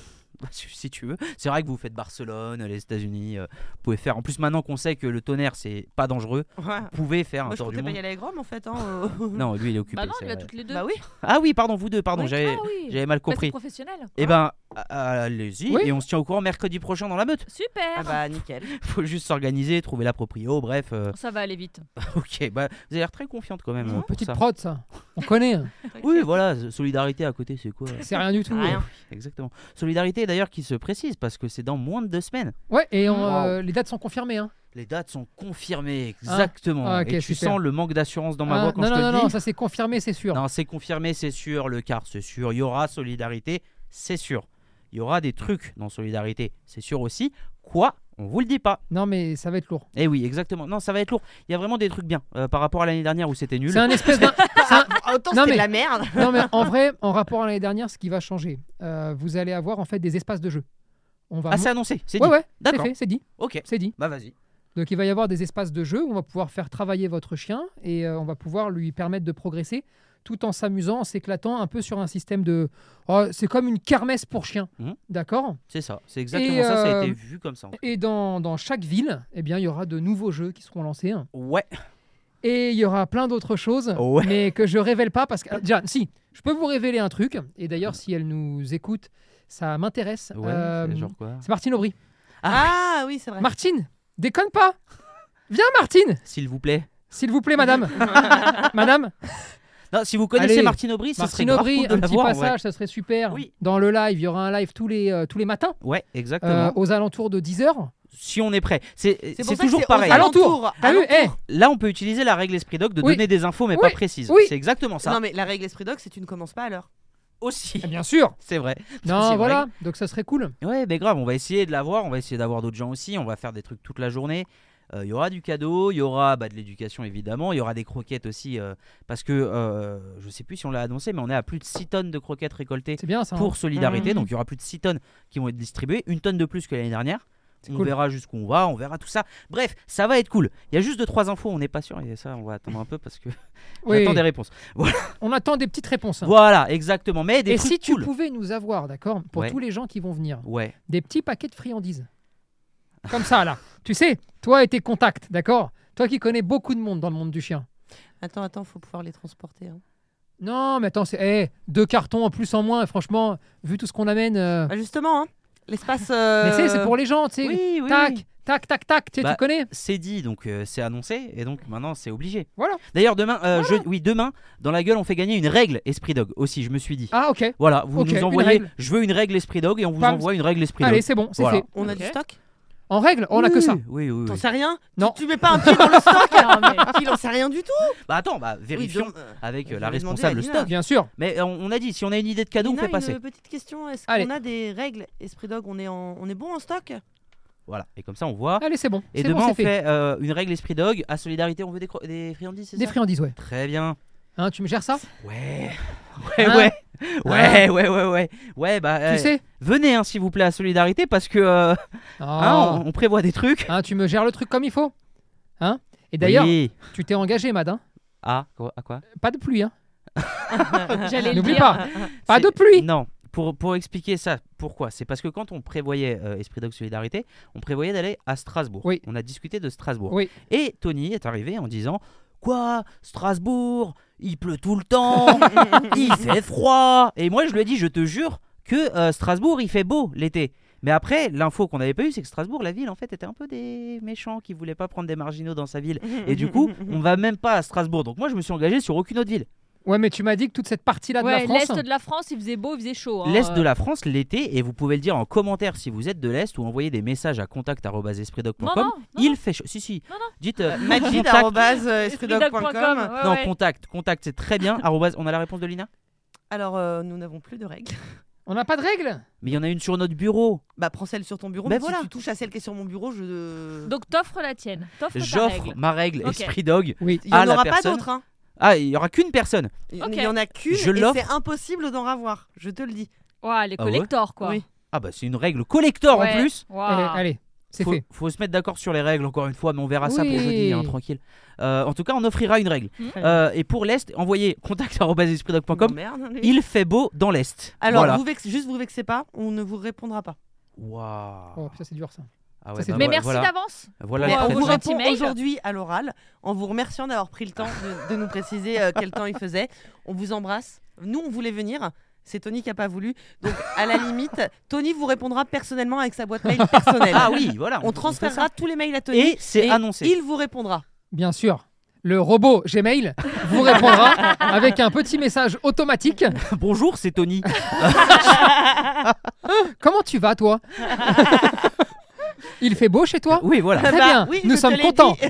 B: Si si tu veux. C'est vrai que vous faites Barcelone, les États-Unis. euh, vous pouvez faire. En plus, maintenant qu'on sait que le tonnerre, c'est pas dangereux,
C: Ouais.
B: vous pouvez faire un
C: Moi je
B: tour du
C: comptais pas
B: monde.
C: y aller avec Rome en fait. Hein, euh.
B: Non, lui, il est occupé.
A: Bah non,
B: c'est
A: il y a
B: vrai.
A: toutes les deux.
C: Bah oui.
B: Ah oui, pardon, vous deux, pardon,
A: Ouais,
B: j'avais
A: ah oui.
B: j'avais mal
A: Bah, c'est
B: compris.
A: professionnel.
B: Eh ben, a- allez-y,
D: Oui.
B: et on se tient au courant mercredi prochain dans la meute. *laughs*
A: Super.
C: Ah bah nickel.
B: Faut juste s'organiser, trouver la proprio, bref.
A: *laughs*
B: euh,
A: Ça va aller vite.
B: ok, bah, vous avez l'air très confiante quand même. euh, pour
D: Petite
B: ça.
D: prod, ça. On
B: *laughs*
D: connaît. hein.
B: Oui, voilà, s- solidarité à côté,
A: *laughs*
B: c'est quoi euh,
D: C'est rien du tout.
C: Rien.
B: Exactement. Solidarité d'ailleurs qui se précise parce que c'est dans moins de deux semaines.
D: Ouais, et on,
B: Wow.
D: euh, les dates sont confirmées. hein.
B: Les dates sont confirmées, exactement.
D: Ah, ok,
B: et tu
D: super.
B: sens le manque d'assurance dans ma
D: Ah,
B: voix quand
D: non,
B: je te
D: non,
B: le
D: non,
B: dis.
D: non, ça c'est confirmé, c'est sûr.
B: Non, c'est confirmé, c'est sûr. Le quart, c'est sûr. Il y aura solidarité, c'est sûr. Il y aura des trucs dans solidarité, c'est sûr aussi. Quoi On vous le dit pas.
D: Non, mais ça va être lourd.
B: Eh oui, exactement. Non, ça va être lourd. Il y a vraiment des trucs bien euh, par rapport à l'année dernière où c'était nul. Ah,
D: C'est un
B: *laughs*
D: espèce d'un. c'est un-
C: Ah, Autant
D: Non,
C: c'était
D: mais-
C: de la merde.
D: Non, mais en vrai, en rapport à l'année dernière, ce qui va changer, euh, vous allez avoir en fait des espaces de jeu. On va.
B: Ah, c'est annoncé, c'est
D: ouais,
B: dit.
D: ouais, c'est
B: D'accord.
D: fait, c'est dit,
B: Ok.
D: c'est dit.
B: Bah vas-y.
D: Donc il va y avoir des espaces de jeu où on va pouvoir faire travailler votre chien et euh, on va pouvoir lui permettre de progresser tout en s'amusant, en s'éclatant un peu sur un système de... Oh, c'est comme une kermesse pour chien,
B: Mhm.
D: d'accord
B: C'est ça. C'est exactement
D: Et,
B: ça. Ça a
D: euh,
B: été vu comme ça.
D: Et dans, dans chaque ville, eh bien, il y aura de nouveaux jeux qui seront lancés. hein. *laughs*
B: Ouais.
D: Et il y aura plein d'autres choses,
B: Ouais.
D: mais que je révèle pas parce que... ah, Déjà, si, je peux vous révéler un truc, et d'ailleurs si elle nous écoute, ça m'intéresse.
B: Ouais.
D: Euh,
B: c'est genre quoi
D: c'est Martine Aubry.
C: Ah oui, c'est vrai.
D: Martine, déconne pas Viens Martine,
B: S'il vous plaît.
D: s'il vous plaît
B: *laughs*
D: madame. madame
B: Non, si vous connaissez
D: Allez.
B: Martine Aubry, ce serait
D: Martine
B: grave
D: Aubry,
B: cool de
D: un
B: la
D: petit
B: voir, en vrai.
D: passage, ça serait super.
B: Oui.
D: Dans le live, il y aura un live tous les, euh, tous les matins,
B: Ouais, exactement.
D: euh, aux alenjours de 10h.
B: Si on est prêt. C'est
C: pour
B: c'est
C: ça que
B: toujours
C: aux
B: pareil.
D: alentours. T'as vu
C: Alentours. Ah
D: Eh,
B: Là, on peut utiliser la règle esprit doc de
D: Oui.
B: donner des infos mais
D: Oui.
B: pas précises.
D: Oui.
B: C'est exactement ça.
C: Non mais la règle esprit dog, c'est tu ne commences pas à l'heure.
B: Aussi. *laughs*
D: eh, Bien sûr
B: C'est vrai.
D: Non,
B: C'est
D: voilà, donc ça serait cool.
B: vrai. Ouais, mais grave, on va essayer de l'avoir, on va essayer d'avoir d'autres gens aussi, on va faire des trucs toute la journée. Euh, Il y aura du cadeau, il y aura bah, de l'éducation évidemment, il y aura des croquettes aussi, euh, parce que euh, je sais plus si on l'a annoncé, mais on est à plus de 6 tonnes de croquettes récoltées
D: C'est bien ça. hein.
B: pour Solidarité,
C: Mhm.
B: donc il y aura plus de 6 tonnes qui vont être distribuées, une tonne de plus que l'année dernière.
D: C'est
B: On
D: cool.
B: verra jusqu'où on va, on verra tout ça. Bref, ça va être cool. Il y a juste deux trois infos, on n'est pas sûr et ça on va attendre un peu parce que *laughs*
D: Oui,
B: j'attends des réponses.
D: On attend des petites réponses. hein.
B: Voilà, exactement. Mais des
D: Et
B: trucs
D: si tu
B: cool.
D: pouvais nous avoir, d'accord, pour
B: Ouais.
D: tous les gens qui vont venir,
B: Ouais.
D: des petits paquets de friandises. Comme
B: *laughs*
D: ça, là. tu sais, toi et tes contacts, d'accord Toi qui connais beaucoup de monde dans le monde du chien.
C: Attends, attends, faut pouvoir les transporter. hein.
D: Non, mais attends, c'est... eh, deux cartons en plus en moins, franchement, vu tout ce qu'on amène... euh,
C: Bah, justement, hein, L'espace. euh,
D: Mais tu sais, c'est pour les gens, tu sais.
B: Oui, oui.
D: tac,
B: oui.
D: tac, tac, tac, tu sais,
B: Bah.
D: tu connais.
B: C'est dit, donc euh, c'est annoncé, et donc maintenant c'est obligé.
D: Voilà.
B: D'ailleurs, demain, euh, je- oui, demain, dans la gueule, on fait gagner une règle Esprit Dog aussi, je me suis dit.
D: Ah, ok.
B: Voilà, vous
D: Ok,
B: nous
D: une
B: envoyez,
D: règle.
B: je veux une règle Esprit Dog, et on vous
D: Bam.
B: envoie une règle Esprit
D: Allez,
B: Dog.
D: c'est bon, c'est
B: Voilà.
D: fait.
C: On a du
A: Ok.
C: stock
D: En règle, on a que
B: Oui,
D: ça.
B: Oui, oui,
C: T'en
B: oui.
C: sais rien
D: Non.
C: Tu, tu mets pas un pied dans le stock
A: Non, mais-
C: Il n'en sait rien du tout
B: Bah attends, bah
C: Oui,
B: vérifions
C: donc, euh,
B: avec
C: je
B: euh, la
C: vais demander à
B: responsable
C: Lina.
B: stock.
D: Bien sûr.
B: Mais euh, on, on a dit, si on a une idée de cadeau, on
C: Lina,
B: fait passer.
C: une petite question. Est-ce
D: Allez.
C: qu'on a des règles Esprit Dog, on est, en... on est bon en stock
B: Voilà, et comme ça on voit.
D: Allez, c'est bon.
B: Et
D: euh, c'est bon,
B: demain
D: c'est
B: on fait euh, une règle Esprit Dog. À Solidarité, on veut des, cro- des friandises, c'est
D: Des
B: ça
D: friandises, ouais.
B: Très bien.
D: Hein, tu me gères ça
B: Ouais. Ouais,
D: Hein
B: ouais. Ouais, ouais, ouais, ouais. Ouais, bah. euh,
D: Ah. Tu sais
B: Venez, hein, s'il vous plaît, à Solidarité, parce que. euh, hein,
D: Ah.
B: on, on prévoit des trucs.
D: Hein, tu me gères le truc comme il faut. Hein Et d'ailleurs,
B: Oui.
D: tu t'es engagé, Mad. hein.
B: Ah, quoi, à quoi
D: Pas de pluie. Hein.
A: J'allais le
D: N'oublie
A: dire.
D: pas. Pas
B: C'est-
D: de pluie.
B: Non. Pour, pour expliquer ça, pourquoi C'est parce que quand on prévoyait euh, Esprit Dog Solidarité, on prévoyait d'aller à Strasbourg.
D: Oui.
B: On a discuté de Strasbourg.
D: Oui.
B: Et Tony est arrivé en disant Quoi Strasbourg Il pleut tout le temps
D: *laughs*
B: Il fait froid Et moi, je lui ai dit Je te jure que euh, Strasbourg, il fait beau l'été. Mais après, l'info qu'on n'avait pas eue, c'est que Strasbourg, la ville, en fait, était un peu des méchants qui voulaient pas prendre des marginaux dans sa ville. Et du
A: *laughs*
C: *laughs*
B: coup, on va même pas à Strasbourg. Donc moi, je me suis engagé sur aucune autre ville.
D: Ouais, mais tu m'as dit que toute cette partie-là de
A: Ouais,
D: la
A: l'Est
D: France. hein.
A: de la France, il faisait beau, il faisait chaud. hein.
B: L'Est de la France l'été, et vous pouvez le dire en commentaire si vous êtes de l'Est ou envoyer des messages à contact.espritdoc.com.
A: Non, non, non,
B: Il fait chaud. Si, si.
A: Non, non.
B: Dites euh,
C: Magid
B: contact-
C: arobase, euh, espritdog.com.
A: espritdoc.com, ouais,
B: Non,
A: ouais.
B: contact. Contact, c'est
A: *laughs*
B: très bien. arobase- on a la réponse de Lina
C: Alors, euh, nous n'avons plus de règles.
D: On n'a pas de règles
B: Mais il y en a une sur notre bureau.
C: Bah, prends celle sur ton bureau.
B: Ben
C: mais
B: voilà.
C: Si tu touches à celle qui est sur mon bureau, je.
A: Donc t'offres la tienne. T'offres ta
B: J'offre
A: règle.
B: ma règle
A: Ok.
B: Esprit Dog.
D: Oui.
C: il n'y en
B: à la
C: aura pas
B: personne.
C: d'autres. Hein.
B: Ah, il y aura qu'une personne.
C: Il
A: Ok.
C: n'y en a qu'une.
B: Je
C: et
B: l'offre.
C: c'est impossible d'en avoir. Je te le dis.
A: Ouais, les
B: Ah ouais
A: collectors, quoi.
C: Oui.
B: Ah bah c'est une règle collector
A: Ouais.
B: en plus.
A: Waouh.
D: Allez, allez, c'est
B: faut,
D: fait.
B: faut se mettre d'accord sur les règles encore une fois, mais on verra ça pour jeudi, hein,
D: Oui.
B: tranquille. Euh, en tout cas, on offrira une règle.
A: Mhm.
B: Euh, et pour l'Est, envoyez contact.espritdoc.com.
C: Non, merde, hein, lui.
B: *laughs* Il fait beau dans l'Est.
C: Alors,
B: Voilà.
C: vous vexe- juste vous vexez pas, on ne vous répondra pas.
B: Waouh.
D: Oh, ça c'est dur ça.
B: Ah
D: Ça, c'est
A: Mais
D: bah Voilà,
A: merci
B: voilà,
A: d'avance.
B: Voilà
A: pour,
C: Mais
A: euh,
B: les
C: on
A: vos
C: vous
B: traitements.
A: gentils
C: répond
A: mails.
C: aujourd'hui à l'oral en vous remerciant d'avoir pris le temps de, de nous préciser euh, quel temps il faisait. On vous embrasse. Nous, on voulait venir. C'est Tony qui n'a pas voulu. Donc, à la limite, Tony vous répondra personnellement avec sa boîte mail personnelle.
B: Ah oui, voilà.
C: On transférera tous les mails à Tony.
B: Et c'est annoncé.
C: Il vous répondra.
D: Bien sûr. Le robot Gmail vous répondra avec un petit message automatique.
B: *laughs* Bonjour, c'est Tony.
D: Comment tu vas toi Il fait beau chez toi
B: *laughs* Ah oui, voilà.
D: Très
C: Bah,
D: bien,
C: oui,
D: nous
C: je te
D: sommes
C: l'ai
D: contents.
C: dit.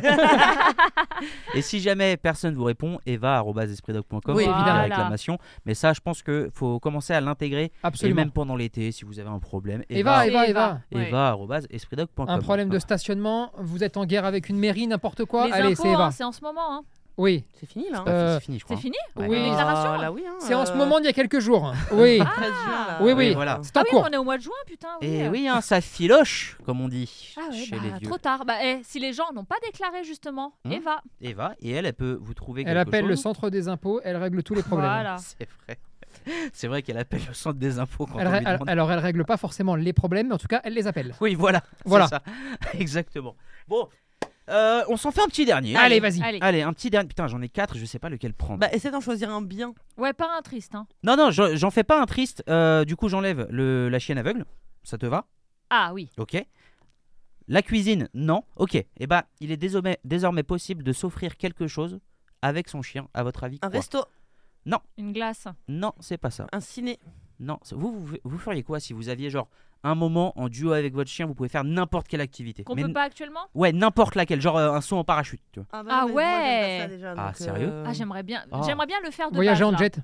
B: Et si jamais personne vous répond, eva@espritdoc.com pour
D: Oui,
B: faire
A: évidemment.
B: la réclamation. euh, Mais ça, je pense que faut commencer à l'intégrer et
D: Absolument.
B: même pendant l'été si vous avez un problème.
D: Eva,
A: C'est
D: Eva, Eva.
A: Eva. Ouais.
B: eva@espritdoc.com.
D: Un problème de stationnement, vous êtes en guerre avec une mairie, n'importe quoi.
A: Les
D: Allez,
A: impôts,
D: c'est Eva.
A: hein, c'est en ce moment. hein.
D: Oui.
C: C'est fini là. hein.
B: Ah,
D: euh,
B: c'est fini, je crois.
A: C'est fini
B: Ouais.
D: Oui.
A: Les déclarations
C: Ah, là, oui, hein,
D: C'est en ce
C: euh,
D: moment, il y a quelques jours. Oui.
C: le 13 juin, là.
D: Oui, oui.
B: Oui, voilà.
D: C'est
A: Ah
D: en
A: oui, mais
D: cours.
A: on est au mois de juin, putain. oui,
B: Et
A: euh.
B: oui, hein, ça filoche, comme on dit
A: Ah ouais,
B: chez
A: bah,
B: les vieux.
A: trop tard. Bah, eh, si les gens n'ont pas déclaré justement,
B: Hmm.
A: Eva.
B: Eva, et elle, elle peut vous trouver
D: Elle
B: quelque
D: appelle le
B: chose.
D: centre des impôts, elle règle tous les problèmes.
A: Voilà.
B: C'est vrai. C'est vrai qu'elle appelle le centre des impôts quand
D: Elle
B: on
D: rè-
B: lui
D: elle-
B: demande.
D: alors, elle règle pas forcément les problèmes, mais en tout cas, elle les appelle.
B: Oui, voilà. c'est
D: Voilà.
B: ça. *laughs* Exactement. Bon, euh, on s'en fait un petit dernier.
D: Allez, vas-y.
A: Allez.
B: Allez, un petit dernier. Putain, j'en ai quatre, je sais pas lequel prendre.
C: Bah, essaie d'en choisir un bien.
A: Ouais, pas un triste. hein.
B: Non, non, j'en j'en fais pas un triste. Euh, du coup, j'enlève le- la chienne aveugle. Ça te va
A: Ah oui.
B: Ok. La cuisine, non. Ok. Et bah, il est désormais, désormais possible de s'offrir quelque chose avec son chien. À votre avis
C: Un
B: quoi
C: resto,
A: Une glace.
B: Non, c'est pas ça.
C: un ciné.
B: Non. c'est- Vous, vous, vous feriez quoi si vous aviez genre un moment en duo avec votre chien Vous pouvez faire n'importe quelle activité.
A: Qu'on
B: Mais
A: peut pas actuellement
B: Ouais, n'importe laquelle, genre euh, un saut en parachute, tu vois.
C: bah
A: Ah
C: non, mais moi, j'aime pas
A: ouais.
C: ça, déjà,
B: Ah,
C: donc,
B: sérieux
C: euh,
A: Ah, j'aimerais bien.
B: Ah.
A: J'aimerais bien le faire de
D: Voyager
A: base,
D: en
A: là.
D: jet.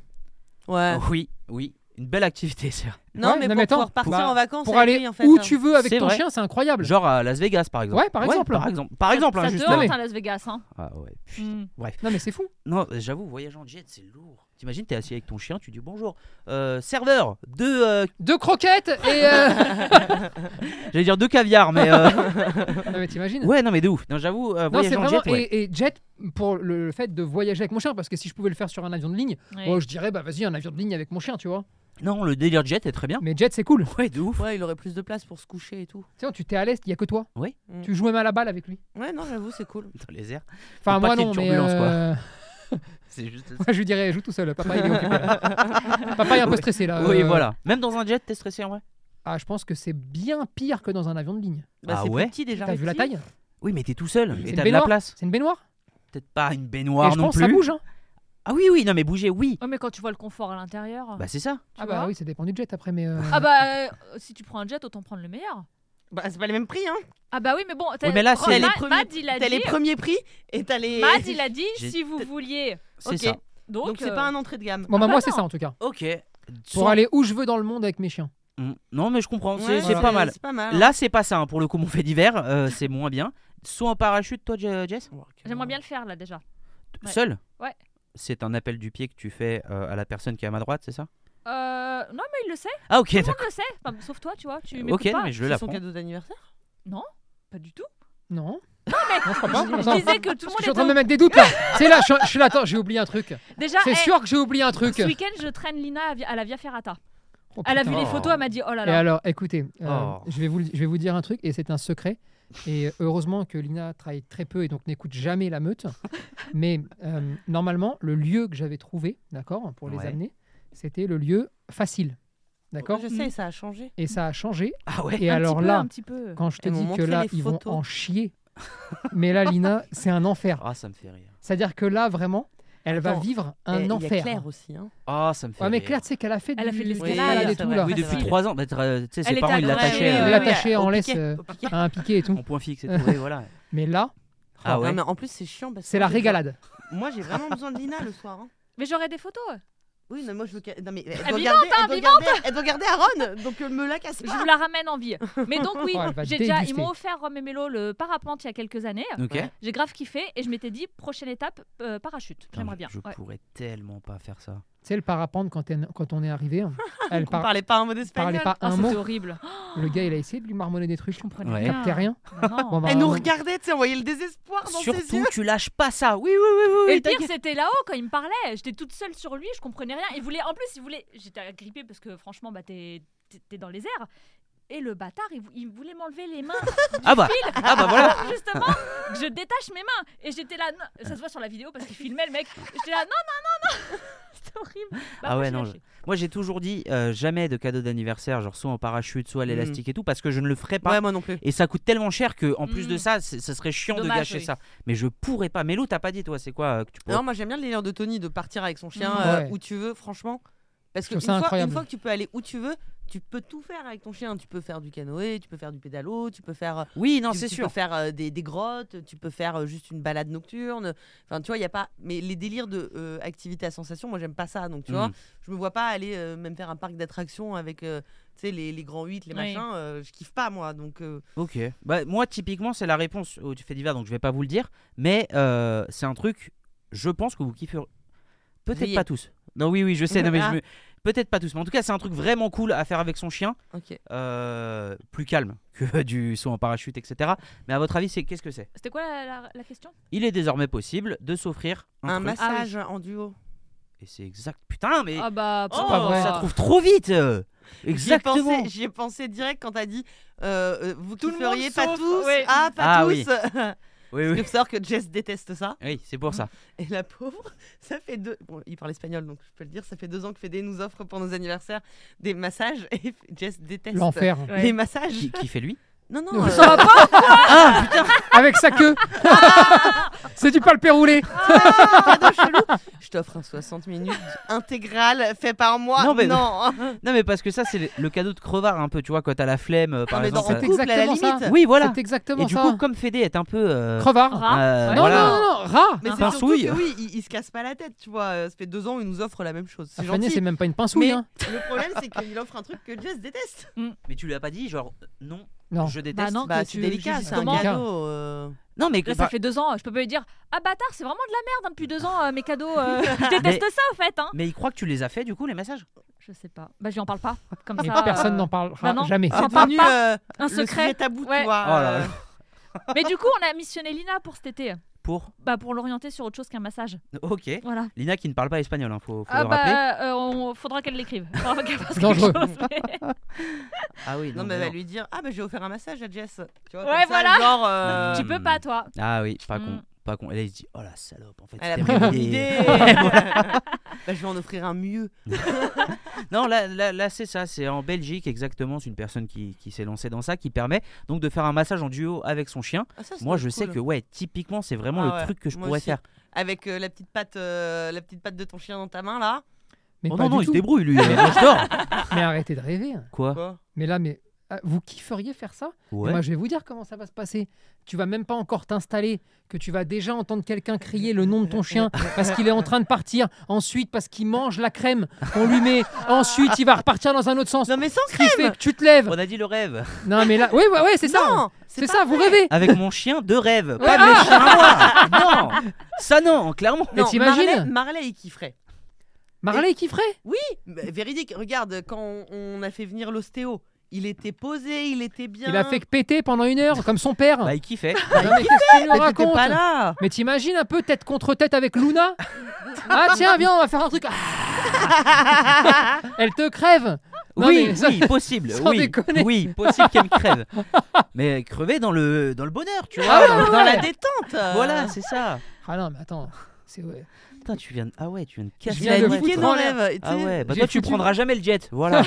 C: Ouais.
B: Oui, oui, une belle activité, c'est vrai.
C: Non,
D: Ouais,
C: mais
D: non,
C: pour
D: mais attends,
C: pouvoir partir
D: pour-
C: en vacances
D: Pour
C: avec
D: aller
C: lui, en fait,
D: où
C: hein.
D: tu veux avec
B: C'est
D: ton
B: vrai.
D: chien, c'est incroyable.
B: Genre à Las Vegas, par exemple.
D: Ouais, par exemple.
B: par exemple, par exemple, hein,
A: ça,
B: juste.
A: ça te
D: là.
A: hante, hein, Las Vegas. hein.
B: Ah ouais. putain.
A: Hmm.
D: Non, mais c'est fou.
B: Non, j'avoue, voyage en jet, c'est lourd. T'imagines, t'es assis avec ton chien, tu dis bonjour, euh, serveur, deux, euh,
D: Deux croquettes et. euh,
B: *laughs* j'allais dire deux caviar, mais euh,
D: *laughs*
B: *laughs*
D: non, Ah, mais t'imagines
B: ouais, non mais de ouf. Non, j'avoue, euh,
D: Non,
B: voyage
D: c'est
B: en
D: vraiment.
B: jet, ouais.
D: et, et jet pour le, le fait de voyager avec mon chien, parce que si je pouvais le faire sur un avion de ligne,
A: Ouais.
D: oh, je dirais, bah vas-y, un avion de ligne avec mon chien, tu vois.
B: Non, le délire jet est très bien. *laughs*
D: Mais jet, c'est cool.
B: Ouais, de ouf.
C: Ouais, il aurait plus de place pour se coucher et tout.
D: Tu sais, tu t'es à l'est, il y a que toi.
B: Oui.
C: Mm.
D: Tu joues même à la balle avec lui.
C: Ouais, non, j'avoue, c'est cool.
B: Dans les airs,
D: Enfin,
B: Faut pas
D: moi
B: qu'il y
D: non,
B: ait de
D: mais.
B: turbulence, quoi.
D: euh,
B: c'est juste.
D: *laughs*
B: ça.
D: moi, je lui dirais,
B: *laughs*
D: joue tout seul. Papa, il est occupé, là. Papa, il est un peu
B: Oui.
D: stressé, là.
B: Oui,
D: euh,
B: voilà. Même dans un jet, t'es stressé en vrai
D: Ah, je pense que c'est bien pire que dans un avion de ligne.
C: Bah,
B: Ah
C: c'est plus
B: ouais
C: petit déjà.
D: T'as vu la taille
B: Oui, mais t'es tout seul
D: C'est
B: et
D: une
B: t'as de la
D: baignoire.
B: place.
D: C'est une baignoire.
B: Peut-être pas une
D: Et
B: baignoire
D: je
B: non
D: pense que ça
B: plus.
D: bouge. hein.
B: Ah oui, oui, non, mais bouger, oui.
A: Ouais, Oh, mais quand tu vois le confort à l'intérieur.
B: Bah c'est ça.
A: tu
D: Ah bah
A: vois.
D: oui, ça dépend du jet après, mais. euh,
A: Ah bah, euh, si tu prends un jet, autant prendre le meilleur.
C: Bah, c'est pas les mêmes prix, hein.
A: Ah bah oui, mais bon. t'as-
B: Oui, mais là,
A: oh,
B: c'est-
A: Ma-
C: les premiers-
A: Mad, il a
C: T'as les
A: dit.
C: premiers prix et t'as les.
A: Mad, il a dit
B: J'ai-
A: si vous vouliez.
B: C'est
C: Ok.
B: ça.
A: Donc,
C: Donc c'est
A: euh,
C: pas un entrée de gamme.
D: Bon, bah,
A: Ah
D: moi,
A: bah
D: c'est
A: non.
D: ça en tout cas.
B: Ok.
D: Pour
B: Sans-
D: aller où je veux dans le monde avec mes chiens.
B: Mm. Non, mais je comprends. C'est
C: Ouais,
B: c'est pas mal.
C: C'est pas mal.
B: Là, c'est pas ça. hein. Pour le coup, mon fait d'hiver, *laughs* euh, c'est moins bien. Soit en parachute, toi, Je- Jess
A: J'aimerais bien le faire là déjà. Ouais.
B: Seul
A: Ouais.
B: C'est un appel du pied que tu fais euh, à la personne qui est à ma droite, c'est ça
A: Euh, non, mais il le sait.
B: Ah, ok.
A: Tout le
B: d'accord.
A: monde le sait. Enfin, sauf toi, tu vois. Tu
B: Ok,
A: m'écoutes
B: non,
A: pas.
B: mais je le
C: C'est son
B: l'apprends.
C: cadeau d'anniversaire
A: Pas du tout.
D: Non. Non, je crois pas.
A: Je
D: Attends.
A: disais que tout le
D: Je suis en
A: monde
D: train
A: est.
D: de me mettre des doutes là. C'est là, je suis- je suis là. Attends, j'ai oublié un truc.
A: au- Déjà,
D: C'est
A: eh,
D: sûr que j'ai oublié un truc.
A: ce week-end, je traîne Lina à, Vi- à la Via Ferrata.
D: Oh,
A: Elle a
D: putain.
A: vu les photos, elle m'a dit oh là
D: Et
A: là.
D: alors, écoutez, euh,
B: Oh.
D: je, vais vous, le- je vais vous dire un truc, et c'est un secret. Et euh, heureusement que Lina travaille très peu et donc n'écoute jamais la meute. Mais euh, normalement, le lieu que j'avais trouvé, d'accord, pour les
B: Ouais.
D: amener, c'était le lieu facile. D'accord
C: Je sais, ça a changé.
D: Et ça a changé.
A: *laughs*
B: Ah ouais
D: Et
A: Un
D: alors
A: petit peu,
D: là,
A: un petit peu.
D: quand je te
C: Elles m'ont
D: dis que
C: montré
D: là,
C: les
D: ils vont
C: photos.
D: en chier. Mais là, Lina, c'est un enfer.
B: *laughs* Ah, ça me fait rire.
D: C'est-à-dire que là, vraiment, elle va
C: Attends,
D: vivre un
C: Eh, Il y a
D: enfer.
C: Claire aussi. Hein.
B: Ah, ça me fait
D: Ouais, mais
B: rire.
D: Claire, tu sais qu'elle a fait
A: Elle a
D: du-
A: fait de
D: du
A: l'escalade,
D: escalade et
C: c'est
D: tout,
C: vrai,
D: là.
B: Oui,
C: Ah, c'est
B: depuis
C: vrai.
B: trois ans. Peut-être, euh, Tu sais,
A: Elle
B: ses
A: est
B: parents, ils
A: à- ouais,
B: l'attachaient
A: ouais,
B: euh,
A: ouais.
D: Il l'attachait
C: Au
D: en laisse
C: piquet,
D: euh,
C: au piquet.
D: à un
A: *laughs*
D: piquet et tout.
B: en point fixe et tout. Oui, voilà.
D: Mais là,
B: Ah
C: Non,
B: ouais
C: mais en plus, c'est chiant. parce que
D: c'est
C: moi,
D: la
C: j'ai-
D: régalade.
C: Moi, j'ai vraiment besoin de Lina le soir. hein.
A: Mais j'aurais des photos.
C: Oui, mais moi, je veux. qu'elle- Non, mais elle
A: vivante,
C: doit garder-
A: hein,
C: elle doit garder- elle doit garder Aaron, donc euh, me la casse
A: Je
C: pas.
A: vous la ramène en vie. Mais
D: *laughs*
A: donc oui,
D: Oh, elle va
A: j'ai déjà, ils
D: déguster.
A: m'ont offert Rome et Mélo le parapente il y a quelques années.
B: Ok.
A: J'ai grave kiffé et je m'étais dit prochaine étape euh, parachute.
B: Putain,
A: J'aimerais
B: je-
A: bien.
B: Je
A: Ouais.
B: pourrais tellement pas faire ça.
D: Tu sais, le parapente, quand, t'es- quand on est arrivé, hein, elle
C: On
D: par-
C: parlait pas un mot d'espagnol.
D: parlait pas
A: Ah,
D: un
A: c'était
D: mot.
A: horrible.
D: Le gars, il a essayé de lui marmonner des trucs. Je
A: comprenais
B: Ouais.
D: Il captait rien.
A: Mais non.
D: Bon, bah,
C: Elle nous
D: on-
C: regardait, tu sais, on voyait le désespoir Ah, dans ses
B: Surtout,
C: yeux.
B: tu lâches pas ça. Oui, oui, oui, oui.
A: Et
B: oui,
A: le pire,
B: t'inquiète.
A: c'était là-haut quand il me parlait. J'étais toute seule sur lui, je comprenais rien. Il voulait, en plus, il voulait. J'étais agrippée parce que franchement, bah, t'es t'es- t'es dans les airs. Et le bâtard, il, vou- il voulait m'enlever les mains,
B: Ah bah, ah bah voilà.
A: justement, que je détache mes mains. Et j'étais là, non- ça se voit sur la vidéo parce qu'il filmait le mec. J'étais là, non, non, non, *laughs* non. C'était horrible. Bah,
B: Ah
A: après,
B: ouais,
A: j'ai
B: non,
A: lâché.
B: Moi, j'ai toujours dit euh, jamais de cadeau d'anniversaire, genre soit en parachute, soit à l'élastique et tout, parce que je ne le ferai pas.
C: Mm. Ouais, moi non plus.
B: Et ça coûte tellement cher que, en plus
A: Mm.
B: de ça, c'est- ça serait chiant de
A: Dommage,
B: gâcher
A: oui.
B: ça. Mais je pourrais pas. Mélo, t'as pas dit, toi, c'est quoi euh, que tu pourrais.
C: Non, moi j'aime bien le délire de Tony de partir avec son chien
A: Mm.
C: euh,
D: Ouais.
C: où tu veux, franchement. Parce que
D: trouve
C: une
D: ça
C: fois,
D: incroyable.
C: une fois que tu peux aller où tu veux, tu peux tout faire avec ton chien. Tu peux faire du canoë, tu peux faire du pédalo, tu peux faire, euh,
B: Oui, non,
C: tu,
B: c'est
C: tu
B: sûr.
C: peux faire euh, des, des grottes, tu peux faire euh, juste une balade nocturne. Enfin, tu vois, il y a pas. Mais les délires de euh, activité à sensation, moi j'aime pas ça. Donc tu vois,
B: Mm.
C: je me vois pas aller euh, même faire un parc d'attractions avec, euh, tu sais, les, les grands 8, les
A: Oui.
C: machins. euh, je kiffe pas moi. Donc euh,
B: Ok. Bah, moi, typiquement, c'est la réponse au fait divers, donc je vais pas vous le dire. Mais euh, c'est un truc, je pense que vous kiffez. Peut-être
C: Riez.
B: pas tous. Non, oui, oui, je
C: *laughs*
B: sais. non, mais je
C: Ah.
B: me- Peut-être pas tous. Mais en tout cas, c'est un truc vraiment cool à faire avec son chien.
C: ok.
B: euh, plus calme que *laughs* du saut en parachute, etc. Mais à votre avis, c'est qu'est-ce que c'est
A: C'était quoi la, la- la question
B: Il est désormais possible de s'offrir un,
C: Un
B: truc.
C: massage
B: Ah,
C: en duo.
B: Et c'est exact. Putain, mais
A: Ah bah,
B: Oh,
D: pas vrai.
B: ça trouve trop vite. euh.
C: J'y ai pensé-
B: Exactement.
C: J'y ai pensé direct quand t'as dit euh, euh, vous
A: Tout le
C: kifferiez
A: monde
C: pas
A: sauf-
C: tous.
A: ouais.
C: Ah, pas
B: Ah
C: tous. *laughs*
B: oui. Oui,
C: Parce
B: oui.
C: que faut savoir que Jess déteste ça.
B: Oui, c'est pour
C: *laughs*
B: ça.
C: Et la pauvre, ça fait deux. Bon, il parle espagnol donc je peux le dire. Ça fait deux ans que Fédé nous offre pour nos anniversaires des massages et *laughs* Jess déteste
D: L'enfer.
C: les massages.
B: Qui, qui fait lui
C: Non, non.
D: *laughs* Non,
B: *laughs*
C: euh,
D: ça va pas Ah, Avec sa queue. C'est du palpé roulé.
C: cadeau chelou. ah, Je t'offre un 60 minutes intégral fait par moi.
B: Non,
C: Non,
B: mais-
C: mais non.
B: Non, mais parce que ça, c'est le- le cadeau de crevard un peu. Tu vois, quand t'as la flemme, euh, par
C: Ah, *laughs* mais
B: exemple. ça-
C: dans-
D: C'est
C: couple, à la
D: exactement ça.
C: limite.
B: Oui, voilà.
D: C'est exactement
B: Et du
D: ça.
B: coup, comme Fédé est un peu. euh,
D: Crevard.
B: euh,
D: Non,
B: voilà.
D: non, non, non, rat.
B: Ah,
C: Mais c'est surtout
B: Pinsouille.
C: que oui, il, il se casse pas la tête, tu vois. Euh, Ça fait deux ans, il nous offre la même chose.
B: Ah,
C: C'est
D: La poignée,
C: gentil.
D: c'est même pas une pinçouille.
C: Mais-
D: hein.
C: Le problème, c'est qu'il offre un truc que Jess déteste.
B: Mais tu lui as pas dit, genre, euh, non,
D: Non.
B: je
A: Bah
B: déteste.
A: non,
C: Bah,
A: que
C: c'est
A: tu-
C: délicat,
A: je-
C: c'est un
A: comment-
C: cadeau. euh.
B: Non, mais.
A: Là,
B: bah,
A: ça fait deux ans, je peux pas lui dire Ah bâtard, c'est vraiment de la merde hein, depuis deux ans, euh, mes cadeaux. euh, je déteste
B: Mais-
A: ça au fait. Hein.
B: Mais il croit que tu les as fait, du coup, les massages
A: Je sais pas. Bah, je lui en parle pas. Comme
D: Et
A: ça.
D: personne
A: euh,
D: n'en
A: bah non.
D: parlera jamais.
C: C'est
A: On parle
C: devenu euh,
A: Un
C: le sujet
A: secret.
C: tabou,
A: Ouais.
C: tu vois.
B: Oh là là.
C: euh.
A: Mais du coup, on a missionné Lina pour cet été.
B: Pour.
A: Bah, pour l'orienter sur autre chose qu'un massage.
B: Ok.
A: Voilà.
B: Lina qui ne parle pas espagnol, hein, faut, faut
A: Ah
B: le rappeler.
A: bah, euh, on... faudra qu'elle
D: *laughs*
A: l'écrive. Faudra qu'elle fasse
D: Dangereux.
A: quelque chose, mais-
B: Ah oui,
C: Non, mais elle
B: mais
C: va lui dire Ah, bah j'ai offert un massage à Jess. Tu vois,
A: Ouais,
C: comme ça,
A: voilà.
B: *laughs*
C: Genre, euh,
B: Non,
A: tu peux pas, toi.
B: Ah oui, pas
A: Mm.
B: con. pas con. Et là, il se dit, oh la salope, en fait.
C: hmm. Elle a
B: c'était
C: pris
B: mon
C: mon idée.
B: *laughs* Ouais, voilà.
C: *laughs* Bah, je vais en offrir un mieux.
B: Non, là, là, là, c'est ça, c'est en Belgique exactement, c'est une personne qui, qui s'est lancée dans ça, qui permet donc de faire un massage en duo avec son chien.
C: Ah, ça, c'est
B: Moi,
C: cool.
B: je sais que, ouais, typiquement, c'est vraiment
C: Ah
B: le
C: ouais,
B: truc que je
C: moi
B: pourrais
C: aussi.
B: faire.
C: Avec euh, la, petite patte, euh, la petite patte de ton chien dans ta main, là.
D: Mais
B: oh
D: pas
B: non,
D: du
B: non, il se
D: tout.
B: débrouille, lui. mais moi, je
C: *laughs*
B: dors.
D: Mais arrêtez de rêver.
B: Quoi
C: Quoi
D: Mais là, mais ah, vous kifferiez faire ça Et
B: Ouais.
D: Moi, je vais vous dire comment ça va se passer. Tu vas même pas encore t'installer, que tu vas déjà entendre quelqu'un crier le nom de ton chien parce qu'il est en train de partir. Ensuite, parce qu'il mange la crème qu'on lui met. Ensuite, il va repartir dans un autre sens.
C: Non, mais sans
D: Ce qui fait
C: crème
D: que tu te lèves.
B: On a dit le rêve.
D: Non, mais là, oui, ouais, ouais, c'est ça.
C: Non,
D: C'est
C: pas
D: ça, vous
C: vrai. Ah,
D: rêvez.
B: Avec mon chien de rêve, pas de mes chiens à
C: *laughs*
B: moi. Non, ça non, clairement.
D: Mais
C: Non,
D: t'imagines
C: Marley, Marley, il kifferait.
D: Marley qui ferait
C: eh Mais Véridique, regarde, quand on- on a fait venir l'ostéo, il était posé, il était bien.
D: Il a fait que péter pendant une heure, comme son père.
B: Bah, il kiffait.
D: Non, mais qu'est-ce qu'il nous
C: Mais t'étais
D: raconte
C: pas
D: *laughs*
C: là
D: Mais t'imagines un peu tête contre tête avec Luna Ah tiens, viens, on va faire un truc. Ah Elle te crève. Non,
B: oui,
D: mais ça-
B: oui, possible.
D: sans
B: oui,
D: déconner.
B: oui, possible qu'elle me crève. Mais crever dans le, dans le bonheur, tu vois.
D: Ah ouais,
B: dans-
D: ouais,
B: dans
C: Dans
B: la
C: la détente euh,
B: Voilà, c'est ça.
D: Ah non, mais attends. C'est ouais.
B: Putain, tu viens de... Ah ouais, tu viens de
C: Je
B: casser
D: viens
B: la
C: l'ai
D: de
B: tête.
C: niqué
D: foutre
C: dans
D: en l'air.
C: l'œuf.
B: Ah ouais, bah
D: J'ai
B: toi tu
D: foutu-
B: prendras jamais le
D: *laughs*
B: jet, voilà.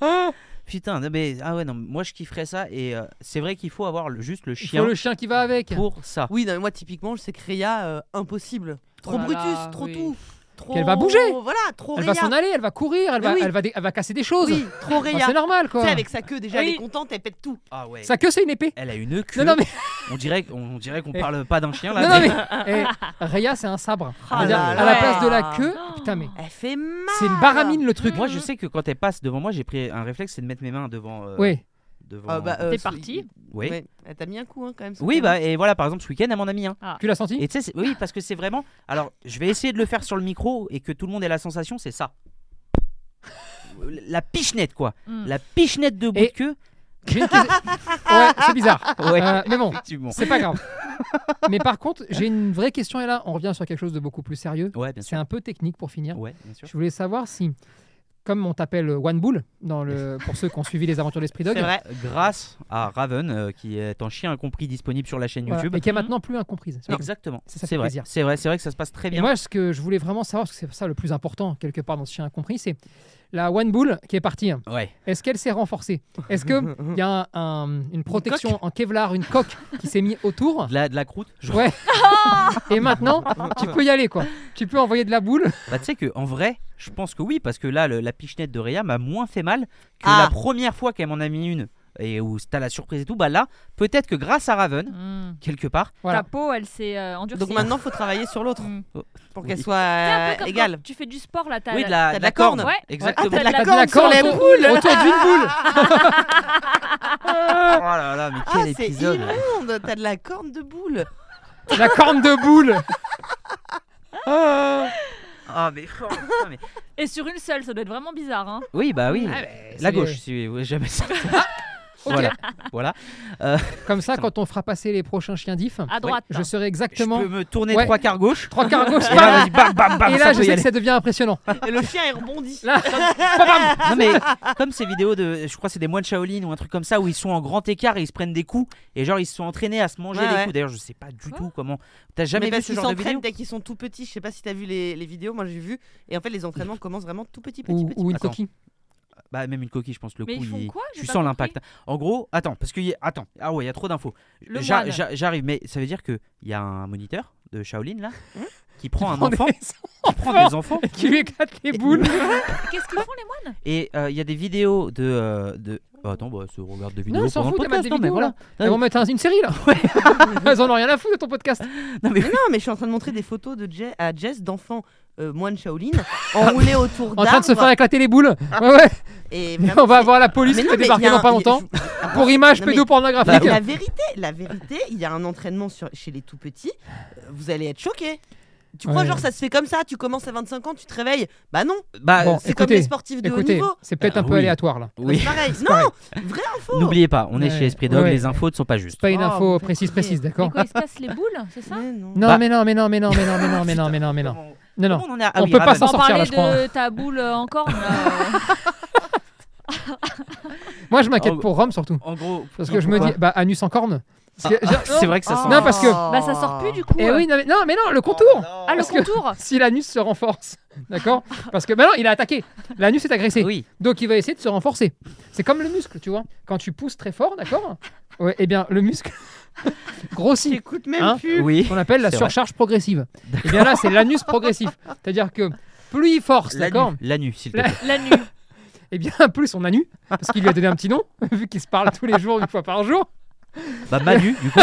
D: Ah.
B: Putain, non, mais ah ouais, non, moi je kifferais ça et euh, c'est vrai qu'il faut avoir le- juste le
D: Il
B: chien
D: faut le chien qui va avec.
B: pour ça.
C: Oui, non, mais moi, typiquement, je sais que Réa, euh, impossible. Trop
D: Oh là
C: Brutus,
D: là,
C: trop
D: oui.
C: tout. Trop...
D: Qu'elle va bouger.
C: Voilà, trop
D: Elle
C: Réa.
D: va s'en aller, elle va courir, elle va,
C: Mais oui.
D: elle va, dé- elle va casser des choses.
C: Oui, trop
D: Enfin,
C: Réa.
D: c'est normal
C: tu
D: quoi.
C: sais, avec sa queue, déjà, elle
A: Oui.
C: est contente, elle pète tout.
B: Ah ouais.
D: Sa queue c'est une épée.
B: Elle a une queue.
D: Non, non mais, Eh.
B: On dirait on dirait qu'on parle pas d'un chien là.
D: non, non,
B: mais-
D: mais- eh, Raya c'est un sabre.
C: Ah
D: C'est-à-dire,
C: là
D: à la
C: là. Oh,
D: place de la queue, putain mais
C: Elle fait mal.
D: c'est une baramine le
B: *laughs*
D: truc.
B: Moi je sais que quand elle passe devant moi, j'ai pris un réflexe c'est de mettre mes mains devant euh,
D: Oui.
B: devant
C: Ah, bah, euh,
A: T'es
C: ce-
A: parti
B: Oui.
C: Ouais, Elle t'a mis un coup, hein, quand même. ce
B: Oui,
C: canon.
B: bah et voilà par exemple ce week-end à mon ami hein.
D: Tu l'as senti
B: Et tu sais c'est- oui parce que c'est vraiment alors je vais essayer de le faire sur le micro et que tout le monde ait la sensation c'est ça Euh, la pichenette quoi
A: Mm.
B: la pichenette de bout
D: Et-
B: de queue
D: J'ai une question- Ouais, c'est bizarre.
B: Ouais.
D: Euh, mais bon,
B: effectivement
D: c'est pas grave. Mais par contre, j'ai une vraie question et là, on revient sur quelque chose de beaucoup plus sérieux.
B: ouais bien
D: C'est
B: sûr
D: un peu technique pour finir.
B: ouais bien sûr
D: Je voulais savoir si, comme on t'appelle euh, One Bull, dans le, pour ceux qui ont suivi les aventures d'Esprit Dog,
C: C'est vrai.
B: grâce à Raven euh, qui est un chien incompris disponible sur la chaîne
D: voilà,
B: YouTube
D: mais qui est maintenant plus incomprise. C'est vrai.
B: exactement
D: Ça, ça
B: c'est
D: fait
B: vrai
D: plaisir.
B: c'est vrai c'est vrai que ça se passe très
D: Et
B: bien
D: moi, ce que je voulais vraiment savoir, parce que c'est ça le plus important, quelque part dans ce chien incompris, c'est la One Bull qui est partie. hein.
B: ouais
D: Est-ce qu'elle s'est renforcée Est-ce qu'il y a un- un- une protection en Kevlar, une coque qui s'est mise
B: *laughs*
D: autour
B: de la, de la croûte genre.
D: Ouais. Et maintenant, tu peux y aller, quoi. Tu peux envoyer de la boule.
B: Bah, tu sais que en vrai je pense que oui parce que là le- la pichenette de Réa m'a moins fait mal que
C: Ah.
B: la première fois qu'elle m'en a mis une et où t'as la surprise et tout bah là peut-être que grâce à Raven
A: Mm.
B: quelque part
D: Voilà.
A: Ta peau, elle s'est euh, endurcie.
C: Donc maintenant, faut travailler sur l'autre
A: Mm.
C: pour
B: Oui.
C: qu'elle
A: C'est un
C: soit
A: peu comme
C: euh, égale.
A: quand tu fais du sport là, t'as
B: oui de la,
C: t'as de la corne.
A: Ouais.
B: exactement
A: Ah, t'as de la
D: T'as
C: corne sur les
D: autour,
C: boules.
D: autour d'une boule.
B: Oh là là, mais
C: Ah,
B: quel
C: c'est
B: épisode
C: immonde T'as de la corne de boule
D: *laughs* La corne de boule.
B: Ah mais... oh, putain, mais-
A: Et sur une seule, ça doit être vraiment bizarre. Hein.
B: Oui, bah oui. la
D: c'est-
B: gauche, si vous voulez jamais ça. Ah.
D: Ok.
B: Voilà. voilà.
D: Comme ça, quand on fera passer les prochains chiens diff,
A: À droite.
D: je serai
B: Ah, Je
D: exactement
B: peux me tourner
D: Ouais.
B: trois quarts gauche.
D: trois quarts gauche.
B: Et là, vas-y, bam, bam, bam,
D: Et
B: ça
D: là, je
B: peut y
D: sais que
B: aller.
D: ça devient impressionnant.
C: Et le chien, il rebondit.
D: Là,
B: Non mais comme ces vidéos de, je crois que c'est des moines Shaolin ou un truc comme ça où ils sont en grand écart et ils se prennent des coups et genre ils se sont entraînés à se manger
C: Ouais,
B: les
C: ouais.
B: coups. D'ailleurs je sais pas du tout comment. T'as jamais
C: Mais
B: vu
C: parce
B: ce
C: qu'ils
B: genre de vidéo
C: s'entraînent dès qu'ils sont tout petits. Je sais pas si t'as vu les, les vidéos, moi j'ai vu. Et en fait, les entraînements commencent vraiment tout petit, petit,
D: ou,
C: petit.
D: ou une
B: Attends.
D: coquille.
B: Bah même une coquille je pense le
A: Mais
B: coup.
A: ils font
B: il-
A: quoi J'ai
B: Je
A: pas
B: sens
A: compris.
B: l'impact. En gros, attends parce que y... attends ah ouais il y a trop d'infos.
A: Le
B: J'a-
A: moine.
B: j'a- J'arrive mais ça veut dire que il y a un moniteur de Shaolin là qui prend un
D: Hein *laughs* Prends des-
B: enfant, qui prend
D: *laughs*
B: des enfants
D: Et qui lui éclate les boules.
A: Qu'est-ce qu'ils font les moines
B: Et euh, il y a des vidéos de. euh, de... Oh, attends, bah, c'est- on regarde des vidéos
D: Non, on s'en
B: pendant le
D: fout, t'as
B: podcast,
D: des
B: non, mais
D: vidéos.
B: voilà.
D: là. Elles vont mettre un- une série là. *laughs* Elles en ont rien à foutre de ton podcast. *laughs*
B: Non, mais
C: Mais non, mais je suis en train de montrer des photos de Je- à Jess d'enfants euh, moines
D: *laughs*
C: Shaolin enroulés autour
D: En train de se faire
C: d'arbres.
D: éclater les boules. Ouais, ouais.
C: Et
D: Mais
C: vraiment,
D: *laughs* on va
C: c'est-
D: avoir la police
C: Mais
D: qui
C: non,
D: va
C: mais
D: débarquer
C: y a
D: dans pas
C: un- *laughs*
D: longtemps Ah,
C: y a-
D: pour image
C: Non, mais-
D: pédopornographique.
C: La vérité, la vérité, il y a un entraînement sur, chez les tout petits. Euh, Vous allez être choqués. Tu crois
D: Ouais.
C: genre ça se fait comme ça Tu commences à 25 ans, tu te réveilles Bah non,
B: bah,
D: Bon,
C: c'est comme
D: écoutez,
C: les sportifs de
D: Écoutez,
C: haut niveau.
D: c'est peut-être
B: Euh,
D: un peu
B: oui.
D: aléatoire là.
B: oui.
C: C'est pareil. Non,
D: pareil.
C: vrai info.
B: N'oubliez pas, on est
D: Ouais.
B: chez Esprit Dog,
D: Ouais.
B: les infos ne sont pas justes.
D: C'est pas une
C: Oh,
D: info
C: vous
D: précise,
C: faites
D: précise,
A: Mais
D: d'accord
A: quoi, ils se cassent les boules, c'est
D: *laughs*
A: ça
C: Mais non.
D: Non,
B: Bah-
D: mais non, mais non, mais non, mais non, mais non, mais non, mais non, mais non.
B: Comment-
D: Non, non.
B: comment on, en est à- ah
D: On
B: oui,
D: peut pas
B: Raven.
D: s'en
A: On
D: sortir, là,
A: parlait
D: je crois.
A: de ta boule euh, en corne. là, euh.
D: Moi, je m'inquiète
B: Oh.
D: pour Rome surtout.
B: En gros,
D: Parce que je me dis, bah, anus en corne, Parce que- j'ai-
B: *laughs* C'est vrai que ça sent.
D: Non, parce que-
A: Bah ça sort plus du coup.
D: Oh. Eh
A: euh.
D: oui, non mais, non, mais non, le contour
A: Ah le
D: Parce que-
A: contour
D: Si l'anus se renforce, *laughs* d'accord Parce que maintenant, il a attaqué. L'anus est agressé.
B: Ah Oui.
D: Donc il va essayer de se renforcer. C'est comme le muscle, tu vois. Quand tu pousses très fort, d'accord ouais, Eh bien, le muscle *laughs* grossit.
C: T'écoutes même
D: Hein
C: plus.
D: *laughs*
B: Oui.
D: qu'on appelle la
B: C'est vrai.
D: surcharge progressive. Eh bien là, c'est l'anus progressif. C'est-à-dire que plus il force, d'accord
B: L'anu, l'anu,
D: *laughs*
B: s'il te plaît.
A: La nuit.
D: Eh bien, *laughs* plus son anus, parce qu'il lui a donné un petit nom, *laughs* vu qu'il se parle tous les jours, une fois par jour.
B: Bah Manu, du coup.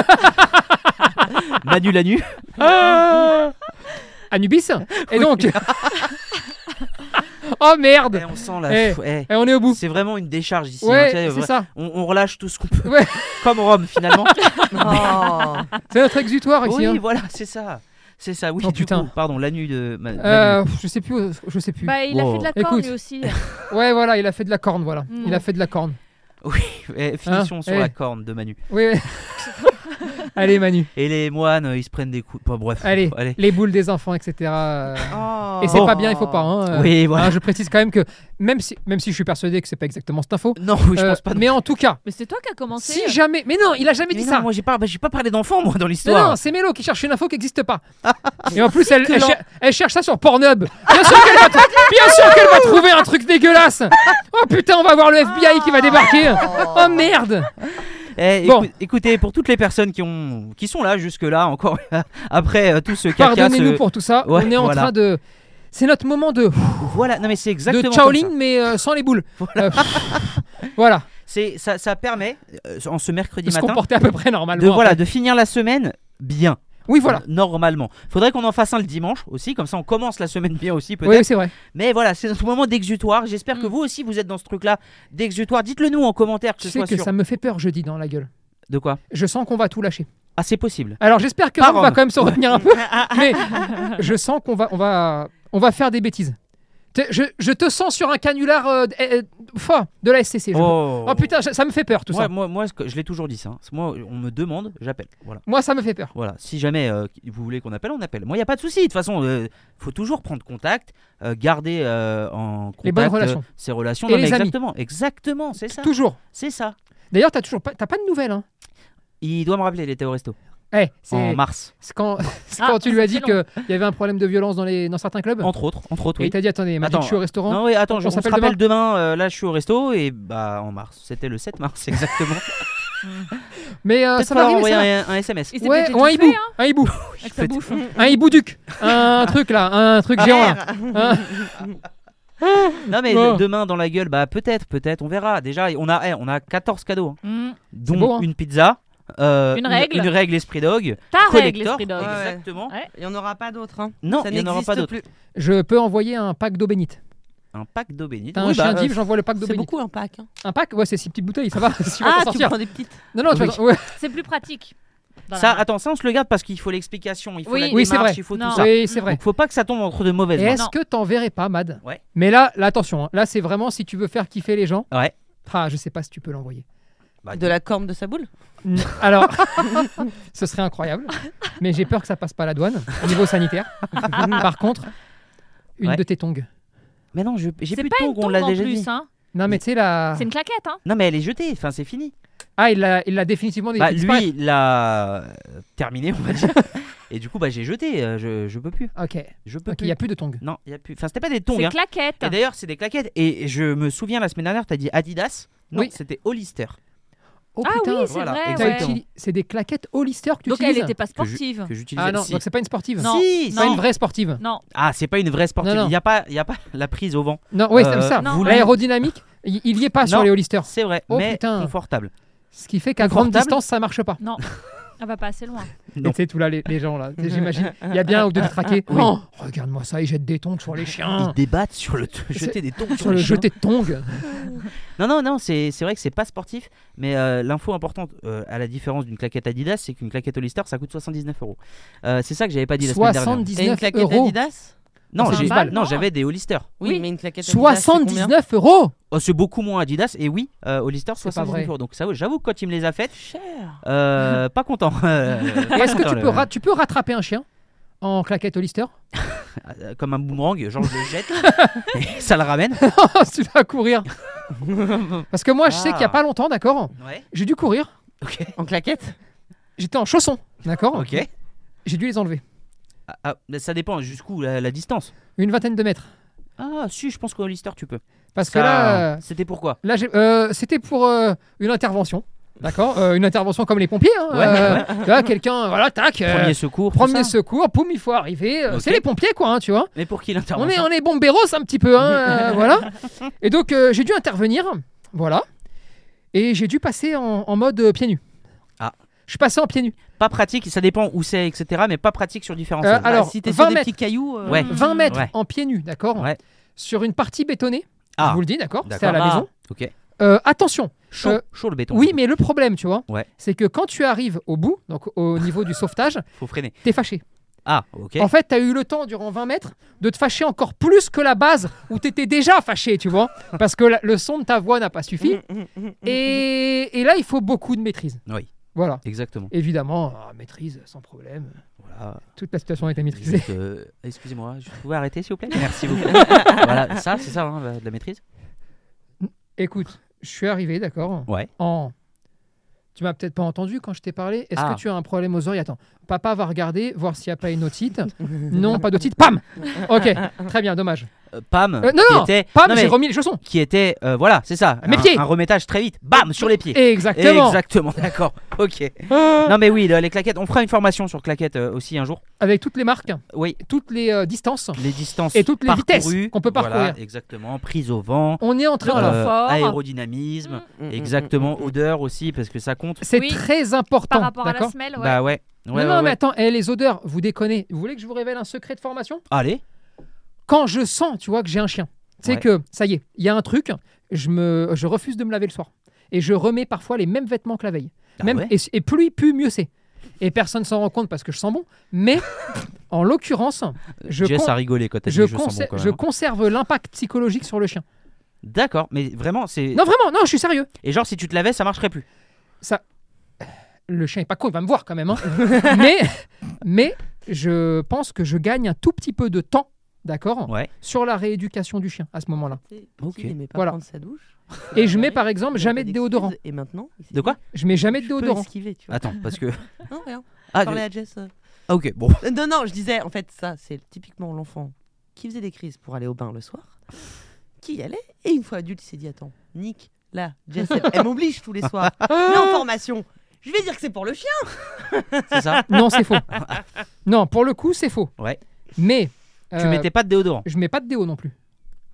B: *laughs* Manu l'anu.
D: Ah Anubis Et donc. *laughs* oh merde
B: Eh, on sent la.
D: Eh.
B: pff, eh.
D: Et on est au bout.
B: C'est vraiment une décharge ici. hein, tu sais,
D: Ouais, c'est
B: vra-
D: ça.
B: on, on relâche tout ce qu'on peut.
D: Ouais.
B: *laughs* Comme Rome
D: *laughs*
B: finalement.
C: Oh.
D: C'est notre exutoire ici.
B: oui,
D: hein.
B: voilà, c'est ça. C'est ça, oui,
D: Oh,
B: du
D: putain.
B: coup, pardon, l'anu de. ma-
D: Euh,
B: l'anu.
D: pff, je sais plus, euh, je sais plus.
A: Bah il a
B: Wow.
A: fait de la corne
D: Écoute.
A: lui aussi.
D: Ouais, voilà, il a fait de la corne, voilà.
A: Mm.
D: Il a fait de la corne.
B: Eh, finissons sur
D: eh.
B: la corne de Manu.
D: Oui. oui. *laughs* Allez, Manu.
B: Et les moines, euh, ils se prennent des coups. Bon, bref.
D: Allez,
B: allez.
D: les boules des enfants, etc. euh,
C: Oh.
D: Et c'est pas bien, il faut pas. hein, euh,
B: oui, voilà.
D: hein, je précise quand même que même si, même si je suis persuadé que c'est pas exactement cette info,
B: *laughs* Non, oui, je
D: euh,
B: pense pas. non.
D: mais en tout cas,
A: Mais c'est toi qui as commencé. euh,
D: si jamais, mais non, il a jamais
B: Mais
D: dit
B: non,
D: ça.
B: Moi, j'ai pas, bah, j'ai pas parlé d'enfant, moi, dans
D: Non,
B: l'histoire.
D: non, c'est Mélo qui cherche une info qui
B: *laughs*
D: n'existe pas. Et en plus, elle, elle,
B: l'en-
D: cher- elle cherche ça sur Pornhub. Bien sûr qu'elle va, tr- bien sûr qu'elle va trouver un truc dégueulasse. Oh putain, on va voir le FBI
B: Ah.
D: qui va débarquer. Oh merde.
B: Eh,
D: Bon.
B: écou- écoutez, pour toutes les personnes qui ont, qui sont là jusque là encore, *laughs* après euh, tout ce caca,
D: Pardonnez-nous
B: ce-
D: pour tout ça.
B: Ouais,
D: on est en
B: voilà.
D: train de. C'est notre moment de,
B: voilà. Non, mais c'est exactement.
D: de
B: comme
D: Shaolin,
B: ça.
D: mais euh, sans les boules. Euh, *laughs* pff, voilà.
B: C'est ça, ça permet euh, en ce mercredi
D: De se
B: matin
D: comporter à peu près normalement.
B: de
D: en
B: voilà
D: fait.
B: de finir la semaine bien.
D: Oui, voilà.
B: Normalement. Faudrait qu'on en fasse un le dimanche aussi, comme ça on commence la semaine bien aussi peut-être.
D: Oui, Mm. c'est vrai.
B: Mais voilà, c'est notre moment d'exutoire. J'espère que vous aussi vous êtes dans ce truc-là d'exutoire. Dites-le nous en commentaire que
D: Je
B: ce
D: sais
B: soit
D: que
B: sur.
D: ça me fait peur jeudi dans la gueule.
B: De quoi
D: Je sens qu'on va tout lâcher.
B: Ah, c'est possible.
D: Alors j'espère que
B: Par
D: Rome va
B: homme.
D: quand même se
A: *laughs*
D: retenir un peu, mais je sens qu'on va, on va, on va faire des bêtises. T'es- Je, je te sens sur un canular euh, d- euh, fort de la SCC. je- Oh.
B: Oh.
D: putain, je- ça me fait peur tout
B: moi,
D: ça.
B: Moi, moi, ce que- je l'ai toujours dit ça. hein. Moi, on me demande, j'appelle. Voilà.
D: Moi, ça me fait peur.
B: Voilà, si jamais euh, vous voulez qu'on appelle, on appelle. Moi, il n'y a pas de souci. De toute façon, euh, faut toujours prendre contact, euh, garder euh, en contact
D: Les bonnes relations.
B: euh, ces relations.
D: Et les amis.
B: exactement, exactement, c'est ça.
D: Toujours.
B: C'est ça.
D: D'ailleurs, t'as toujours pas, t'as pas de nouvelles. Hein.
B: Il doit me rappeler, il était au resto
D: Eh,
B: en
D: c'est
B: mars,
D: c'est quand, *laughs* c'est
A: Ah,
D: quand tu lui
A: ça
D: as dit
A: fait long.
D: qu'il y avait un problème de violence dans, les, dans certains clubs.
B: entre autres, entre autres.
D: Et
B: Oui.
D: il t'a dit attendez, m'a dit
B: Oh. Attends,
D: que je suis au restaurant.
B: Non, oui, attends, je
D: on
B: on se
D: s'appelle
B: rappelle demain. euh, là, je suis au resto et bah en mars. C'était le 7 mars *laughs* exactement.
D: Mais euh,
B: Peut-être
D: ça va
B: falloir
D: arriver.
B: envoyer
D: ça.
B: un, un SMS.
A: Il s'est
D: Ouais,
A: peut-être
D: ou un
A: étouffé,
D: hibou,
A: hein,
D: un hibou,
A: avec sa bouffe. hein.
D: un hibou duc, un truc là, un truc géant. là. Un-
B: Non mais
D: Ouais.
B: le- demain dans la gueule, bah peut-être, peut-être, on verra. Déjà, on a, eh, on a 14 cadeaux, hein.
A: Mm.
B: dont
D: beau, hein.
B: une pizza, euh,
A: Une règle.
B: une, règle Esprit Dog.
A: Ta règle
B: collector.
A: esprit dog.
C: Ouais.
B: Exactement.
C: Il n'y en aura pas d'autres. Hein.
B: Non,
C: ça
B: il n'y en aura pas
C: n'existe
B: d'autres.
C: plus.
D: Je peux envoyer un pack d'eau bénite.
B: Un pack d'eau bénite.
D: T'as un
B: Oui, bah,
D: chien
B: euh,
D: d'Yves, j'envoie le pack d'eau
C: C'est
D: bénite.
C: beaucoup un pack. hein.
D: Un pack Ouais, c'est six petites bouteilles, ça va. *laughs* si on va
C: Ah,
D: t'en
C: tu
D: sortir.
C: prends des petites.
D: Non, non, tu
B: Ah Oui.
D: vas- ouais.
A: C'est plus pratique. dans la
B: Ça,
A: main.
B: attends, ça on se le garde parce qu'il faut l'explication, il faut
A: Oui.
B: la
A: Oui,
D: c'est
B: démarche,
D: vrai.
B: il faut
A: Non.
B: tout ça.
D: Oui, c'est vrai.
B: Donc faut pas que ça tombe entre de mauvaises
D: Et
B: mains.
D: est-ce que t'enverrais pas, Mad
B: Mmh. Ouais.
D: Mais là, là, attention, hein. là, c'est vraiment si tu veux faire kiffer les gens.
B: Ouais.
D: Ah, je sais pas si tu peux l'envoyer.
B: Bah,
C: De la corne de sa boule
D: Mm, Alors, *laughs* ce serait incroyable, mais j'ai peur que ça passe pas la douane au niveau sanitaire.
B: *laughs*
D: Par contre, une
B: Ouais.
D: de tes tongs.
B: Mais non, je- j'ai
A: C'est
B: plus
A: pas
B: de
A: une
B: tongs, on
A: tombe
B: l'a
A: en
B: déjà
A: plus,
B: dit.
A: hein.
D: Non, mais tu sais, la.
A: C'est une claquette, hein.
B: Non mais elle est jetée, enfin c'est fini.
D: Ah, il l'a il l'a définitivement
B: Bah,
D: il disparaît.
B: lui, il l'a euh, terminé, on va dire. *laughs* Et du coup, bah, j'ai jeté. euh, Je, je peux plus.
D: Ok.
B: Je peux
D: Ok, il
B: plus.
D: n'y a plus de tongs.
B: Non, il y a plus. Enfin, c'était pas des tongs.
A: C'est
B: hein.
A: claquette.
B: Et d'ailleurs, c'est des claquettes. Et je me souviens la semaine dernière, t'as dit Adidas. Non,
D: Oui.
B: c'était Hollister.
D: Oh
A: Ah
D: putain,
A: oui, c'est
B: voilà,
A: vrai.
D: t'as
A: ouais.
B: exactement.
D: utili- c'est des claquettes Hollister que tu
A: Donc elle
D: utilises.
A: n'était pas
B: Que je-
A: sportive.
B: Que j'utilisais.
D: Ah non,
B: Si.
D: donc c'est pas une sportive.
A: Non,
B: Si,
A: non,
D: C'est pas une vraie sportive.
A: non.
B: Ah, c'est pas une vraie sportive.
D: Non, non.
B: Il n'y a, pas- il y a pas la prise au vent.
D: Non, oui,
B: Euh,
D: c'est ça.
A: Non.
D: L'aérodynamique, il il y est pas sur
B: Non.
D: les holisters.
B: C'est vrai,
D: Oh,
B: mais
D: putain.
B: confortable.
D: Ce qui fait qu'à grande
B: Confortable.
D: distance, ça marche pas.
A: Elle va pas assez loin.
B: Non.
D: Et tu sais, tout là, les, les gens, là, tu sais, j'imagine, il y a bien un ou deux traqués. Oh, regarde-moi ça, ils jettent des tongs sur les
B: Ils
D: chiens.
B: débattent sur le *laughs* jeter des tongs
D: Ah. Sur le
B: chien.
D: jeté de tongs.
B: Non, non, non, c'est c'est vrai que c'est pas sportif, mais euh, l'info importante, euh, à la différence d'une claquette Adidas, c'est qu'une claquette Hollister, ça coûte 79 euros. Euh, c'est ça que j'avais pas dit la semaine dernière.
C: T'as une
D: 79
C: claquette
D: euros.
C: Adidas
B: Non,
D: Ah, c'est
B: j'ai-
D: un bal,
B: non,
A: non
B: j'avais des Hollister.
C: oui,
A: Oui.
C: mais une claquette Adidas. c'est combien
D: 79 euros
B: Oh, c'est beaucoup moins Adidas. Et oui, euh, Hollister,
D: C'est pas
B: 79
D: vrai.
B: euros. Donc ça, j'avoue que quand il me les a faites,
C: Cher.
D: *laughs*
B: euh, pas content. Euh,
D: Et
B: *laughs* pas
D: Est-ce que
B: content,
D: tu
B: le-
D: peux, ra- tu peux rattraper un chien en claquette *laughs* hollister
B: euh, Comme un boomerang, genre je le
D: *laughs*
B: jette, et ça le ramène.
D: Oh, Tu
B: *laughs*
D: vas courir. Parce que moi, je sais
B: Ah.
D: qu'il y a pas longtemps, d'accord
B: Ouais.
D: J'ai dû courir.
B: Ok.
C: En claquette
D: J'étais en chaussons, d'accord
B: Ok.
D: J'ai dû les enlever.
B: Ah, ah, mais ça dépend jusqu'où la, la distance.
D: Une vingtaine de mètres.
B: Ah, si, je pense qu'au Lister, tu peux.
D: Parce que
B: Ça,
D: là, euh,
B: C'était pourquoi
D: là j'ai- euh, c'était pour euh, une intervention. D'accord Euh, Une intervention comme les pompiers. hein,
B: Ouais,
D: euh, tu vois, quelqu'un, voilà, tac. euh,
B: Premier secours. tout
D: premier
B: ça
D: secours, poum, il faut arriver. euh,
B: Ok.
D: C'est les pompiers, quoi, hein, tu vois.
B: Mais pour qui
D: On est,
B: l'intervention
D: on est bomberos un petit peu,
B: *laughs*
D: hein, euh, voilà. Et donc, euh, j'ai dû intervenir, voilà. Et j'ai dû passer en, en mode euh, pieds nus.
B: Ah.
D: Je suis passé en pieds nus.
B: Pas pratique, ça dépend où c'est, etc. Mais pas pratique sur différents
D: Euh,
B: sols.
D: alors,
C: Ah, si t'es
D: 20
C: sur des
D: mètres.
C: petits cailloux. euh,
B: Ouais.
D: 20
A: Mm.
D: mètres
B: Ouais.
D: en pieds nus, d'accord
B: Ouais.
D: Sur une partie bétonnée,
B: Ah.
D: je vous le dis, d'accord C'était à la
B: D'accord. Ah,
D: maison.
B: Ok.
D: Euh, attention,
B: Chaud,
D: Euh,
B: chaud le béton.
D: oui, mais le problème, tu vois,
B: Ouais.
D: c'est que quand tu arrives au bout, donc au niveau du sauvetage,
B: Faut freiner.
D: t'es fâché.
B: Ah, ok.
D: En fait, t'as eu le temps durant 20 mètres de te fâcher encore plus que la base où t'étais déjà fâché,
B: *laughs*
D: tu vois, parce que la- le son de ta voix n'a pas
B: Mmh,
D: suffi. mm, Et, et là, il faut beaucoup de maîtrise.
B: Oui.
D: Voilà.
B: Exactement.
D: Évidemment, ah, maîtrise sans problème.
B: Voilà.
D: Toute la situation a été maîtrisée.
B: Juste, euh, Excusez-moi, je pouvais arrêter s'il vous plaît Merci beaucoup. *laughs* voilà, ça, c'est ça, hein, la- de la maîtrise
D: Écoute, je suis arrivé, d'accord
B: Ouais.
D: En. Tu m'as peut-être pas entendu quand je t'ai parlé. Est-ce
B: Ah.
D: que tu as un problème aux oreilles Attends, papa va regarder, voir s'il n'y a pas une otite. *laughs* non, pas d'otite. Pam Ok, très bien, dommage.
B: Euh, Pam,
D: Euh, non,
B: qui
D: non,
B: était.
D: Pam,
B: non, mais-
D: j'ai remis les chaussons.
B: Qui était. euh, voilà, c'est ça.
D: Mes
B: un,
D: pieds.
B: Un remettage très vite. Bam, sur les pieds.
D: Exactement.
B: Exactement, d'accord. Ok.
D: Ah.
B: Non mais oui, le- les claquettes. On fera une formation sur claquettes euh, aussi un jour.
D: Avec toutes les marques,
B: Oui,
D: toutes les euh, distances.
B: les distances
D: Et toutes les
B: parcourues,
D: vitesses qu'on peut
B: voilà,
D: parcourir.
B: exactement. Prise au vent,
D: On est en train. là.
B: euh,
A: Confort. Mm.
D: Mm,
B: aérodynamisme, exactement. Odeur aussi parce que ça compte.
D: C'est
A: oui.
D: très
A: Par
D: important.
A: rapport à la
D: d'accord
A: semelle, ouais.
B: Bah ouais. Ouais,
D: non, non,
B: ouais,
D: mais
B: ouais.
D: attends, eh, les odeurs, vous déconnez. Vous voulez que je vous révèle un secret de formation
B: Allez.
D: Quand je sens, tu vois, que j'ai un chien, tu sais
B: Ouais.
D: que ça y est, il y a un truc, je, me, je refuse de me laver le soir. Et je remets parfois les mêmes vêtements que la veille.
B: Ah
D: Même,
B: ouais.
D: et, et plus il pue, mieux c'est. Et personne s'en rend compte parce que je sens bon.
B: *laughs*
D: Mais en l'occurrence, je,
B: Jess
D: con-
B: a rigolé quand t'as
D: je,
B: dit je sens
D: conser-
B: bon, quand
D: je
B: même. hein.
D: conserve l'impact psychologique sur le chien.
B: D'accord, mais vraiment c'est.
D: Non, vraiment, non, je suis sérieux.
B: Et genre si tu te lavais, ça marcherait plus.
D: le chien est pas con, il va me voir
B: *laughs*
D: quand même. hein. mais, mais je pense que je gagne un tout petit peu de temps, d'accord,
B: Ouais.
D: sur la rééducation du chien à ce moment-là.
B: Ok.
C: Il n'aimait pas
D: Voilà.
C: prendre sa douche.
B: Ah
D: Et
C: Il
D: je mets
C: arrive,
D: par exemple
C: il a
D: jamais
C: pas
D: de déodorant.
C: d'excuses. Et maintenant il s'est
B: De quoi
D: *laughs*
C: dit,
D: Je mets jamais de
C: je peux
D: déodorant.
C: esquiver, tu vois.
B: Attends, parce que.
C: Non, rien.
B: Ah,
C: Parler
B: je-
C: à Jess. euh.
B: ah, ok, bon. *laughs*
C: Euh, Non, non, je disais, en fait, ça, c'est typiquement l'enfant qui faisait des crises pour aller au bain le soir, qui y allait, et une fois adulte, il s'est dit Attends, Nick, là, Jess, elle, elle m'oblige tous les
D: *laughs*
C: soirs,
D: Ah.
C: elle est en formation. Je vais dire que c'est pour le chien.
B: C'est ça.
D: Non, c'est faux.
C: *laughs*
D: non, pour le coup, c'est faux.
B: Ouais.
D: Mais
B: Tu
D: euh,
B: mettais pas de déodorant.
D: je mets pas de déo non plus.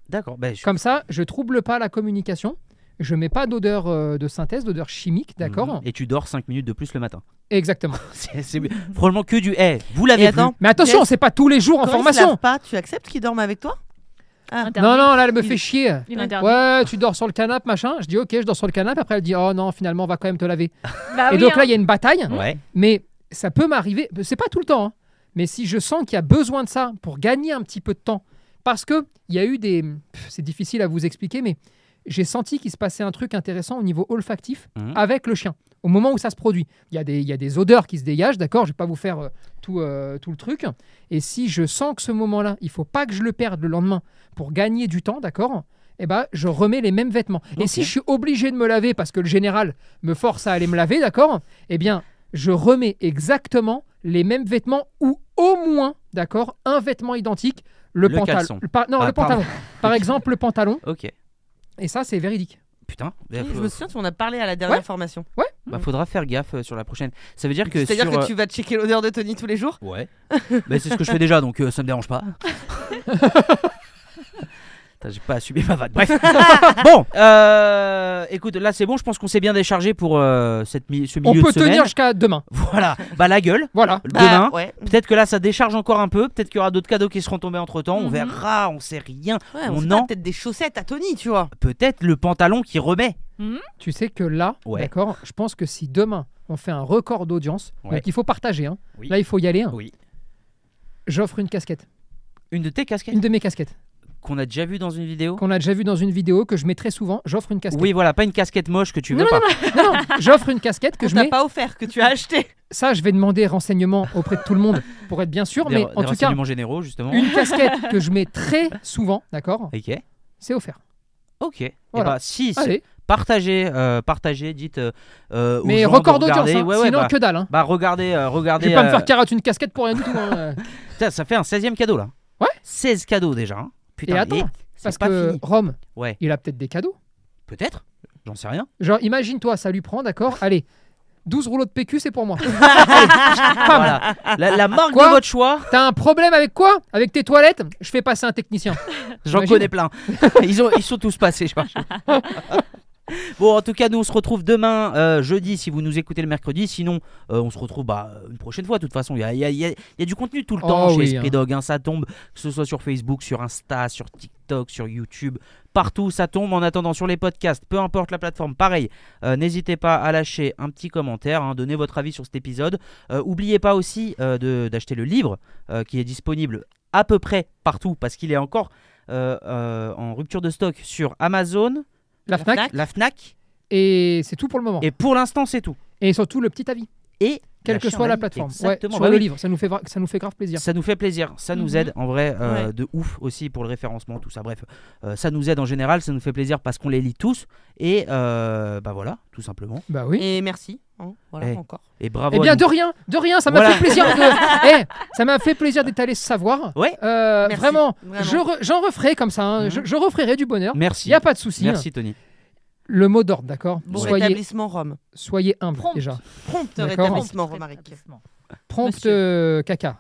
B: D'accord. Bah, je-
D: Comme ça, je trouble pas la communication. Je mets pas d'odeur euh, de synthèse, d'odeur chimique, d'accord
B: Mhm. Et tu dors 5 minutes de plus le matin. *laughs*
D: Exactement.
B: C'est c'est- franchement que du. Eh, vous l'avez
C: Et
B: plus.
C: attends,
D: Mais attention,
C: Yes.
D: c'est pas tous les jours en
C: Quand il se
D: formation.
C: lave pas, tu acceptes qu'il dorme avec toi Ah.
A: Interdit.
D: Non, non, là, elle me
C: Il-
D: fait chier.
A: Il interdit.
D: Ouais, tu dors sur le canapé, machin. Je dis ok, je dors sur le canapé. Après, elle dit oh non, finalement, on va quand même te laver.
A: Bah
C: Ah
D: et
A: oui,
D: donc
A: hein.
D: là, il y a une bataille.
B: Ouais.
D: Mais ça peut m'arriver. C'est pas tout le temps. hein. Mais si je sens qu'il y a besoin de ça pour gagner un petit peu de temps, parce que il y a eu des. Pff, C'est difficile à vous expliquer, mais j'ai senti qu'il se passait un truc intéressant au niveau olfactif
B: Mhm.
D: avec le chien. Au moment où ça se produit, il y a des, il y a des odeurs qui se dégagent, d'accord Je vais pas vous faire euh, tout, euh, tout le truc. Et si je sens que ce moment-là, il faut pas que je le perde le lendemain pour gagner du temps, d'accord eh ben, je remets les mêmes vêtements. Et si je suis obligé de me laver parce que le général me force à aller me laver, d'accord Eh bien, je remets exactement les mêmes vêtements ou au moins, d'accord, un vêtement identique, le,
B: Le
D: pantalon.
B: caleçon.
D: le pa- non,
B: Ah,
D: le pantalon. *laughs* Par exemple, le pantalon.
B: Ok.
D: Et ça, c'est véridique.
B: Putain. Bah,
C: Oui,
B: faut-
C: Je me souviens, tu en as parlé à la dernière
D: Ouais.
C: formation.
B: bah, faudra faire gaffe euh, sur la prochaine. Ça veut dire que.
C: C'est-à-dire
B: sur,
C: que tu vas checker l'odeur de Tony tous les jours
B: euh, Ouais. *laughs* Mais c'est ce que je fais déjà, donc euh, ça me dérange pas.
D: *laughs*
B: Putain, J'ai pas assumé ma vanne.
D: *laughs*
B: Bref. bon, euh, écoute, là c'est bon. Je pense qu'on s'est bien déchargé pour euh, cette mi- ce
D: On
B: milieu
D: peut
B: de semaine.
D: tenir jusqu'à demain.
B: Voilà. Bah la gueule.
D: Voilà.
B: Demain.
C: Euh, ouais.
B: Peut-être que là ça décharge encore un peu. Peut-être qu'il y aura d'autres cadeaux qui seront tombés entre temps. On
A: Mhm.
B: verra. On sait rien.
C: Ouais,
B: On
C: on,
B: en-
C: a peut-être des chaussettes à Tony, tu vois.
B: Peut-être le pantalon qui remet.
D: Tu sais que là,
B: Ouais.
D: d'accord, je pense que si demain on fait un record d'audience,
B: Ouais.
D: donc il faut partager. hein.
B: Oui.
D: Là, il faut y aller. hein.
B: Oui.
D: J'offre une casquette,
B: Une de tes casquettes
D: une de mes casquettes,
B: qu'on a déjà vue dans une vidéo.
D: qu'on a déjà vue dans une vidéo que je mets très souvent. J'offre une casquette.
B: Oh. Oui, voilà, pas une casquette moche que tu veux
D: non,
B: pas.
D: non,
B: *laughs*
D: non, non, non. J'offre une casquette que
C: Que
D: je
C: je t'ai
D: mets.
C: pas offert, que tu as acheté.
D: Ça, je vais demander renseignement auprès de tout le monde pour être bien sûr.
B: Des-
D: mais
B: des
D: en tout cas,
B: renseignements généraux justement.
D: une casquette que je mets très souvent, d'accord,
B: Ok.
D: c'est offert.
B: Ok. Eh
D: Voilà.
B: bah, si, si-
D: Allez,
B: partagez, euh, partagez, dites. euh, euh, aux
D: mais
B: gens de
D: record d'audience,
B: regarder.
D: hein,
B: Ouais, ouais,
D: sinon
B: bah,
D: que dalle. hein.
B: bah, regardez, euh,
D: Je
B: regardez.
D: vais pas me
B: euh,
D: faire carotte une casquette pour rien du tout. hein.
B: putain, ça fait un 16e cadeau là.
D: Ouais.
B: 16 cadeaux déjà. hein. *laughs* Putain,
D: Et attends,
B: c'est
D: Parce
B: pas
D: que
B: fini.
D: Rome,
B: Ouais.
D: il a peut-être des cadeaux.
B: Peut-être J'en sais
D: *laughs*
B: rien.
D: Genre, imagine-toi, ça lui prend, d'accord Allez, 12 rouleaux de PQ,
B: *laughs*
D: c'est pour moi.
B: Ah, Voilà. La, la marque
D: Quoi
B: de votre choix,
D: T'as un problème avec quoi Avec tes toilettes Je fais passer un technicien.
B: j'en
D: T'imagines
B: connais plein. *laughs* Ils, ont, ils sont tous passés, je
D: *laughs*
B: pense. Bon, en tout cas, nous, on se retrouve demain, euh, jeudi, si vous nous écoutez le mercredi. Sinon, euh, on se retrouve bah, une prochaine fois. De toute façon, il y a, il y a- il y a- il y a du contenu tout le
D: Oh
B: temps chez
D: oui,
B: Esprit
D: hein.
B: Dog. hein. ça tombe, que ce soit sur Facebook, sur Insta, sur TikTok, sur YouTube. Partout, ça tombe. En attendant, sur les podcasts, peu importe la plateforme, pareil. euh, N'hésitez pas à lâcher un petit commentaire, hein, donner votre avis sur cet épisode. Euh, oubliez pas aussi euh, de- d'acheter le livre euh, qui est disponible à peu près partout parce qu'il est encore euh, euh, en rupture de stock sur Amazon,
D: La FNAC,
B: la Fnac.
D: et c'est tout pour le moment.
B: Et pour l'instant, c'est tout.
D: Et, surtout, le petit avis,
B: Et
D: quelle
B: lâchez
D: que
B: un
D: soit la
B: avis.
D: plateforme. Ouais,
B: Exactement.
D: sur
B: Bah
D: le
B: oui,
D: livre, ça nous, fait, vra- ça nous fait grave plaisir. Mhm.
B: Ça nous fait plaisir, ça nous aide en vrai euh,
C: Ouais.
B: de ouf aussi pour le référencement, tout ça. Bref, euh, ça nous aide en général, ça nous fait plaisir parce qu'on les lit tous. Et euh, bah voilà, tout simplement.
D: Bah oui.
C: Et merci. hein, voilà,
B: Eh.
C: encore.
B: Et bravo.
D: Eh bien,
B: à
D: de rien, de rien, ça m'a
B: Voilà.
D: fait plaisir
B: *laughs*
D: de... Eh, ça m'a fait plaisir d'étaler ce savoir.
B: Ouais.
D: Euh,
C: Merci.
D: vraiment,
C: Vraiment.
D: je re- j'en referai comme ça, hein.
B: Mhm.
D: je, je referai du bonheur.
B: nous. Merci.
D: Il n'y a pas de souci. hein.
B: Merci Tony.
D: Le mot d'ordre, d'accord
C: Bon
D: soyez,
C: rétablissement, Rome.
D: soyez humble
A: Prompt.
D: déjà.
C: Prompt
D: D'accord.
C: rétablissement,
A: Prompt
C: Romaric.
A: rétablissement.
D: Prompt
A: Monsieur.
D: euh, caca.